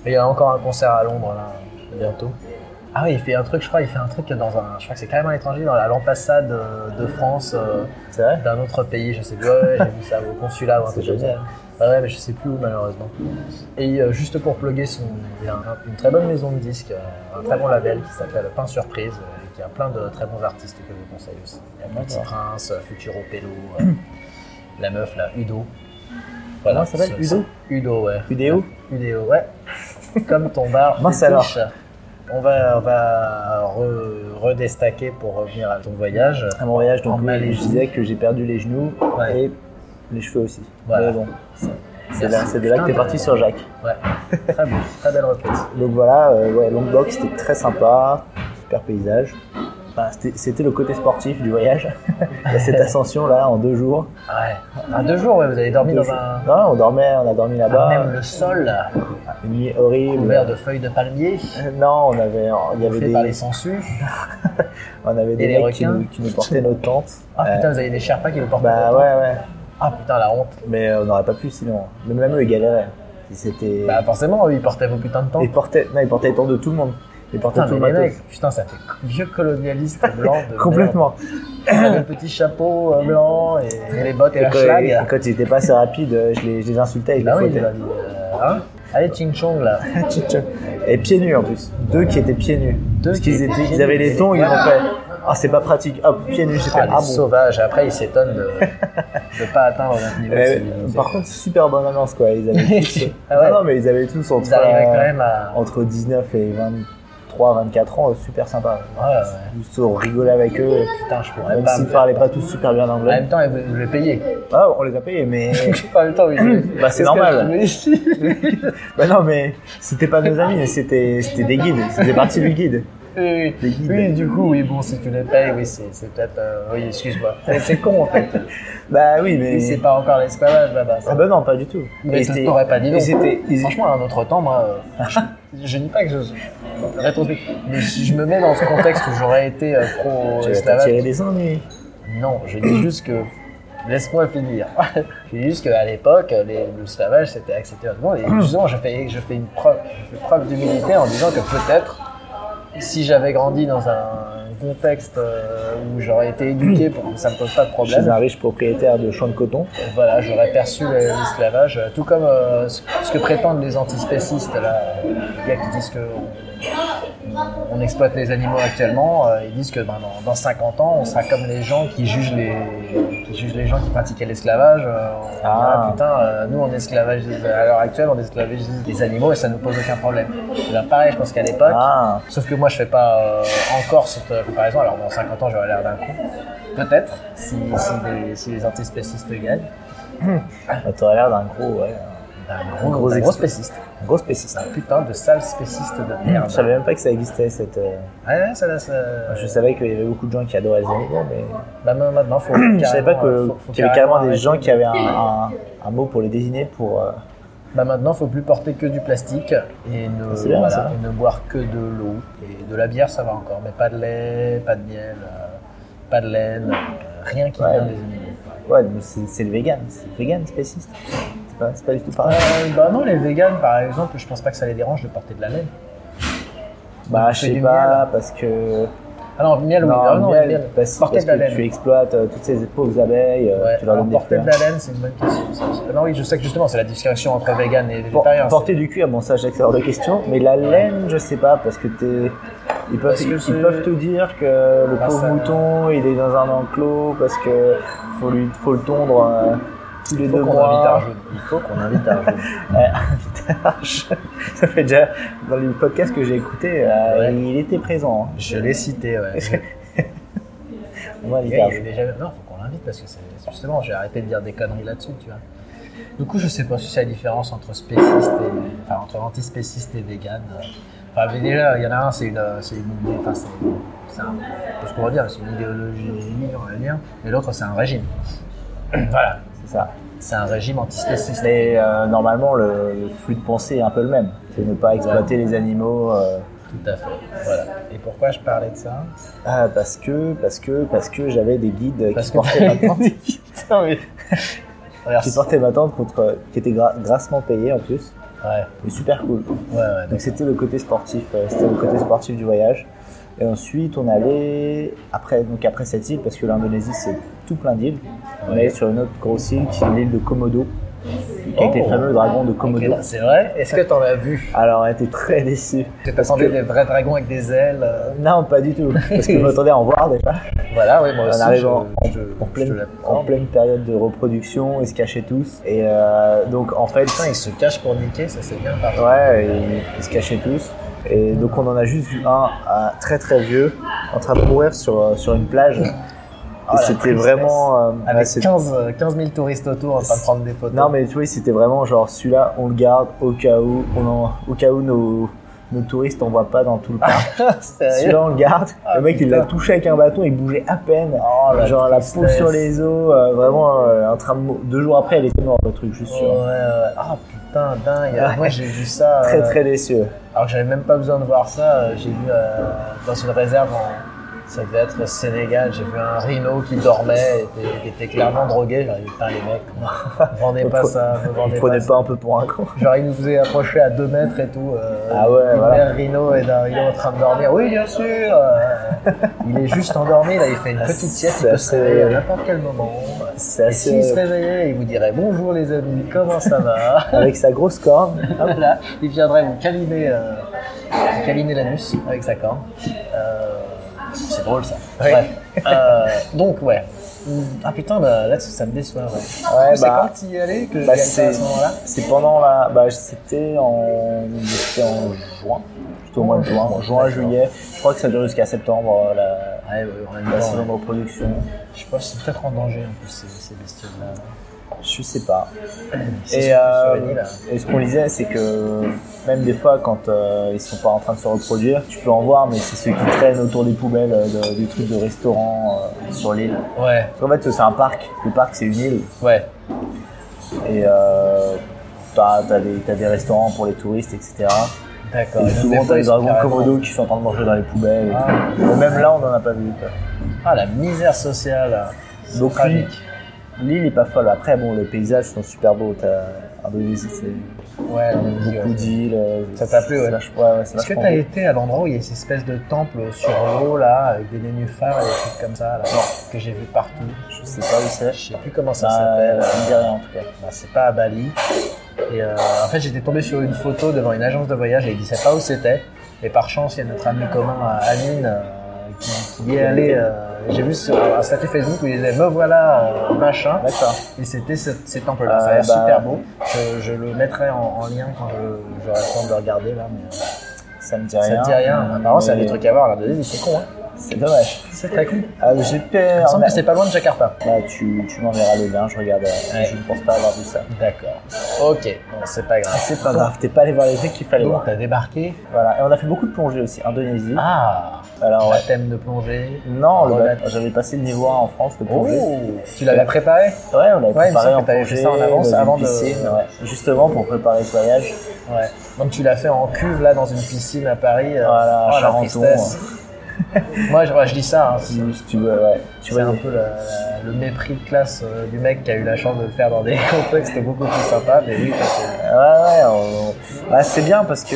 S2: il y a encore un concert à Londres, là, bientôt. Ah oui, il fait un truc, je crois, il fait un truc dans un. Je crois que c'est carrément à l'étranger, dans la- l'ambassade euh, de France euh,
S3: c'est vrai
S2: d'un autre pays, je sais plus. Ouais, ouais, j'ai vu ça au consulat ou un
S3: C'est
S2: truc comme ça.
S3: génial.
S2: Ah ouais, mais je sais plus où, malheureusement. Et euh, juste pour plugger son, il a un- une très bonne maison de disques, euh, un très bon label qui s'appelle Pain Surprise, euh, et qui a plein de très bons artistes que je vous conseille aussi. Il y a Petit
S3: D'accord.
S2: Prince, euh, Futuro Pelo, euh, *coughs* la meuf là, Udo.
S3: Comment ça s'appelle,
S2: ce-
S3: Udo
S2: Udo, ouais.
S3: Vidéo
S2: Udo, ouais.
S3: *laughs*
S2: Comme ton bar.
S3: Mince
S2: fétiche. On va, on va re- redestaquer pour revenir à ton voyage.
S3: À mon voyage, donc
S2: En
S3: oui,
S2: Malaisie.
S3: je disais que j'ai perdu les genoux
S2: Ouais.
S3: et les cheveux aussi.
S2: Voilà.
S3: Mais bon, c'est
S2: Merci.
S3: là, c'est de là que t'es
S2: Putain,
S3: parti sur Jacques.
S2: Ouais. Très, beau, très belle reprise.
S3: Donc voilà, euh, ouais, Lombok, c'était très sympa, super paysage. Enfin, c'était- c'était le côté sportif du *laughs* voyage. Il y a cette ascension là en deux jours.
S2: Ouais. En deux jours, ouais, vous avez dormi
S3: Deux
S2: dans
S3: jours.
S2: un.
S3: Non, on dormait, on a dormi
S2: Ah,
S3: là-bas. euh,
S2: même le sol là,
S3: Une nuit horrible.
S2: couvert de feuilles de palmier,
S3: Non, on avait, il y avait
S2: fait par les
S3: des,
S2: sangsues.
S3: on avait
S2: et
S3: des
S2: les
S3: mecs qui
S2: requins.
S3: nous, qui nous portaient nos tentes.
S2: *laughs* Ah
S3: Euh,
S2: putain, vous avez des Sherpas qui vous portent
S3: bah
S2: le temps.
S3: ouais, ouais.
S2: Ah putain, la honte.
S3: Mais euh, on n'aurait pas pu sinon. Même même eux, ils galéraient. Ils s'étaient-
S2: Bah forcément, eux, ils portaient vos putains de tentes.
S3: ils portaient, non, ils portaient les tentes de tout le monde. Ils portaient
S2: Putain,
S3: tout le
S2: mais les
S3: matos.
S2: mecs, putain, ça fait vieux colonialiste blanc.
S3: *laughs*
S2: De *clears throat*
S3: Complètement.
S2: merde. Le petit chapeau euh, blanc et, et les bottes et,
S3: Et
S2: la
S3: quand,
S2: schlag.
S3: et quand ils étaient pas assez rapides, euh, je les, je les insultais, je les
S2: bah oui,
S3: fouettais.
S2: bah, euh, hein Allez, ching chong
S3: *laughs*
S2: là.
S3: Tchou, tchou. Et pieds nus en plus. Deux qui étaient pieds nus.
S2: Deux
S3: Parce
S2: qui
S3: qu'ils
S2: étaient
S3: étaient-
S2: pieds
S3: ils avaient
S2: nus.
S3: les tongs, ils ont fait. Ah, c'est pas pratique. Hop, pieds nus, j'ai fait.
S2: Ah, les
S3: Ah bon.
S2: sauvages. Après, ils s'étonnent
S3: *laughs*
S2: de ne pas atteindre notre niveau de
S3: Mais, euh,
S2: civilisation. *laughs*
S3: par contre, super bonne annonce quoi. Ils avaient tous.
S2: Ah ouais.
S3: non, non, mais ils avaient tous entre,
S2: ils arrivaient quand
S3: euh,
S2: même à.
S3: entre 19 et 23, 24 ans. euh, Super sympa.
S2: Ouais, ouais.
S3: Juste euh, rigoler avec eux.
S2: Putain, je pourrais
S3: Même
S2: pas.
S3: s'ils
S2: me-
S3: parlaient pas tous super bien
S2: En
S3: anglais.
S2: même temps, ils voulaient- ils voulaient payer.
S3: *laughs* Ah, on les a
S2: *laughs*
S3: payés, mais.
S2: En même temps, ils voulaient-
S3: Bah, c'est
S2: Qu'est-ce que
S3: normal.
S2: je me dis
S3: *laughs* bah non, mais c'était pas nos amis, mais c'était c'était des guides. C'était parti du guide.
S2: Oui,
S3: Des
S2: oui.
S3: guides.
S2: Oui, du coup, oui, bon, si tu les payes, oui, c'est c'est peut-être. euh, oui, excuse-moi. C'est- C'est con en
S3: *laughs*
S2: fait.
S3: Bah oui, mais.
S2: Oui, c'est pas encore l'esclavage là-bas. ça.
S3: Ah bah non, pas du tout.
S2: Mais
S3: Et
S2: tu
S3: c'était-
S2: t'aurais pas dit non.
S3: et c'était- ils-
S2: Franchement, à un autre temps,
S3: *laughs*
S2: moi, euh, je, je dis pas que je suis rétrospectif, mais si je me mets dans ce contexte où j'aurais été euh,
S3: Tu vas t'attirer
S2: pro-esclavage,
S3: des ennuis.
S2: non, je dis juste que. Laisse-moi finir. *laughs* je dis juste qu'à l'époque, les- l'esclavage, c'était accepté à tout le monde. Et justement, je fais, je fais une preuve, je fais preuve d'humilité en disant que peut-être, si j'avais grandi dans un contexte euh, où j'aurais été éduqué pour que ça me pose pas de
S3: Chez
S2: problème,
S3: un riche propriétaire de champs de coton.
S2: voilà, j'aurais perçu le- l'esclavage, euh, tout comme euh, ce ce que prétendent les antispécistes, là, euh, les gars qui disent que on, on exploite les animaux actuellement, euh, ils disent que ben, dans, dans 50 ans, on sera comme les gens qui jugent les, qui jugent les gens qui pratiquaient l'esclavage. euh, on
S3: Ah.
S2: dira, putain, euh, nous, on esclavage, à l'heure actuelle, on esclavage les animaux et ça nous pose aucun problème. Eh ben, pareil, je pense qu'à l'époque,
S3: Ah,
S2: Sauf que moi, je fais pas euh, encore cette euh, comparaison. Alors, dans 50 ans, j'aurai l'air d'un con. Peut-être, si, si, les, si les antispécistes gagnent.
S3: bah, t'aurais l'air d'un gros, ouais,
S2: D'un
S3: Un
S2: gros,
S3: gros
S2: d'un
S3: ex-
S2: gros spéciste.
S3: un gros spéciste.
S2: Un putain de sale spéciste de merde.
S3: Je savais même pas que ça existait cette. euh,
S2: Ouais, ouais, ça, ça...
S3: Je savais qu'il y avait beaucoup de gens qui adoraient les animaux, mais
S2: Bah, maintenant, maintenant, faut.
S3: *clears throat* je savais pas que-
S2: euh, faut- faut
S3: qu'il y avait carrément des
S2: arrêter.
S3: gens qui avaient un, un- un mot pour les désigner pour. euh,
S2: Bah, maintenant, faut plus porter que du plastique et ne,
S3: Ah, C'est bien,
S2: voilà,
S3: ça.
S2: et ne boire que de l'eau. Et de la bière, ça va encore. Mais pas de lait, pas de miel, euh, pas de laine, euh, rien qui
S3: Ouais.
S2: vienne des animaux.
S3: Ouais, mais c'est c'est le vegan, c'est le vegan spéciste. C'est pas, c'est pas du tout pareil.
S2: Euh, bah non, les véganes par exemple, je pense pas que ça les dérange de porter de la laine.
S3: Bah,
S2: tu
S3: je
S2: fais
S3: sais
S2: du
S3: pas,
S2: miel.
S3: parce que.
S2: Ah non, miel, oui,
S3: Non,
S2: ah non,
S3: miel,
S2: miel.
S3: parce,
S2: Porter
S3: parce
S2: de la
S3: que
S2: laine.
S3: tu exploites euh, toutes ces pauvres abeilles, euh,
S2: Ouais,
S3: tu leur
S2: alors,
S3: donnes des
S2: porter
S3: fleurs.
S2: de la laine, c'est une bonne question. ça. Ah Non, oui, je sais que justement, c'est la distinction entre vegan et
S3: Por-
S2: végétarien.
S3: porter du cuir, bon ça j'ai hors de question, mais la laine je sais pas parce que t'es ils peuvent,
S2: Parce que
S3: ils
S2: c'est-
S3: peuvent te dire que le
S2: Ah,
S3: pauvre
S2: ça-
S3: mouton il est dans un enclos parce que faut lui faut le tondre euh, tous les
S2: Il
S3: deux
S2: faut qu'on invite
S3: mois.
S2: Arjun. Il faut qu'on invite Arjun.
S3: *laughs* ça fait déjà dans les podcasts que j'ai écouté, euh,
S2: Ouais.
S3: il était présent. hein.
S2: *laughs* Je l'ai cité,
S3: *laughs*
S2: ouais.
S3: On va
S2: Il
S3: aller
S2: y a-
S3: tard.
S2: il y avait jamais- Non, faut qu'on l'invite parce que c'est justement, j'ai arrêté de dire des conneries là-dessus, tu vois. Du coup, je sais pas si c'est la différence entre spéciste et, enfin, entre antispéciste et vegan. Enfin, mais déjà, il y en a un, c'est une, euh, c'est une idée, enfin, c'est, c'est un, ce qu'on va dire, c'est une idéologie, on va dire, et l'autre, c'est un régime. *clears throat* voilà,
S3: C'est ça.
S2: c'est un régime antispéciste.
S3: Mais euh, normalement le, le flux de pensée est un peu le même. C'est ne pas exploiter les animaux. euh,
S2: Tout à fait. Voilà. Et pourquoi je parlais de ça
S3: ah, parce que, parce que, parce que j'avais des guides
S2: Parce
S3: qui
S2: que- *laughs*
S3: portaient ma tente. *laughs*
S2: Putain, *laughs* mais. Ah,
S3: qui portait ma tante contre, euh, qui était gra- grassement payée en plus,
S2: Ouais,
S3: mais super cool.
S2: ouais, ouais.
S3: Donc c'était le côté sportif, euh, c'était le côté sportif du voyage. Et ensuite on allait après donc après cette île parce que l'Indonésie c'est tout plein d'îles. On allait sur une autre grosse île qui est l'île de Komodo, avec les
S2: Oh.
S3: fameux dragons de Komodo.
S2: Ok, C'est vrai Est-ce que t'en as vu
S3: Alors on était très déçus.
S2: T'es
S3: Parce
S2: attendu
S3: que-
S2: des vrais dragons avec des ailes euh,
S3: Non, pas du tout, parce que je m'attendais à en voir déjà.
S2: Voilà, oui, moi
S3: On
S2: aussi.
S3: arrive
S2: je-
S3: en-
S2: je-
S3: En
S2: je te
S3: pleine,
S2: l'apprends.
S3: en pleine période de reproduction, ils se cachaient tous. Et euh, donc en fait,
S2: Putain, ils se cachent pour niquer, ça c'est bien. Par...
S3: Ouais, ils, ils se cachaient tous. Et donc on en a juste vu un euh, très très vieux en train de courir sur, euh, sur une plage. Et
S2: Oh, la
S3: c'était
S2: tristesse.
S3: vraiment... euh, ouais,
S2: Avec
S3: c'est-
S2: 15, euh, 15 000 touristes autour en train de prendre des photos.
S3: Non mais tu vois, c'était vraiment genre celui-là, on le garde au cas où, on en- au cas où nos, nos touristes on voit pas dans tout le parc.
S2: *laughs* Ah, Sérieux
S3: celui-là on le garde.
S2: Ah,
S3: le mec il
S2: putain.
S3: l'a touché avec un bâton, il bougeait à peine.
S2: Oh, la
S3: genre la peau
S2: tristesse.
S3: sur les os, euh, vraiment euh, en train de... mou- Deux jours après elle était morte le truc, je suis
S2: Ouais,
S3: sûr.
S2: ouais. Ah putain, dingue.
S3: Ouais.
S2: Moi j'ai vu ça.
S3: Très
S2: euh,
S3: très déçu.
S2: Alors que j'avais même pas besoin de voir ça, euh, j'ai vu euh, dans une réserve, en- ça devait être au Sénégal, j'ai vu un rhino qui dormait, et était- qui était clairement drogué, j'aurais dit putain les mecs, ne *laughs* vendez pas ça, ne
S3: Vous
S2: vendez
S3: prenez
S2: pas
S3: pas,
S2: ça.
S3: un peu pour un con.
S2: Genre ils nous faisaient approcher à 2 mètres et tout, euh,
S3: Ah ouais,
S2: d'une
S3: voilà.
S2: mère rhino et d'un rhino en train de dormir, oui bien sûr, euh, il est juste endormi là, il fait une
S3: Ah,
S2: petite sieste,
S3: ça
S2: il peut se réveiller à
S3: fait-
S2: n'importe quel moment.
S3: *laughs* C'est
S2: Et s'il
S3: assez...
S2: se réveillait, il vous dirait bonjour les amis, comment ça va
S3: avec sa grosse corne.
S2: *laughs* Hop là, il viendrait vous câliner, euh, vous câliner l'anus avec sa corne. Euh, C'est drôle ça.
S3: Ouais.
S2: Bref.
S3: *laughs*
S2: Euh, donc ouais. Ah putain, bah, là ça me déçoit. Ouais.
S3: Ouais,
S2: c'est
S3: bah,
S2: quand y allais que
S3: bah,
S2: je gagne ça à
S3: c'est-
S2: ce moment-là
S3: C'est pendant la. Bah, c'était en. C'était en juin. Plutôt au mois de juin. Juin,
S2: D'accord.
S3: juillet. Je crois que ça dure jusqu'à septembre, euh, la,
S2: Ouais, ouais, en même
S3: la
S2: temps,
S3: saison
S2: ouais.
S3: de reproduction.
S2: Bah, Je pense que c'est peut-être en danger en plus ces, ces bestioles-là.
S3: Je sais pas.
S2: C'est
S3: Et,
S2: surtout
S3: euh,
S2: sur les nids, là.
S3: et ce qu'on disait, c'est que même des fois, quand euh, ils sont pas en train de se reproduire, tu peux en voir, mais c'est ceux qui traînent autour des poubelles, euh, de- des trucs de restaurants euh, sur l'île.
S2: Ouais,
S3: Parce qu'en fait, c'est un parc. Le parc, c'est une île.
S2: ouais.
S3: Et euh, t'as t'as des, t'as des restaurants pour les touristes, etc.
S2: D'accord.
S3: Et
S2: Et donc, des
S3: souvent,
S2: fois,
S3: t'as
S2: ils
S3: les
S2: sont
S3: dragons
S2: carrément-
S3: komodo qui sont en train de manger dans les poubelles. et
S2: Ah.
S3: tout. Mais même là, on n'en a pas vu. quoi.
S2: Ah, la misère sociale. C'est
S3: Donc,
S2: tragique.
S3: L'île est pas folle. Après, bon, les paysages sont super beaux. T'as Indonésie, c'est
S2: Ouais, on est
S3: beaucoup d'îles. euh,
S2: Ça t'a plu,
S3: c'est
S2: ouais.
S3: vach- ouais, ouais, c'est
S2: Est-ce que
S3: vachement
S2: t'as
S3: beau.
S2: été à l'endroit où il y a ces espèces de temples sur l'eau là, avec des nénuphars et des trucs comme ça, là, que j'ai vu partout
S3: Je sais pas où c'est. Bah, euh,
S2: Je sais plus comment ça
S3: Ça
S2: s'appelle.
S3: me dit rien, en tout cas.
S2: Bah, c'est pas à Bali. Et euh, en fait, j'étais tombé sur une photo devant une agence de voyage et ils disaient pas où c'était. Et par chance, il y a notre ami commun euh, Amine euh, qui, qui y est allé. euh, J'ai vu sur un statut Facebook où il disait me voilà euh, machin.
S3: D'accord.
S2: Et c'était ce, ces temples-là. ça a
S3: Euh,
S2: l'air
S3: bah,
S2: super beau. Je, je le mettrai en, en lien quand je- j'aurai le temps de le regarder là. Mais, euh,
S3: Ça me dit
S2: ça
S3: rien.
S2: te dit rien. Apparemment, c'est un des
S3: mais
S2: trucs à voir. L'Indonésie, c'est con. Hein.
S3: C'est dommage.
S2: Ah, C'est très con.
S3: Ah, mais j'ai
S2: Il me
S3: peur.
S2: semble
S3: mais-
S2: que c'est pas loin de Jakarta.
S3: Là, tu, tu m'enverras le lien, je regarde. euh,
S2: Ouais.
S3: Je ne pense pas avoir vu ça.
S2: D'accord. Ok. Bon, c'est pas grave.
S3: C'est pas grave, t'es pas allé voir les trucs qu'il fallait
S2: Donc,
S3: voir.
S2: t'as débarqué.
S3: Voilà, et on a fait beaucoup de plongées aussi. Indonésie.
S2: Ah. Oh.
S3: Alors, ouais.
S2: Un thème de plongée.
S3: Non, le
S2: Remettre.
S3: bateau- j'avais passé le niveau 1 en France de
S2: Oh.
S3: plongée.
S2: Tu l'avais préparé
S3: Ouais, on
S2: Ouais,
S3: l'avait
S2: il me semble
S3: préparé
S2: que
S3: en
S2: t'avais
S3: plongée.
S2: fait ça en avance
S3: dans une
S2: avant de-
S3: piscine, ouais. Justement pour préparer le voyage.
S2: Ouais. Donc tu l'as fait en cuve là dans une piscine à Paris. euh,
S3: Voilà,
S2: oh, la
S3: Charenton.
S2: tristesse. *laughs* Moi, je, ouais, je dis ça. hein,
S3: Si si tu veux, ouais. Tu
S2: C'est
S3: vois,
S2: un peu la- la- le mépris de classe euh, du mec qui a eu la chance de le faire dans des *laughs* contextes beaucoup plus sympas. Mais lui, quand c'est-
S3: Ouais, ouais, on- bah, c'est bien parce que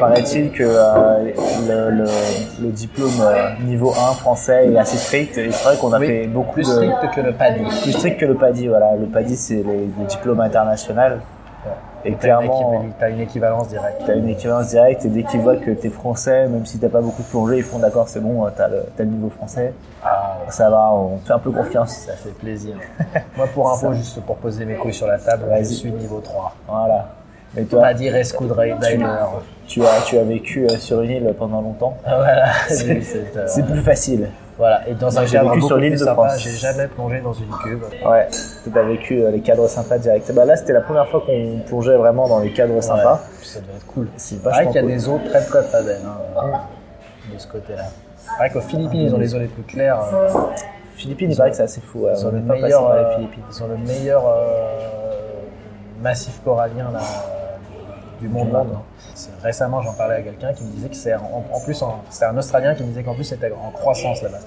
S3: paraît-il que euh, le, le- le diplôme euh, niveau 1 français est assez strict et c'est vrai qu'on a
S2: Oui,
S3: fait beaucoup
S2: plus
S3: de.
S2: strict que le paddy.
S3: plus strict que le PADI, voilà. Le PADI, c'est les- le diplôme international.
S2: T'as
S3: Et
S2: une
S3: clairement,
S2: équivalence- T'as une équivalence directe.
S3: t'as une équivalence directe et dès qu'ils voient que t'es français, même si t'as pas beaucoup plongé, ils font d'accord, c'est bon, euh, t'as le, t'as le niveau français.
S2: Ah,
S3: Ça va, on te fait un peu confiance.
S2: ça fait plaisir. *laughs* Moi, pour info, juste pour poser mes couilles sur la table, je
S3: Vas-y.
S2: suis niveau 3.
S3: Voilà. Mais toi,
S2: Paddy Rescue Diver.
S3: tu as, tu as vécu euh, sur une île pendant longtemps.
S2: Ah, Voilà. *laughs*
S3: C'est-
S2: c'est, euh,
S3: C'est plus facile.
S2: Voilà, et dans
S3: Moi,
S2: un
S3: j'ai
S2: cadre
S3: vécu
S2: beaucoup
S3: sur l'île
S2: plus
S3: de
S2: sympa,
S3: France.
S2: J'ai jamais plongé dans une cuve.
S3: Ouais, t'as vécu euh, les cadres sympas direct. Bah là, c'était la première fois qu'on plongeait vraiment dans les cadres sympas.
S2: Ça doit être cool.
S3: C'est
S2: Il paraît
S3: vachement
S2: qu'il y a
S3: cool.
S2: des eaux très très très belles hein, de ce côté-là. Il paraît qu'aux Philippines, ils ont les eaux les plus claires. euh,
S3: Philippines, il paraît que c'est assez fou. ouais.
S2: Ils ont
S3: On
S2: le
S3: n'est pas passé
S2: meilleur,
S3: par les
S2: euh,
S3: Philippines.
S2: ils ont le meilleur euh, massif corallien là, du monde.
S3: Du monde.
S2: hein. C'est- Récemment, j'en parlais à quelqu'un qui me disait que c'est en, en plus, en- c'est un Australien qui me disait qu'en plus c'était en croissance là-bas.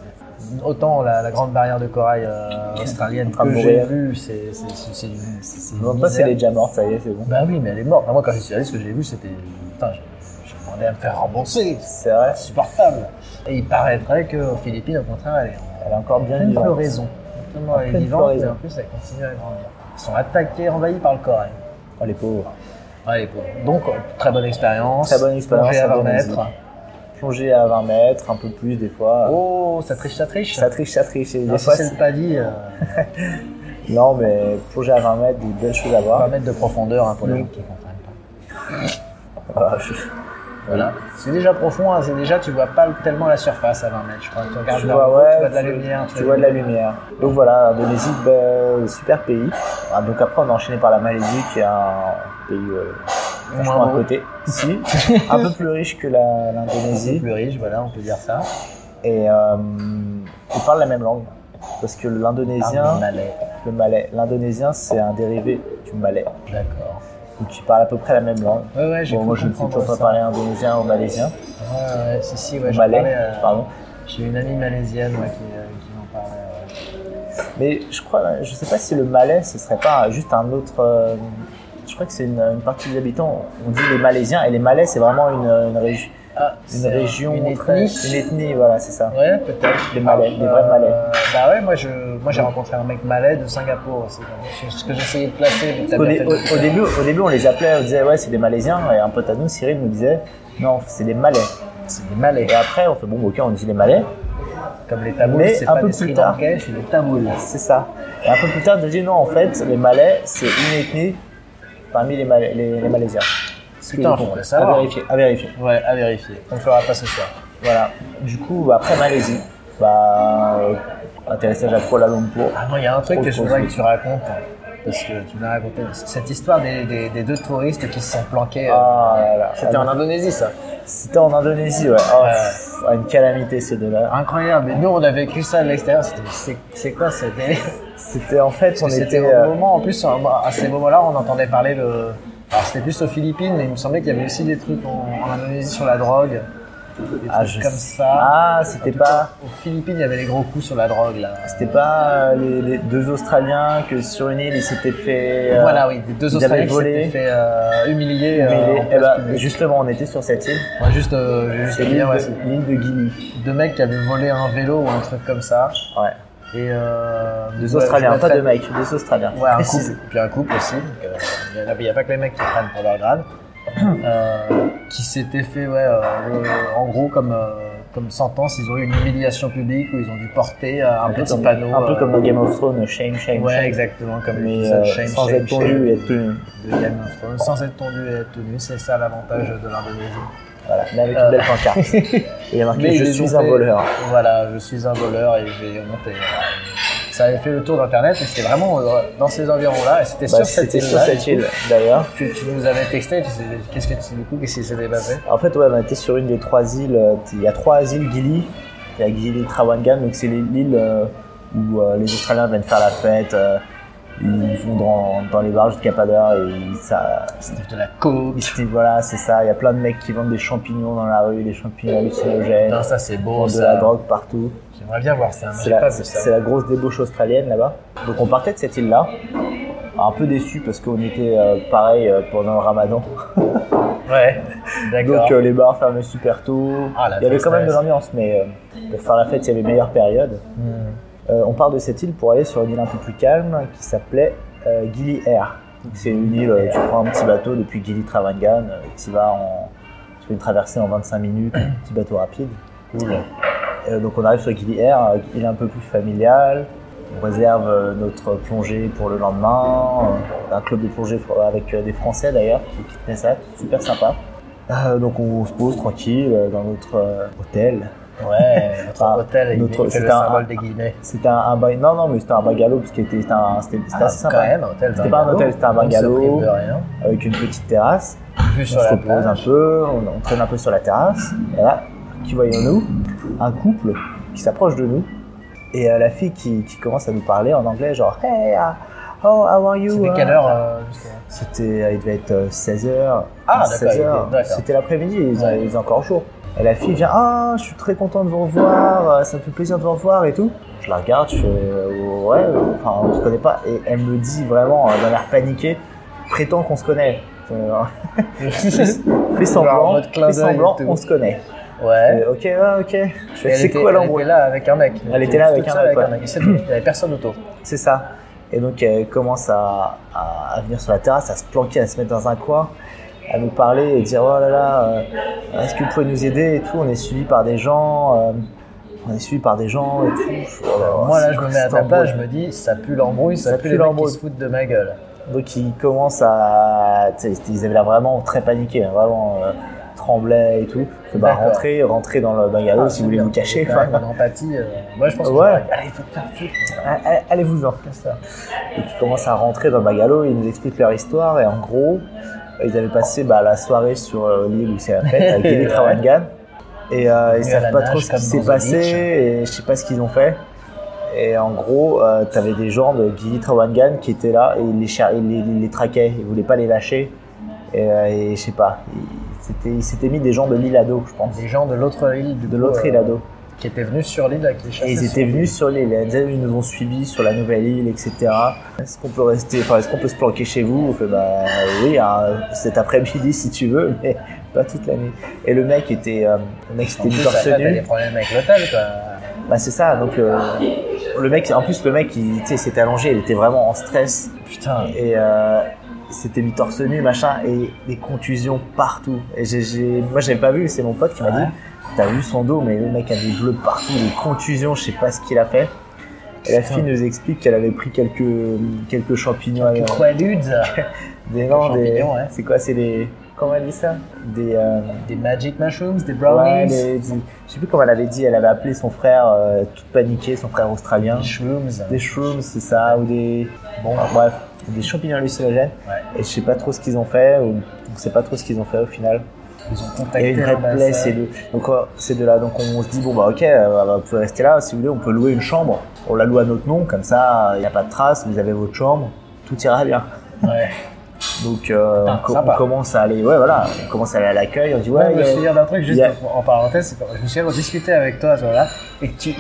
S2: Autant la, la grande barrière de corail euh, australienne
S3: train de
S2: que j'ai
S3: mourir.
S2: vue, c'est c'est- c'est- c'est une- c'est- c'est une
S3: Non, pas c'est
S2: misère.
S3: les déjà mortes, ça y est, c'est bon.
S2: Bah oui, mais elle est morte. Moi, quand je suis allé, ce que j'ai vu, c'était. Putain, j'ai- j'ai demandé à me faire rembourser. C'est
S3: C'est vrai,
S2: insupportable. Et il paraîtrait qu'aux Philippines, au contraire, elle est en
S3: elle est encore bien
S2: pleine
S3: vivante.
S2: floraison. Exactement,
S3: En
S2: elle est
S3: pleine
S2: vivante,
S3: floraison.
S2: mais en plus, elle continue à grandir. Ils sont attaqués, envahis par le corail.
S3: Oh, les pauvres.
S2: Ouais, les pauvres. Donc, euh, très bonne expérience.
S3: Très bonne expérience,
S2: Plongée à
S3: très
S2: 20
S3: bonne
S2: mètres.
S3: musique. Plongée à 20 mètres, un peu plus des fois.
S2: Oh, ça triche, ça triche.
S3: Ça triche, ça triche. Et
S2: Non,
S3: des
S2: si
S3: fois,
S2: c'est le paddy, euh,
S3: c'est- non, mais plongée à 20 mètres, des belles choses à
S2: 20
S3: voir.
S2: mètres de profondeur hein, pour les
S3: Oui.
S2: gens qui comprennent pas.
S3: Ah, je-
S2: Voilà. C'est déjà profond, hein, c'est déjà, tu vois pas tellement la surface à 20 mètres, je crois. Tu regardes
S3: Tu
S2: vers
S3: vois,
S2: le haut,
S3: ouais,
S2: tu vois de la lumière.
S3: Tu vois de la lumière. Donc voilà, Indonésie, ben, super pays. Ah, donc après, on a enchaîné par la Malaisie, qui est un pays euh, franchement
S2: Moins
S3: à
S2: beau.
S3: côté.
S2: *laughs*
S3: Si, un peu plus riche que la- l'Indonésie.
S2: plus riche, voilà, on peut dire ça.
S3: Et euh, ils parlent la même langue. Parce que l'indonésien,
S2: malais.
S3: le malais, l'indonésien, c'est un dérivé du malais.
S2: D'accord.
S3: Donc ils parlent à peu près la même langue.
S2: Ouais, ouais, j'ai
S3: Bon,
S2: cru
S3: moi, je ne sais
S2: comprendre
S3: toujours pas
S2: ça.
S3: parler indonésien ou malaisien.
S2: Ouais, ouais, si, si, ouais,
S3: ou
S2: je
S3: malais,
S2: parlais, euh,
S3: pardon.
S2: J'ai une amie malaisienne ouais, qui, euh, qui m'en parlait. ouais.
S3: Mais je crois, je sais pas si le malais, ce serait pas juste un autre. euh, je crois que c'est une, une partie des habitants. On dit les Malaisiens et les Malais, c'est vraiment une, une, régi- une
S2: Ah, C'est
S3: région,
S2: une
S3: très-
S2: ethnie.
S3: une ethnie, voilà, c'est ça.
S2: Ouais, peut-être.
S3: Des Malais, des vrais Malais.
S2: Bah ouais, moi je, moi j'ai rencontré un mec malais de Singapour aussi. C'est ce que j'essayais de placer. mais t'as
S3: Au,
S2: bien
S3: dé-
S2: fait de le
S3: au- au
S2: faire.
S3: début, au début, on les appelait, on disait ouais, c'est des Malaisiens. Et un pote à nous, Cyril, nous disait non, c'est des Malais.
S2: C'est des Malais.
S3: Et après, on fait bon, ok, on dit les Malais.
S2: Comme les Tamouls,
S3: Mais
S2: c'est
S3: un
S2: pas
S3: peu
S2: des
S3: plus
S2: Sri
S3: tard.
S2: Lankais, c'est des Tamouls.
S3: C'est ça. Et un peu plus tard, j'ai dit non, en fait, les Malais, c'est une ethnie parmi les, Mal- les, les Malaisiens. Ce qui
S2: Putain,
S3: est-
S2: faut le savoir.
S3: À vérifier, à vérifier.
S2: Ouais, à vérifier. On le fera pas ce soir.
S3: Voilà. Du coup, bah, après Malaisie, bah, euh, atterrissage à Kuala Lumpur.
S2: Ah non, il y a un truc
S3: Trop
S2: que je
S3: trop
S2: voudrais
S3: cool.
S2: que tu racontes. hein, Parce que tu m'as raconté. Cette histoire des, des- des deux touristes qui se sont planqués. euh,
S3: Ah là là.
S2: C'était
S3: Ah,
S2: en Indonésie, ça.
S3: C'était en Indonésie, ouais. Oh,
S2: Ouais.
S3: pff, ah, une calamité ces deux-là.
S2: Incroyable. Mais nous, on a vécu ça de l'extérieur. C'était- C'est c'est quoi ce délire
S3: C'était en fait, on
S2: Parce que
S3: était.
S2: C'était
S3: euh,
S2: au moment, en plus, à à ces moments-là, on entendait parler de. Alors, c'était plus aux Philippines, mais il me semblait qu'il y avait aussi des trucs en, en Indonésie sur la drogue. Des
S3: ah,
S2: trucs
S3: je-
S2: comme ça.
S3: Ah, c'était pas.
S2: Aux Philippines, il y avait les gros coups sur la drogue, là.
S3: C'était pas euh, les, les deux Australiens que sur une île ils s'étaient fait. euh,
S2: Voilà, oui, des deux
S3: ils avaient
S2: Australiens qui
S3: volé.
S2: s'étaient fait euh, humilier. euh,
S3: mais les-
S2: en
S3: eh
S2: place
S3: ben,
S2: publique.
S3: justement, on était sur cette île.
S2: Moi, juste, euh, j'ai juste
S3: C'est
S2: à
S3: l'île
S2: dire, ouais,
S3: de, l'île de Guinée.
S2: c'est deux mecs qui avaient volé un vélo ou un truc comme ça.
S3: Ouais.
S2: Et euh,
S3: Deux
S2: ouais,
S3: Australiens,
S2: je me
S3: pas
S2: traite-
S3: deux mecs, deux Australiens.
S2: Ouais, un
S3: Précise.
S2: couple, puis un couple aussi. donc, euh, Il n'y a, pas que les mecs qui prennent pour leur
S3: *clears throat*
S2: grade. Euh, qui s'était fait, ouais, euh, euh, en gros, comme, euh, comme sentence, ils ont eu une humiliation publique où ils ont dû porter euh, un
S3: Un peu
S2: petit
S3: comme-
S2: panneau.
S3: Un peu
S2: euh,
S3: comme dans Game of Thrones, shame, shame,
S2: Ouais,
S3: shame.
S2: exactement, comme
S3: Mais
S2: l'épisode
S3: euh,
S2: Shame,
S3: sans
S2: Shame,
S3: être tendu et être tenu.
S2: Shame de Game of Thrones, sans être tondu et être tenu, c'est ça l'avantage de l'Indonésie.
S3: Voilà, mais avec
S2: Euh.
S3: une belle pancarte.
S2: *laughs*
S3: Et il y a marqué
S2: Mais
S3: Je
S2: ils les
S3: suis
S2: ont
S3: un
S2: fait-
S3: voleur.
S2: Voilà, je suis un voleur et j'ai monté. euh, Ça avait fait le tour d'internet et c'était vraiment euh, dans ces environs-là et c'était
S3: Bah,
S2: sur cette
S3: C'était
S2: île.
S3: sur cette île d'ailleurs.
S2: que tu nous avais texté, tu sais, qu'est-ce que tu du coup, qu'est-ce qui s'était passé
S3: En fait, ouais, on était sur une des trois îles. euh, Il y a trois îles Gili. Il y a Gili Trawangan, donc c'est l'île- l'île euh, où euh, les Australiens viennent faire la fête. euh, ils vont dans, dans les barges de Capador et ils- ça,
S2: C'était de la coke.
S3: ils se disent, voilà, c'est ça. Il y a plein de mecs qui vendent des champignons dans la rue, des champignons hallucinogènes,
S2: Putain, ça c'est
S3: ils vendent
S2: beau,
S3: de
S2: ça.
S3: la drogue partout.
S2: J'aimerais bien voir ça, mais
S3: C'est
S2: j'ai
S3: la,
S2: pas vu ça.
S3: c'est la grosse débauche australienne là-bas. Donc on partait de cette île-là, un peu déçu parce qu'on était euh, pareil euh, pendant le ramadan.
S2: Ouais, d'accord.
S3: Donc euh, les bars fermaient super tôt.
S2: Ah, la
S3: il y avait quand même de
S2: tristesse.
S3: l'ambiance, mais euh, pour faire la fête, il y avait meilleure période.
S2: Hmm.
S3: Euh, on part de cette île pour aller sur une île un peu plus calme qui s'appelait euh, Gili Air. Donc, C'est une île, euh, tu prends un petit bateau depuis Gili Travangan, euh, tu vas en. Tu fais une traversée en 25 minutes, un petit bateau rapide.
S2: Cool.
S3: Euh, donc on arrive sur Gili Air, euh, île un peu plus familiale. On réserve euh, notre plongée pour le lendemain. euh, un club de plongée fr- avec euh, des Français d'ailleurs qui, qui tenaient ça, super sympa. Euh, donc on se pose tranquille euh, dans notre euh, hôtel.
S2: Ouais, notre
S3: Ah,
S2: hôtel, il-
S3: notre-
S2: il fait le
S3: c'est un-
S2: symbole des Guinées.
S3: C'était un, un ba- non non mais c'était un bungalow parce que c'était c'était un- c'était- c'était
S2: Ah,
S3: assez
S2: quand
S3: sympa
S2: même, un hôtel
S3: C'était pas un
S2: bungalow.
S3: hôtel, c'était un
S2: On ne se
S3: bungalow.
S2: prive de rien.
S3: avec une petite terrasse.
S2: Vue
S3: On
S2: sur
S3: se
S2: la
S3: repose un
S2: plage.
S3: peu, on, on traîne un peu sur la terrasse. Et là, qui voyons-nous Un couple qui s'approche de nous. Et euh, la fille qui, qui commence à nous parler en anglais, genre Hey, ah, oh, how are you
S2: C'était
S3: Ah.
S2: quelle heure euh, jusqu'à-
S3: C'était, euh, il devait être 16h.
S2: Ah, d'accord, il était- d'accord. *laughs*
S3: C'était l'après-midi, il faisait
S2: Ouais.
S3: il faisait encore jour. Et la fille vient, ah, je suis très content de vous revoir, euh, ça me fait plaisir de vous revoir et tout. Je la regarde, je fais, euh, ouais, euh, enfin, on se connaît pas. Et elle me dit vraiment, euh, d'un air paniqué, prétend qu'on se connaît. Euh, *laughs* fais
S2: Genre en
S3: semblant,
S2: mode clin
S3: fais
S2: d'œil et
S3: semblant,
S2: tout.
S3: on se connaît.
S2: Ouais.
S3: Euh, ok, ouais, ok. Je
S2: Et
S3: fais,
S2: elle
S3: c'est
S2: était-
S3: quoi
S2: Elle
S3: l'embrouille
S2: était là avec un mec.
S3: Elle était là
S2: Toute
S3: avec un
S2: seule
S3: mec, ouais.
S2: Et c'est tout. Il n'y avait personne autour.
S3: C'est ça. Et donc elle commence à, à- à venir sur la terrasse, à se planquer, à se mettre dans un coin, à nous parler et dire oh là là, euh, est-ce que vous pouvez nous aider et tout. On est suivi par des gens, euh, on est suivi par des gens et tout. Je- oh là là,
S2: Moi là,
S3: c'est
S2: je
S3: quoi
S2: me mets à
S3: cette
S2: ta place,
S3: embrouille
S2: je me dis, ça pue l'embrouille, ça,
S3: Ça
S2: pue
S3: pue
S2: les mecs qui
S3: l'embrouille.
S2: se foutent de ma gueule.
S3: Donc ils commencent à, tu sais, ils avaient l'air vraiment très paniqués, hein, vraiment euh, tremblaient et tout. Je fais, bah
S2: D'accord. Ah,
S3: rentrez, rentrez dans le dans le galop si vous voulez vous cacher.
S2: Quand
S3: enfin.
S2: même, une empathie. euh, Moi, je pense que
S3: Ouais.
S2: j'aurais- Allez, faut te faire foutre.
S3: Allez- Allez-vous-en. Et qui commencent à rentrer dans le bagalo, ils nous expliquent leur histoire et en gros, ils avaient passé bah, la soirée sur euh, l'île où c'est la
S2: *laughs*
S3: fête avec Gilly
S2: Ouais.
S3: Trawangan et euh, ils
S2: Venus à la
S3: savent pas
S2: nage,
S3: trop ce
S2: comme
S3: qui s'est
S2: dans The
S3: passé
S2: Beach.
S3: et je sais pas ce qu'ils ont fait. Et en gros, euh, t'avais des gens de Gilly Trawangan qui étaient là et ils les, cher- ils les, ils les traquaient, ils voulaient pas les lâcher et, euh, et je sais pas, ils s'étaient- ils s'étaient mis des gens de l'île à dos, je pense,
S2: Des gens de l'autre île, du
S3: de
S2: coup,
S3: l'autre
S2: euh,
S3: île à dos.
S2: qui étaient venus sur l'île, qui
S3: Et
S2: chassaient
S3: ils
S2: sur-
S3: étaient venus sur l'île, ils disaient, ils nous ont suivis sur la nouvelle île, etc. Est-ce qu'on peut rester, enfin, est-ce qu'on peut se planquer chez vous On fait, bah oui, hein, cet après-midi si tu veux, mais pas toute la nuit. Et le mec était, euh, le mec
S2: En
S3: c'était
S2: plus,
S3: mis
S2: après,
S3: torse
S2: t'as des
S3: nu.
S2: problèmes avec l'hôtel, quoi.
S3: Bah c'est ça, donc euh, le mec, en plus le mec, il tu sais, il s'était allongé, il était vraiment en stress.
S2: Putain.
S3: Et, euh, c'était mi torse nu, machin, et des contusions partout. Et j'ai, j'ai- moi, j'avais pas vu, c'est mon pote qui m'a dit, t'as vu son dos, mais le mec a des bleus partout, des contusions, je sais pas ce qu'il a fait. Et la fille nous explique qu'elle avait pris quelques, quelques champignons.
S2: Que
S3: avec-
S2: Quoi, Ludes
S3: Des, non,
S2: Des
S3: des-
S2: champignons, ouais.
S3: C'est quoi, c'est des, comment elle dit ça? Des, euh,
S2: Des Magic Mushrooms, des
S3: ouais,
S2: Brownies,
S3: des- des- je sais plus comment elle avait dit, elle avait appelé son frère, euh, toute paniquée, son frère australien.
S2: des Shrooms.
S3: Des shrooms, c'est ça, ou des. Bon, bref, des champignons hallucinogènes.
S2: Ouais.
S3: Et je sais pas trop ce qu'ils ont fait, ou on sait pas trop ce qu'ils ont fait au final.
S2: Ils ont
S3: Il y a
S2: contacté
S3: une vraie plaie,
S2: l'ambassade.
S3: c'est de. Donc, euh, c'est de là. Donc, on se dit, bon, bah, ok, euh, vous pouvez rester là, si vous voulez, on peut louer une chambre. On la loue à notre nom, comme ça, il n'y a pas de traces, vous avez votre chambre, tout ira bien.
S2: Ouais.
S3: Donc, euh,
S2: Ah,
S3: on, co-
S2: sympa.
S3: on commence à aller. Ouais, voilà, on commence à aller à l'accueil, on dit, ouais,
S2: Ouais, je me
S3: il y a-
S2: souviens d'un truc bah, juste
S3: Yeah.
S2: en en parenthèse, c'est quand je me souviens qu'on discutait avec toi à ce moment-là et que tu,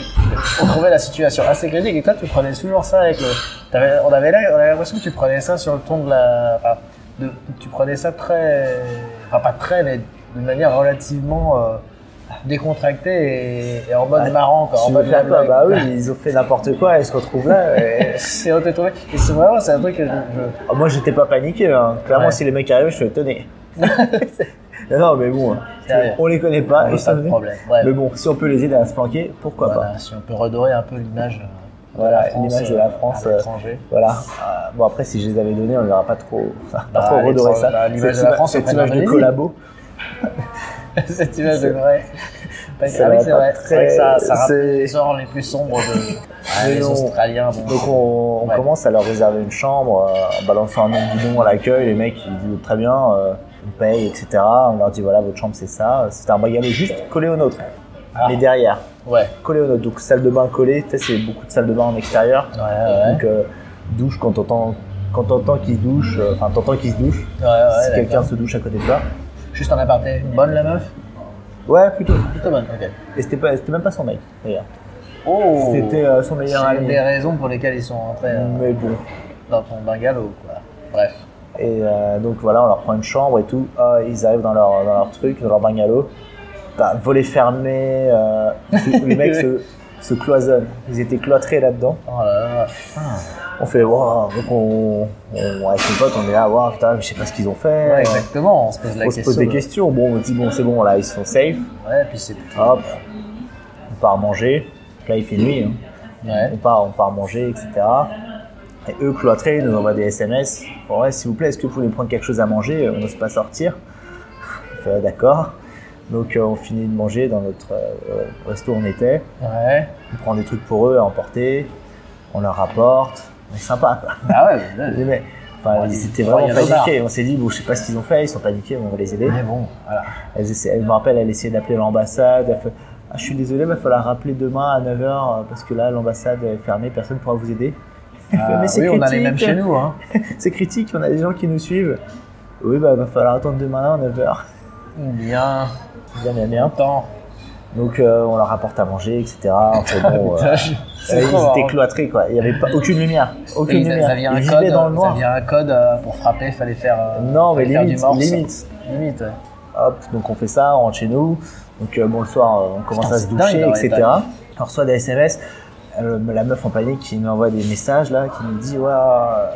S2: on trouvait la situation assez critique et toi tu prenais toujours ça avec le, t'avais- on avait l'œil- on avait l'impression que tu prenais ça sur le ton de la, enfin, de- tu prenais ça très, enfin pas très mais de manière relativement euh, décontractée et, et en mode
S3: Ah,
S2: marrant quoi, en
S3: tu
S2: mode
S3: veux faire quoi
S2: blague.
S3: Bah oui, ils ont fait n'importe quoi, ils se retrouvent là. et-
S2: *laughs* c'est on t'est tombé et c'est vraiment c'est un truc que je, je-
S3: Ah, moi, j'étais pas paniqué. hein. Clairement,
S2: Ouais.
S3: si les mecs arrivaient, je suis
S2: *laughs*
S3: étonné. non, non, mais bon, hein.
S2: Sérieux.
S3: on les connaît pas.
S2: on
S3: ils
S2: a
S3: sont
S2: pas de
S3: venus.
S2: problème. Bref,
S3: Mais bon, si on peut les aider à se planquer, pourquoi pas
S2: voilà, si on peut redorer un peu l'image. euh, de
S3: Voilà,
S2: la France,
S3: l'image de la
S2: euh,
S3: France,
S2: à
S3: euh,
S2: l'étranger.
S3: Voilà. Euh, bon, après, si je les avais donnés, on leur a pas trop, pas
S2: Bah,
S3: trop
S2: les
S3: redoré
S2: trans-
S3: ça.
S2: bah, l'image
S3: Cette
S2: de la
S3: ima-
S2: France, on
S3: cette
S2: fait
S3: image de
S2: l'Indonésie.
S3: collabo.
S2: *laughs* Cette image de vrai. Ah oui,
S3: Ça
S2: c'est
S3: va
S2: vrai.
S3: pas
S2: C'est vrai que ça, ça
S3: très-
S2: rappelle
S3: c'est-
S2: les genres les plus sombres de Ah,
S3: Mais
S2: les
S3: non.
S2: Australiens. bon.
S3: Donc, on, on
S2: Ouais.
S3: commence à leur réserver une chambre euh, en balançant un nom du nom à l'accueil. Les mecs, ils disent très bien, euh, on paye, etc. On leur dit voilà, votre chambre, c'est ça. C'était un bagage juste collé au nôtre,
S2: Ah.
S3: mais derrière.
S2: Ouais.
S3: collé au nôtre. Donc salle de bain collée, tu sais, c'est beaucoup de salles de bain en extérieur.
S2: Ouais, ouais.
S3: Donc euh, douche quand t'entends quand t'entends qu'ils se douchent, euh, enfin t'entends qu'ils se douchent,
S2: Ouais, Ah ouais,
S3: si
S2: d'accord.
S3: quelqu'un se douche à côté de toi.
S2: Juste en aparté. Bonne la meuf
S3: Ouais, plutôt.
S2: Plutôt bonne, ok.
S3: Et c'était pas, c'était même pas son mec d'ailleurs.
S2: Oh
S3: C'était euh, son meilleur
S2: C'est une
S3: ami.
S2: des raisons pour lesquelles ils sont rentrés euh,
S3: Mais bon.
S2: dans ton bungalow, quoi. Bref.
S3: Et euh, donc voilà, on leur prend une chambre et tout. Ah, ils arrivent dans leur, dans leur truc, dans leur bungalow. Bah, volet fermé, euh, les mecs
S2: *laughs*
S3: se, se cloisonnent. Ils étaient cloîtrés là-dedans.
S2: Oh là là.
S3: On fait waouh, donc on, on avec mes potes, on est là, waouh, putain, mais je sais pas ce qu'ils ont fait.
S2: Ouais, exactement, on se pose la
S3: on se
S2: question.
S3: pose des
S2: de-
S3: questions. Bon, on dit bon, c'est bon, là, ils sont safe.
S2: Ouais, puis c'est.
S3: Hop, on part manger. Là, il fait nuit. hein.
S2: Ouais.
S3: On part, on part manger, etc. Et eux, cloîtrés, ils nous envoient des SMS. Bon, ouais, s'il vous plaît, est-ce que vous voulez prendre quelque chose à manger Euh, On n'ose pas sortir. On fait, ouais, d'accord. Donc, euh, on finit de manger dans notre euh, resto où on était.
S2: Ouais.
S3: On prend des trucs pour eux à emporter. On leur rapporte. C'est sympa, quoi.
S2: Ah ouais,
S3: *laughs*
S2: mais là,
S3: Les mecs, Enfin,
S2: Ouais,
S3: ils
S2: ils-
S3: étaient vraiment
S2: ouais, il y a le
S3: paniqués. On s'est dit, bon, je sais pas ce qu'ils ont fait, ils sont paniqués, on va les aider.
S2: mais bon, voilà.
S3: Elles essaient- elle me rappelle, elle essayait d'appeler l'ambassade. Elle fait, ah, je suis désolé, il va falloir rappeler demain à 9h parce que là, l'ambassade est fermée, personne ne pourra vous aider. Elle fait,
S2: Ah,
S3: mais c'est
S2: oui, on a les mêmes
S3: critique,
S2: chez nous, hein.
S3: c'est critique, on a des gens qui nous suivent. Oui, bah, va falloir attendre demain là à 9h.
S2: Bien,
S3: *laughs* Bien, bien, bien.
S2: temps.
S3: Donc, euh, on leur apporte à manger, etc. On fait, bon,
S2: *laughs*
S3: euh,
S2: Putain, je-
S3: euh,
S2: c'est trop
S3: ils
S2: marrant.
S3: étaient cloîtrés, quoi. Il n'y avait pas, aucune lumière. Aucune
S2: Et ils,
S3: lumière.
S2: avaient un
S3: ils
S2: code,
S3: vivaient dans le
S2: vous
S3: noir.
S2: aviez un code euh, pour frapper, fallait faire. euh,
S3: Non, mais
S2: fallait faire
S3: limite,
S2: du morse.
S3: limite.
S2: Limite, ouais.
S3: Hop, donc on fait ça, on rentre chez nous. Donc euh, bon, le soir, euh, on commence
S2: Putain,
S3: à se
S2: c'est dingue,
S3: doucher,
S2: leur
S3: etc.
S2: état.
S3: On reçoit des SMS. Euh, la meuf en panique qui nous envoie des messages là, qui nous dit ouais, euh,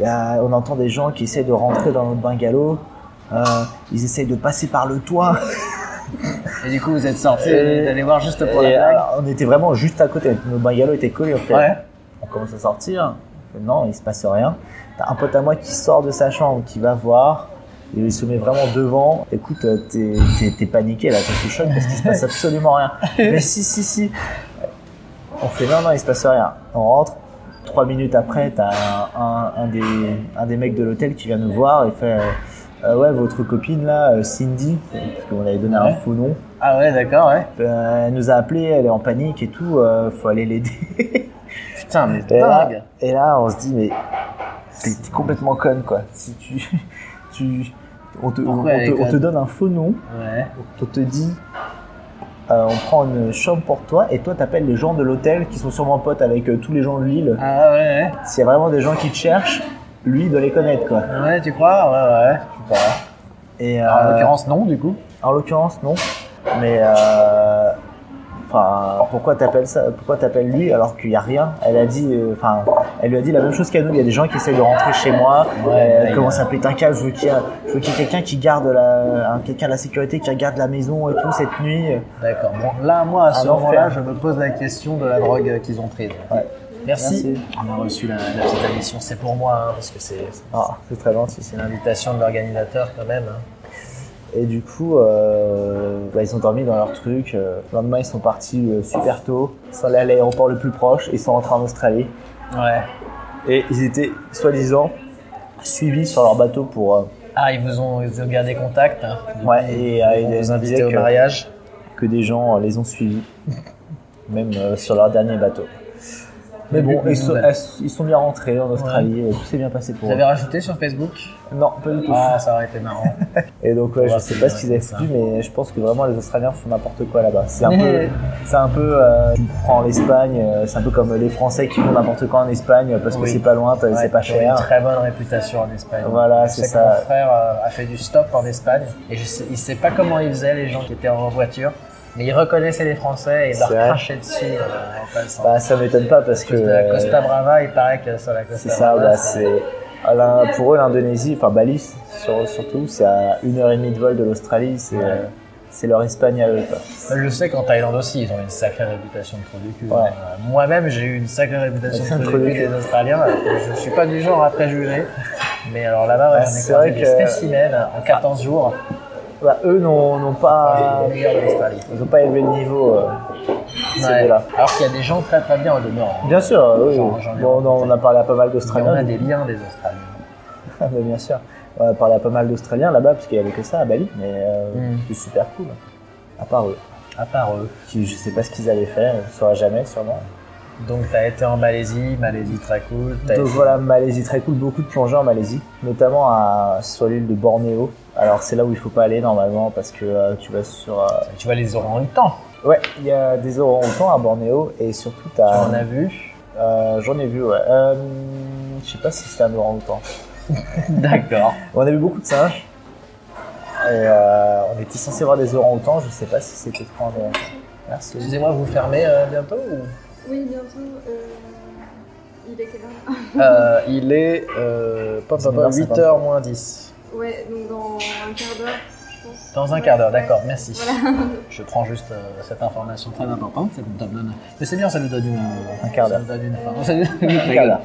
S3: y a- on entend des gens qui essaient de rentrer dans notre bungalow. Euh, ils essayent de passer par le toit. *laughs*
S2: Et du coup, vous êtes sorti
S3: Et-
S2: d'aller voir juste pour
S3: Euh, Et,
S2: la blague.
S3: alors, on était vraiment juste à côté. Nos bungalows étaient collés. On fait,
S2: euh, ouais.
S3: on commence à sortir. Non, il se passe rien. T'as un pote à moi qui sort de sa chambre, qui va voir. Il se met vraiment devant. Écoute, euh, t'es t'es- t'es paniqué là, t'es sous choc parce qu'il se passe absolument rien. Mais si, si, si. On fait non, non, il se passe rien. On rentre. Trois minutes après, t'as un, un, un des, un des mecs de l'hôtel qui vient nous voir et fait euh, Euh, Ouais, votre copine là, euh, Cindy, parce qu'on avait donné un
S2: Ouais.
S3: faux nom,
S2: Ah ouais, d'accord, ouais.
S3: euh, elle nous a appelé, elle est en panique et tout, euh, faut aller l'aider. *laughs*
S2: Putain, mais
S3: Et là,
S2: dingue.
S3: et là, on se dit, mais t'es t'es complètement conne, quoi. Si tu. *laughs* tu on, te, on,
S2: Pourquoi elle
S3: te,
S2: est
S3: on te
S2: conne
S3: donne un faux nom,
S2: Ouais.
S3: on te dit, euh, on prend une chambre pour toi, et toi, t'appelles les gens de l'hôtel qui sont sûrement potes avec euh, tous les gens de l'île.
S2: Ah ouais,
S3: S'il y a vraiment des gens qui te cherchent, lui, il doit les connaître, quoi.
S2: ouais. Ouais, tu crois Ouais, ouais. Je sais pas.
S3: Et,
S2: Alors, Ah, En
S3: euh,
S2: l'occurrence, non, du coup.
S3: en l'occurrence, non. Mais. euh, Enfin, pourquoi t'appelles ça Pourquoi t'appelles lui alors qu'il n'y a rien Elle a dit, euh, enfin, Elle lui a dit la même chose qu'à nous. Il y a des gens qui essayent de rentrer chez moi. Euh,
S2: Ouais,
S3: elle
S2: ouais,
S3: commence à péter un câble. Je veux qu'il y a- je veux qu'il y ait quelqu'un qui garde la, un- quelqu'un de la sécurité qui regarde la maison et tout cette nuit.
S2: D'accord. Bon, là, moi, à ce
S3: Un
S2: moment-là,
S3: enfer.
S2: je me pose la question de la drogue euh, qu'ils ont prise.
S3: Ouais.
S2: Merci.
S3: Merci.
S2: On a reçu la, la petite admission. C'est pour moi, hein, parce que c'est
S3: Ah, c'est très gentil.
S2: c'est l'invitation de l'organisateur quand même. hein.
S3: Et du coup, euh, bah, ils ont dormi dans leur truc. euh, le lendemain, ils sont partis euh, super tôt. Ils sont allés à l'aéroport le plus proche et ils sont rentrés en Australie.
S2: Ouais.
S3: Et ils étaient, soi-disant, suivis sur leur bateau pour... euh,
S2: Ah, ils vous ont, ils vous ont gardé contact. hein.
S3: ouais, et euh,
S2: Ils
S3: ils
S2: vont vous
S3: disaient
S2: inviter au
S3: que-
S2: mariage.
S3: que des gens euh, les ont suivis, même euh, sur leur dernier bateau. Mais bon,
S2: Plus
S3: ils
S2: de
S3: sont,
S2: nouvelles.
S3: ils sont bien rentrés en Australie, euh, tout s'est bien passé pour
S2: Vous
S3: eux.
S2: avez rajouté sur Facebook
S3: Non, pas du tout.
S2: Ah, ça aurait été marrant.
S3: Et donc, ouais,
S2: On
S3: je
S2: va
S3: sais
S2: se
S3: pas ce qu'ils avaient
S2: ça.
S3: foutu, mais je pense que vraiment les Australiens font n'importe quoi là-bas. C'est un
S2: *laughs*
S3: peu,
S2: Mais-
S3: c'est un peu, euh, tu prends l'Espagne, euh, c'est un peu comme les Français qui font n'importe quoi en Espagne parce que
S2: Oui.
S3: c'est pas loin, t'as-
S2: Ouais,
S3: *laughs* c'est pas
S2: qui a une
S3: cher.
S2: très bonne réputation en Espagne.
S3: Voilà,
S2: Je
S3: c'est
S2: sais
S3: ça.
S2: que mon frère euh, a fait du stop en Espagne et je sais, il sait pas comment ils faisaient les gens qui étaient en voiture, mais ils reconnaissaient les Français et ils leur
S3: C'est vrai.
S2: crachaient dessus euh, en passant.
S3: Bah, ça m'étonne pas parce que
S2: Parce que la
S3: euh,
S2: Costa Brava, il paraît que sur la Costa
S3: c'est ça,
S2: Brava,
S3: bah, c'est à l'in- pour eux l'Indonésie, enfin Bali sur- surtout, c'est à une heure et demie de vol de l'Australie, c'est
S2: Ouais.
S3: euh, c'est leur Espagne à eux. quoi.
S2: Je sais qu'en Thaïlande aussi, ils ont une sacrée réputation de trou du cul.
S3: Ouais.
S2: Euh, Moi-même, j'ai eu une sacrée réputation de trou du cul des Australiens. Je suis pas du genre à préjuger. Mais alors là-bas, ouais,
S3: Ouais,
S2: on est
S3: c'est
S2: croisé
S3: vrai
S2: des
S3: que-
S2: spécimens en 14 jours.
S3: Bah, eux n'ont n'ont pas,
S2: Les meilleurs de l'Australie.
S3: ils ont pas élevé le niveau. euh,
S2: Ouais.
S3: ces là
S2: Alors qu'il y a des gens très très bien au demeurant.
S3: Bien sûr, euh, oui.
S2: J'en- j'en ai
S3: Bon, on, en- on a parlé à pas mal
S2: Il y en
S3: d'Australiens.
S2: a
S3: *laughs*
S2: des liens des Australiens.
S3: Ah, bah, bien sûr. On a parlé à pas mal d'Australiens là-bas, parce qu'il y avait que ça à Bali, mais euh,
S2: Mm.
S3: c'était super cool. À part eux,
S2: À part eux.
S3: qui, je sais pas ce qu'ils avaient fait, on ne saura jamais sûrement.
S2: Donc t'as été en Malaisie, Malaisie très cool. t'as
S3: Donc
S2: été-
S3: voilà, Malaisie très cool, beaucoup de plongeurs en Malaisie, notamment à, sur l'île de Bornéo. Alors c'est là où il faut pas aller normalement, parce que euh, tu vas sur... euh,
S2: Tu vois les orangs-outans,
S3: Ouais, il y a des orang-outans à Bornéo, et surtout
S2: tu
S3: t'as...
S2: en as
S3: *laughs*
S2: vu.
S3: Euh, J'en ai vu, ouais. Euh, je sais pas si c'était un orang-outan.
S2: D'accord.
S3: On a vu beaucoup de singes. Et euh, on était censé voir des orang-outans, je sais pas si c'était trop un orang-outan. Merci.
S2: Excusez-moi, vous fermez euh, bientôt ou...
S4: Oui, bientôt. euh, Il est quelle heure
S2: Euh, Il est euh, pop, pop, pop,
S3: 19h50.
S2: 8h moins 10.
S4: Ouais, donc dans un quart d'heure, je pense.
S2: Dans un
S4: Ouais,
S2: quart d'heure,
S4: ouais.
S2: d'accord, merci.
S4: Voilà.
S2: *laughs* Je prends juste euh, cette information très importante. Ça nous donne... Mais c'est bien, ça nous donne une... euh,
S3: Un quart d'heure.
S2: Ça nous donne une fin. Ça nous *laughs* donne une
S3: Un quart d'heure.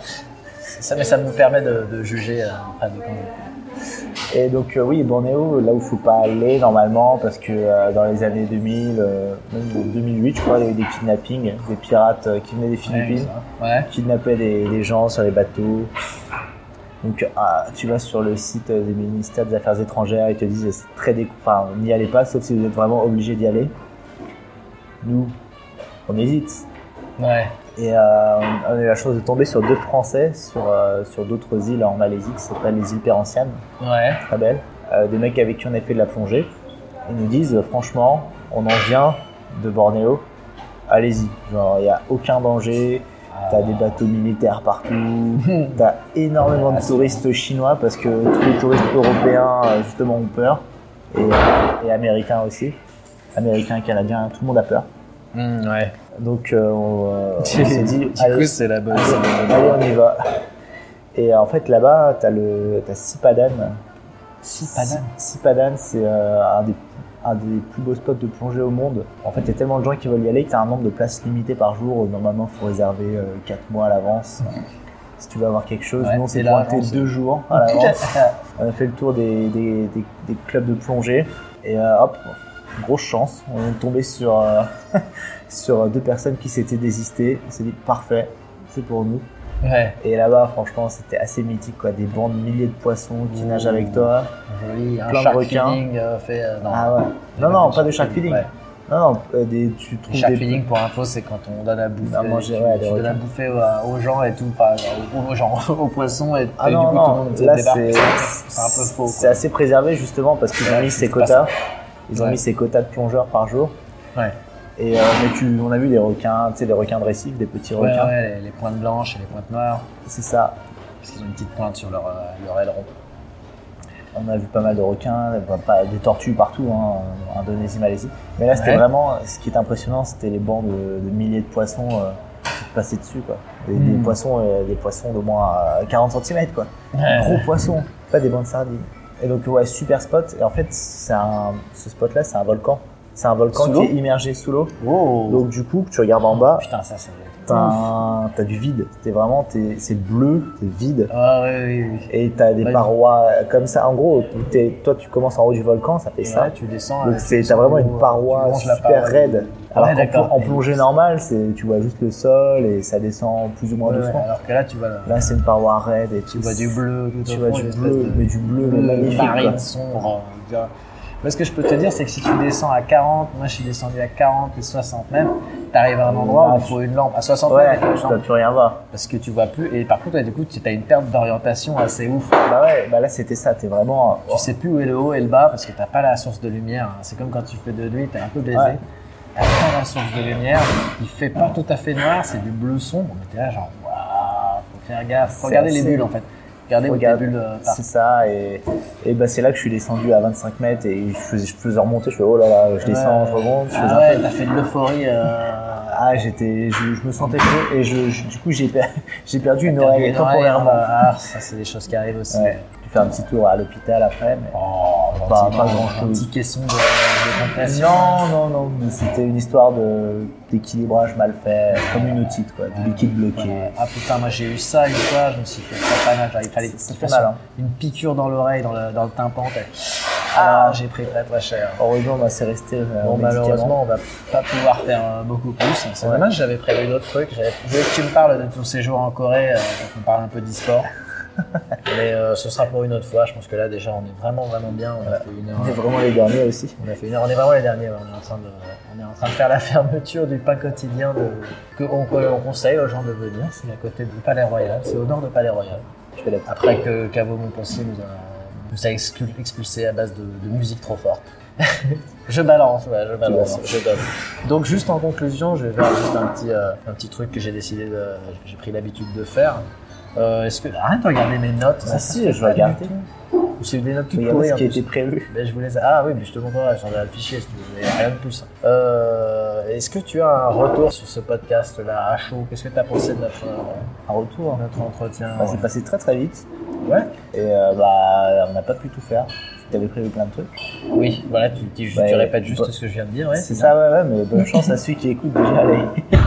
S2: Ça, mais ça me permet de, de juger euh, après de quand
S3: Et donc euh, oui, Bornéo, là où faut pas aller normalement, parce que euh, dans les années 2000, euh, même en 2008, je crois, il y a eu des kidnappings, des pirates euh, qui venaient des Philippines,
S2: Ouais.
S3: kidnappaient des, des gens sur les bateaux. Donc ah, tu vas sur le site euh, des ministères des Affaires étrangères, ils te disent euh, c'est très déco- enfin n'y allez pas, sauf si vous êtes vraiment obligé d'y aller. Nous, on hésite.
S2: Ouais.
S3: Et euh, on a eu la chance de tomber sur deux Français sur, euh, sur d'autres îles en Malaisie qui s'appellent les îles Pérantianes
S2: Ouais.
S3: très belle, euh, des mecs avec qui on a fait de la plongée. Ils nous disent euh, franchement, on en vient de Bornéo, allez-y. Genre, il n'y a aucun danger, t'as des bateaux militaires partout, t'as énormément de touristes chinois parce que tous les touristes européens euh, justement ont peur, et, et américains aussi. Américains, canadiens, tout le monde a peur.
S2: Hmm, ouais.
S3: Donc euh, on, euh,
S2: *laughs*
S3: on s'est dit,
S2: Du coup,
S3: allez,
S2: c'est la bonne. c'est la bonne-
S3: allez, Ah on y va. Et euh, en fait là-bas, t'as le, t'as Sipadan,
S2: Sipadan.
S3: Sipadan, c'est euh, un, des, un des plus beaux spots de plongée au monde. En fait, il y a tellement de gens qui veulent y aller que tu as un nombre de places limitées par jour. Euh, Normalement, il faut réserver 4 mois à l'avance. euh, Si tu veux avoir quelque chose,
S2: Ouais,
S3: nous on s'est
S2: et là,
S3: pointé
S2: on se-
S3: deux jours
S2: *laughs*
S3: à l'avance. on a fait le tour des, des- des- des clubs de plongée et euh, hop, grosse chance. On est tombé sur, euh, *laughs* sur euh, deux personnes qui s'étaient désistées. On s'est dit parfait, c'est pour nous.
S2: ouais.
S3: Et là-bas, franchement, c'était assez mythique quoi. Des bandes, milliers de poissons qui
S2: Ouh.
S3: nagent avec toi.
S2: Joli. Un
S3: Plein de
S2: shark
S3: requins.
S2: feeding euh, fait. euh, non.
S3: Ah ouais. Non, non, pas de shark feeding.
S2: Ouais.
S3: Non, non, euh, des, tu
S2: Le
S3: trouves
S2: shark
S3: des...
S2: feeding, pour info, c'est quand on donne à bouffer.
S3: À manger,
S2: tu,
S3: ouais,
S2: tu
S3: des
S2: donnes à
S3: requins.
S2: bouffer euh, aux gens et tout, enfin, aux, aux gens, *laughs* aux poissons et,
S3: Ah
S2: et
S3: non,
S2: du coup tout le
S3: non,
S2: monde se
S3: là
S2: débarque.
S3: c'est...
S2: C'est un peu faux.
S3: C'est assez préservé justement parce qu'ils ont mis ces
S2: c'est pas
S3: quotas. Ils ont
S2: Ouais.
S3: mis ces quotas de plongeurs par jour.
S2: quoi. Ouais.
S3: Et euh, mais tu, on a vu des requins, tu sais, des requins de récif, des petits
S2: Ouais,
S3: requins.
S2: ouais, les, les pointes blanches et les pointes noires,
S3: C'est ça.
S2: parce qu'ils ont une petite pointe sur leur, euh, leur aileron.
S3: On a vu pas mal de requins, bah, pas- des tortues partout, hein, en Indonésie, Malaisie. Mais là, c'était
S2: Ouais.
S3: vraiment, ce qui est impressionnant, c'était les bancs de, de milliers de poissons euh, qui passer dessus, quoi. Des,
S2: Mm.
S5: Hmm.
S3: des poissons, euh, des poissons d'au moins euh, 40 cm, quoi. Gros poissons, pas des bandes sardines. Et donc, ouais, super spot. Et en fait, c'est un, ce spot-là, c'est un volcan. C'est un volcan
S5: Sous
S3: qui
S5: l'eau
S3: est immergé sous l'eau.
S5: Wow.
S3: Donc, du coup, que tu regardes Oh. en bas,
S2: Putain, ça, ça.
S3: t'as un- t'as du vide. T'es vraiment, t'es- c'est bleu, c'est vide.
S2: Ah, oui, oui, oui.
S3: Et t'as des
S2: Ouais.
S3: parois euh, comme ça. En gros, t'es- toi, tu commences en haut du volcan, ça fait
S2: Et
S3: ça.
S2: là, tu descends.
S3: Donc
S2: avec-
S3: c'est t'as vraiment
S2: tu
S3: une paroi
S2: longes la
S3: super
S2: paroi.
S3: raide. Alors
S2: Ouais,
S3: qu'en
S2: d'accord.
S3: plong- en plongée normale, c'est tu vois juste le sol et ça descend plus ou moins
S2: Ouais, ouais,
S3: doucement.
S2: alors que là, tu vois, le-
S3: Là c'est une paroi raide et
S2: tu vois du bleu, tout
S3: tu
S2: au
S3: vois
S2: fond,
S3: du
S2: une espèce
S3: bleu,
S2: de-
S3: mais du bleu
S2: Mmh,
S3: mais magnifique. quoi.
S2: marine sombre. on dirait. euh, Mais ce que je peux te dire, c'est que si tu descends à 40, moi je suis descendu à 40 et 60 même, t'arrives à un endroit où il faut une lampe. À 60 mètres,
S3: Ah, Ouais,
S2: il faut une
S3: tu peux
S2: lampe.
S3: plus rien voir.
S2: Parce que tu vois plus, et par contre, ouais, du coup, tu as une perte d'orientation assez ouf.
S3: Bah ouais, bah là c'était ça, t'es vraiment.
S2: Tu sais plus où est le haut et le bas parce que t'as pas la source de lumière. hein. C'est comme quand tu fais de nuit, t'es un peu baisé.
S3: Ouais.
S2: T'as pas la source de lumière. Il fait pas tout à fait noir, c'est du bleu sombre. Mais t'es là genre, waouh, faut faire gaffe. Faut
S3: C'est
S2: regarder les
S3: assez-
S2: bulles en fait. Regardez où tes
S3: Regarde,
S2: bulles euh, partent.
S3: C'est ça, et, et bah c'est là que je suis descendu à 25 mètres et je faisais, je faisais remonter, je fais oh là là, je descends,
S2: Ouais.
S3: je remonte, je faisais
S2: Ah
S3: un
S2: ouais, t'as fait de l'euphorie. euh,
S3: Ah, j'étais, je, je me sentais chaud et je, je- du coup j'ai per- *laughs* j'ai perdu une
S2: Perdu
S3: oreille
S2: une oreille, hein.
S3: temporairement.
S2: Ah, ça, c'est des choses qui arrivent aussi.
S3: Ouais. Tu fais un petit tour à l'hôpital après. Mais...
S2: Oh,
S3: Pas-
S2: gentiment,
S3: pas grand-chose.
S2: Un petit caisson de, de compression.
S3: Non, non, non, mais c'était une histoire de d'équilibrage mal fait, comme une otite quoi, du liquide bloqué.
S2: Ouais. Ah putain, moi j'ai eu ça une fois, je me suis fait très mal. genre, Il fallait
S3: Ça
S2: qu'il
S3: fait
S2: fasse
S3: mal, hein.
S2: une piqûre dans l'oreille, dans le, dans le tympan. t'as- Ah, j'ai pris très très cher.
S3: Heureusement, bah, c'est resté euh,
S2: Bon,
S3: au médicament.
S2: malheureusement, on va pas pouvoir faire euh, beaucoup plus. C'est
S3: Ouais.
S2: dommage, j'avais prévu d'autres trucs. J'avais- Je voulais que tu me parles de ton séjour en Corée, euh, pour qu'on parle un peu *laughs* d'e-sport. Mais euh, ce sera pour une autre fois. Je pense que là, déjà, on est vraiment, vraiment bien. On a fait une heure.
S3: On est vraiment les derniers aussi.
S2: On a fait une heure, on est vraiment les derniers, ouais. on est en train de, on est en train de faire la fermeture du pain quotidien de, que on, que l'on conseille aux gens de venir, c'est à côté du Palais Royal, c'est au nord de Palais Royal.
S3: Je fais la petite-
S2: Après que Cavo Montpensier nous a, nous a exclu- expulsés à base de, de musique trop forte. *laughs* je balance, ouais, je balance,
S3: balances.
S2: je donne. Donc juste en conclusion, je vais faire juste un petit, euh, un petit truc que j'ai décidé, de, que j'ai pris l'habitude de faire. Euh, est-ce que arrête de regarder mes notes
S3: Ah
S2: se
S3: si,
S2: fait
S3: je
S2: pas du
S3: regarde.
S2: tout. C'est des notes toutes
S3: Regardez
S2: pourries
S3: ce
S2: en
S3: qui
S2: plus.
S3: était prévu.
S2: Ben, je vous laisse. Ah oui, mais je te montrerai, j'en ai le fichier si tu veux, mais rien de plus. hein. Euh, Est-ce que tu as un retour sur ce podcast-là à chaud Qu'est-ce que tu as pensé de notre, euh,
S3: Un retour. hein.
S2: notre entretien
S3: Bah, c'est passé très très vite
S2: Ouais.
S3: et euh, bah on n'a pas pu tout faire. T'avais prévu plein de trucs.
S2: Oui, voilà, tu, tu- tu
S3: Ouais.
S2: répètes juste
S3: Ouais.
S2: ce que je viens de dire. Ouais,
S3: Bah, c'est
S2: bien.
S3: ça, ouais, ouais, mais bonne chance à celui qui écoute déjà. les-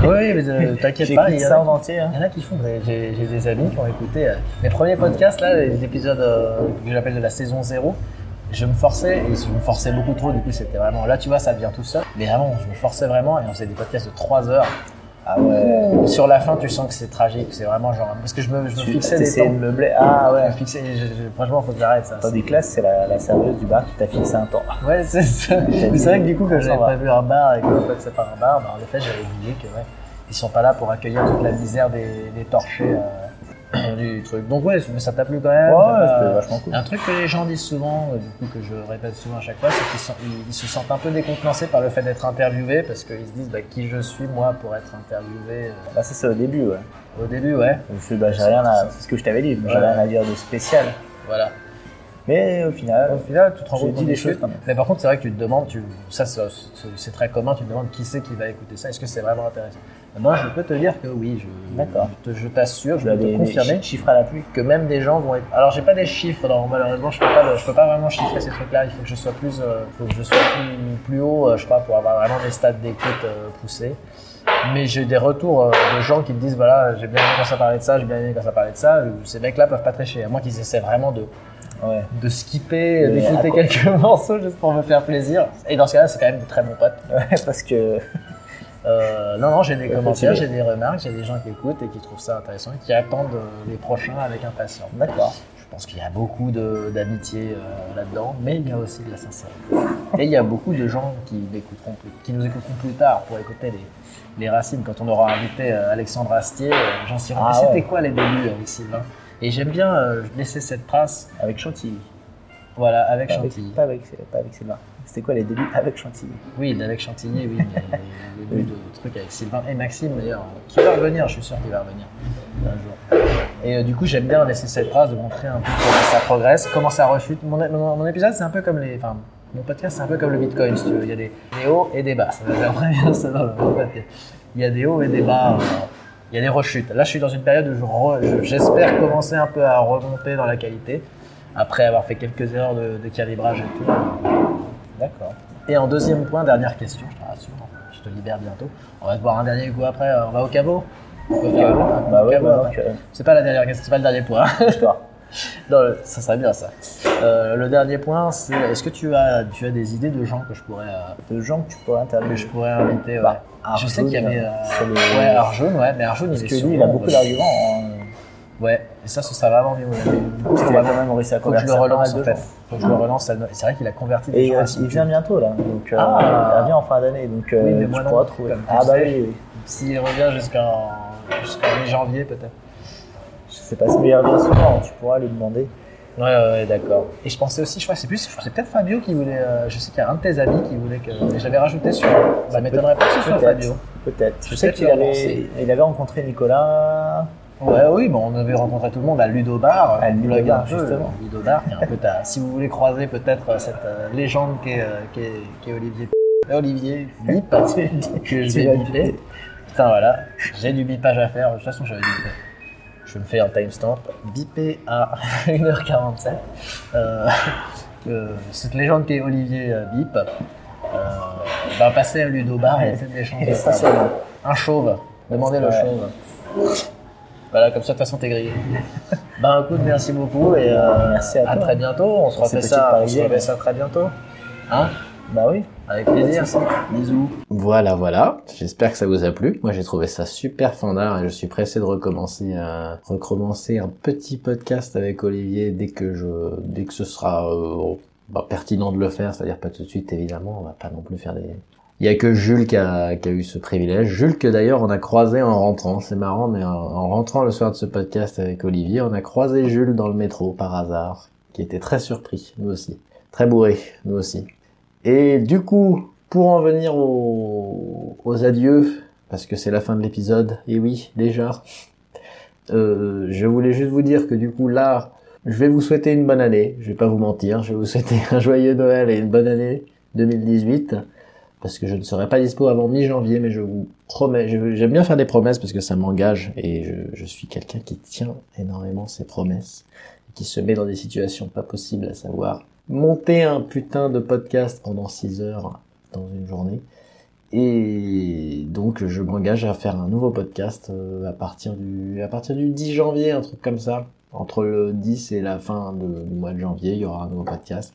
S2: Oui, mais euh,
S3: Qui
S2: t'inquiète pas,
S3: écoute
S2: il y, en
S3: ça en
S2: a,
S3: entier. hein.
S2: il y en a qui font. J'ai- J'ai j'ai des amis qui ont écouté euh, mes premiers podcasts, là, les épisodes euh, que j'appelle de la saison 0. Je me forçais, et je me forçais beaucoup trop, du coup c'était vraiment. Là tu vois, ça devient tout seul. Mais vraiment, je me forçais vraiment, et on faisait des podcasts de 3 heures.
S3: Ah ouais.
S2: Sur la fin, tu sens que c'est tragique, c'est vraiment genre. Parce que je me, je me
S3: Tu
S2: fixais des
S3: t'essayais
S2: temps.
S3: de meubler. Ah
S2: Je
S3: ouais.
S2: me fixais, je- je- franchement, faut que j'arrête ça.
S3: Dans des classes, c'est la, la serveuse du bar qui t'a fixé un temps.
S2: Ouais, c'est *laughs* ça. Mais c'est vrai que du coup, quand
S3: On
S2: j'avais
S3: s'en va.
S2: pas vu un bar et que en fait, c'est pas un bar, bah, en effet, j'avais oublié que, ouais, ils sont pas là pour accueillir toute la misère des, des torchés euh, du truc. Donc, ouais, mais ça t'a plu quand même.
S3: Ouais,
S2: t'as
S3: ouais,
S2: pas-
S3: c'était vachement cool.
S2: Un truc que les gens disent souvent, euh, du coup que je répète souvent à chaque fois, c'est qu'ils sont- ils- ils se sentent un peu décontenancés par le fait d'être interviewés parce qu'ils se disent bah, qui je suis moi pour être interviewé euh,
S3: Bah, ça, c'est au début, ouais.
S2: au début, ouais.
S3: Je me suis dit, bah, j'ai rien à. C'est ce que je t'avais dit, j'ai
S2: Ouais.
S3: rien à dire de spécial.
S2: Voilà.
S3: Mais au final,
S2: Au final, tu te rends
S3: J'ai
S2: compte
S3: dit
S2: qu'on
S3: des
S2: est
S3: choses
S2: chez-
S3: quand même.
S2: Mais par contre, c'est vrai que tu te demandes, tu, ça c'est- c'est c'est très commun, tu te demandes qui c'est qui va écouter ça, est-ce que c'est vraiment intéressant Moi, je peux te dire que oui, je,
S3: D'accord.
S2: je te- je t'assure, je
S3: tu as
S2: peux
S3: des,
S2: te confirmer
S3: des chiffres à la pluie.
S2: que même des gens vont être. Alors, j'ai pas des chiffres, non, malheureusement, je peux pas, le- je peux pas vraiment chiffrer ces trucs-là. Il faut que je sois plus, euh, faut que je sois plus, plus haut, euh, je crois, pour avoir vraiment des stats d'écoute euh, poussées. Mais j'ai eu des retours euh, de gens qui me disent voilà, j'ai bien aimé quand ça parlait de ça, j'ai bien aimé quand ça parlait de ça. Euh, Ces mecs-là peuvent pas tricher, à moins qu'ils essaient vraiment de
S3: Ouais.
S2: de skipper, euh,
S3: Mais
S2: d'écouter
S3: à quoi-
S2: quelques *laughs* morceaux juste pour me faire plaisir. Et dans ce cas-là, c'est quand même de très bons potes.
S3: Ouais, *laughs* parce que.
S2: Euh, non, non, j'ai des commentaires,
S3: tu
S2: j'ai des remarques, j'ai des gens qui écoutent et qui trouvent ça intéressant et qui attendent euh, les prochains avec impatience.
S3: D'accord.
S2: Je pense qu'il y a beaucoup de- d'amitié euh, là-dedans, mais il y a aussi de la sincérité. Et il y a beaucoup de gens qui, n'écouteront plus- qui nous écouteront plus tard pour écouter les, les racines. Quand on aura invité euh, Alexandre Astier, euh, j'en serai.
S3: Ah
S2: C'était
S3: ouais.
S2: quoi les débuts avec Sylvain Et j'aime bien euh, laisser cette trace,
S3: Avec Chantilly.
S2: voilà, avec
S3: Pas avec-
S2: Chantilly.
S3: Pas avec, pas avec Sylvain. C'était quoi les débuts Avec Chantilly.
S2: Oui, d'Alex Chantilly, oui. mais Il y a eu de trucs avec Sylvain et Maxime d'ailleurs, qui va revenir, je suis sûr qu'il va revenir un jour. Et euh, du coup, j'aime bien laisser cette phrase de montrer un peu comment ça progresse, comment ça refute. Mon, mon- mon épisode, c'est un peu comme les. Enfin, mon podcast, c'est un peu comme le bitcoin, si tu veux. Il y a des, des hauts et des bas. Ça va faire très bien ça dans le podcast. Il y a des hauts et des bas. euh, Il y a des rechutes. Là, je suis dans une période où je re- je- j'espère commencer un peu à remonter dans la qualité après avoir fait quelques erreurs de, de calibrage et tout. D'accord. Et en deuxième point, dernière question, je te rassure, je te libère bientôt. On va se boire un dernier coup après, euh, on va au caveau On peut faire un- un
S3: Bah ouais,
S2: caveau,
S3: bah,
S2: Ah, ouais.
S3: donc, euh,
S2: C'est pas la dernière question, c'est pas le dernier point.
S3: *laughs* d'accord.
S2: non, le- ça serait bien ça. Euh, le dernier point, c'est est-ce que tu as, tu as des idées de gens que je pourrais, euh,
S3: De gens que tu pourrais
S2: que
S3: interviewer.
S2: je pourrais inviter ouais.
S3: Bah,
S2: Je sais qu'il y avait. euh,
S3: c'est le-
S2: Ouais, Arjun, ouais, mais Arjun,
S3: Parce
S2: il est
S3: que lui,
S2: souvent,
S3: il a beaucoup
S2: euh,
S3: d'arguments. hein.
S2: Ouais, et ça, ce sera vraiment mieux. ouais. Du coup,
S3: Parce
S2: faut
S3: qu'il a
S2: vraiment-
S3: quand même réussi à
S2: faut que je le
S3: convertir pas mal
S2: relance
S3: de
S2: en fait.
S3: gens.
S2: Faut que je le relance. à- C'est vrai qu'il a converti des
S3: Et
S2: gens.
S3: euh,
S2: à
S3: il
S2: son
S3: vient bientôt là, donc euh,
S2: Ah.
S3: il revient en fin d'année, donc euh,
S2: Oui, mais moi
S3: tu
S2: non,
S3: pourras trouver.
S2: comme tu
S3: Ah
S2: le
S3: bah
S2: sais.
S3: oui, oui.
S2: public. S'il revient jusqu'en jusqu'en mi-janvier peut-être.
S3: je sais pas si mais il revient souvent, tu pourras lui demander.
S2: Ouais, ouais, ouais, d'accord. Et je pensais aussi, je crois, c'est plus, je crois que c'est peut-être Fabio qui voulait. euh, je sais qu'il y a un de tes amis qui voulait que. et J'avais rajouté sur. Ça m'étonnerait pas que ce soit
S3: peut-être.
S2: Fabio.
S3: Peut-être. Je
S2: Peut-être
S3: sais qu'il
S2: leur
S3: avait,
S2: lancer.
S3: il avait rencontré Nicolas.
S2: Ouais, oui, bon, on avait rencontré tout le monde à euh, Ludo Bar.
S3: À Ludo Bar, justement.
S2: justement. Ludo Bar, euh, qui est un peu ta- Si vous voulez croiser peut-être euh, cette euh, légende qu'est euh, qu'est qu'est Olivier. euh, Olivier
S3: *laughs*
S2: Bip, que je
S3: Tu vas
S2: vais biper. Putain, voilà, j'ai du bipage à faire. De toute façon, j'avais du bipage. Je me fais un timestamp. Bipé à *laughs* 1h47. Euh, *laughs* que cette légende qu'est Olivier euh, Bip. Euh, va passer à Ludo Bar et faites des chances.
S3: Et ça, c'est bon.
S2: Un chauve. Demandez le
S3: Ouais.
S2: chauve. Voilà, comme ça, de toute façon, t'es grillé. *laughs* ben, écoute, merci beaucoup et euh,
S3: Merci à
S2: à
S3: toi.
S2: très bientôt. On se
S3: Pour ces
S2: refait
S3: petites
S2: ça, on se
S3: parisiennes.
S2: refait ça très bientôt. Hein
S3: Bah oui.
S2: Avec plaisir. Bisous.
S1: Voilà, voilà. J'espère que ça vous a plu. Moi, j'ai trouvé ça super fandard et je suis pressé de recommencer un, recommencer un petit podcast avec Olivier dès que je, dès que ce sera euh, bah, pertinent de le faire. C'est-à-dire pas tout de suite, évidemment. On va pas non plus faire des. Il y a que Jules qui a, qui a eu ce privilège. Jules que d'ailleurs on a croisé en rentrant. C'est marrant, mais en, en rentrant le soir de ce podcast avec Olivier, on a croisé Jules dans le métro par hasard, qui était très surpris, nous aussi. Très bourré, nous aussi. Et du coup, pour en venir aux, aux adieux, parce que c'est la fin de l'épisode, et oui, déjà, euh, je voulais juste vous dire que du coup, là, je vais vous souhaiter une bonne année, je vais pas vous mentir, je vais vous souhaiter *laughs* un joyeux Noël et une bonne année 2018, parce que je ne serai pas dispo avant mi-janvier, mais je vous promets, je- j'aime bien faire des promesses parce que ça m'engage, et je, je suis quelqu'un qui tient énormément ses promesses, qui se met dans des situations pas possibles, à savoir monter un putain de podcast pendant 6 heures dans une journée. Et donc je m'engage à faire un nouveau podcast euh, à partir du à partir du 10 janvier, un truc comme ça. Entre le 10 et la fin de- du mois de janvier, il y aura un nouveau podcast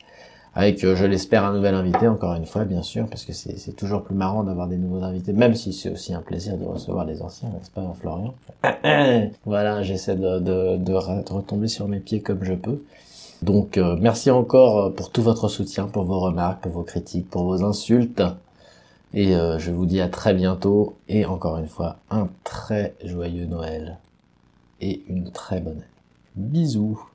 S1: avec, euh, je l'espère, un nouvel invité. Encore une fois, bien sûr, parce que c'est c'est toujours plus marrant d'avoir des nouveaux invités, même si c'est aussi un plaisir de recevoir les anciens, n'est-ce pas, Florian *laughs* Voilà, j'essaie de, de, de re- de retomber sur mes pieds comme je peux. Donc euh, merci encore euh, pour tout votre soutien, pour vos remarques, pour vos critiques, pour vos insultes. Et euh, je vous dis à très bientôt et encore une fois un très joyeux Noël et une très bonne année. Bisous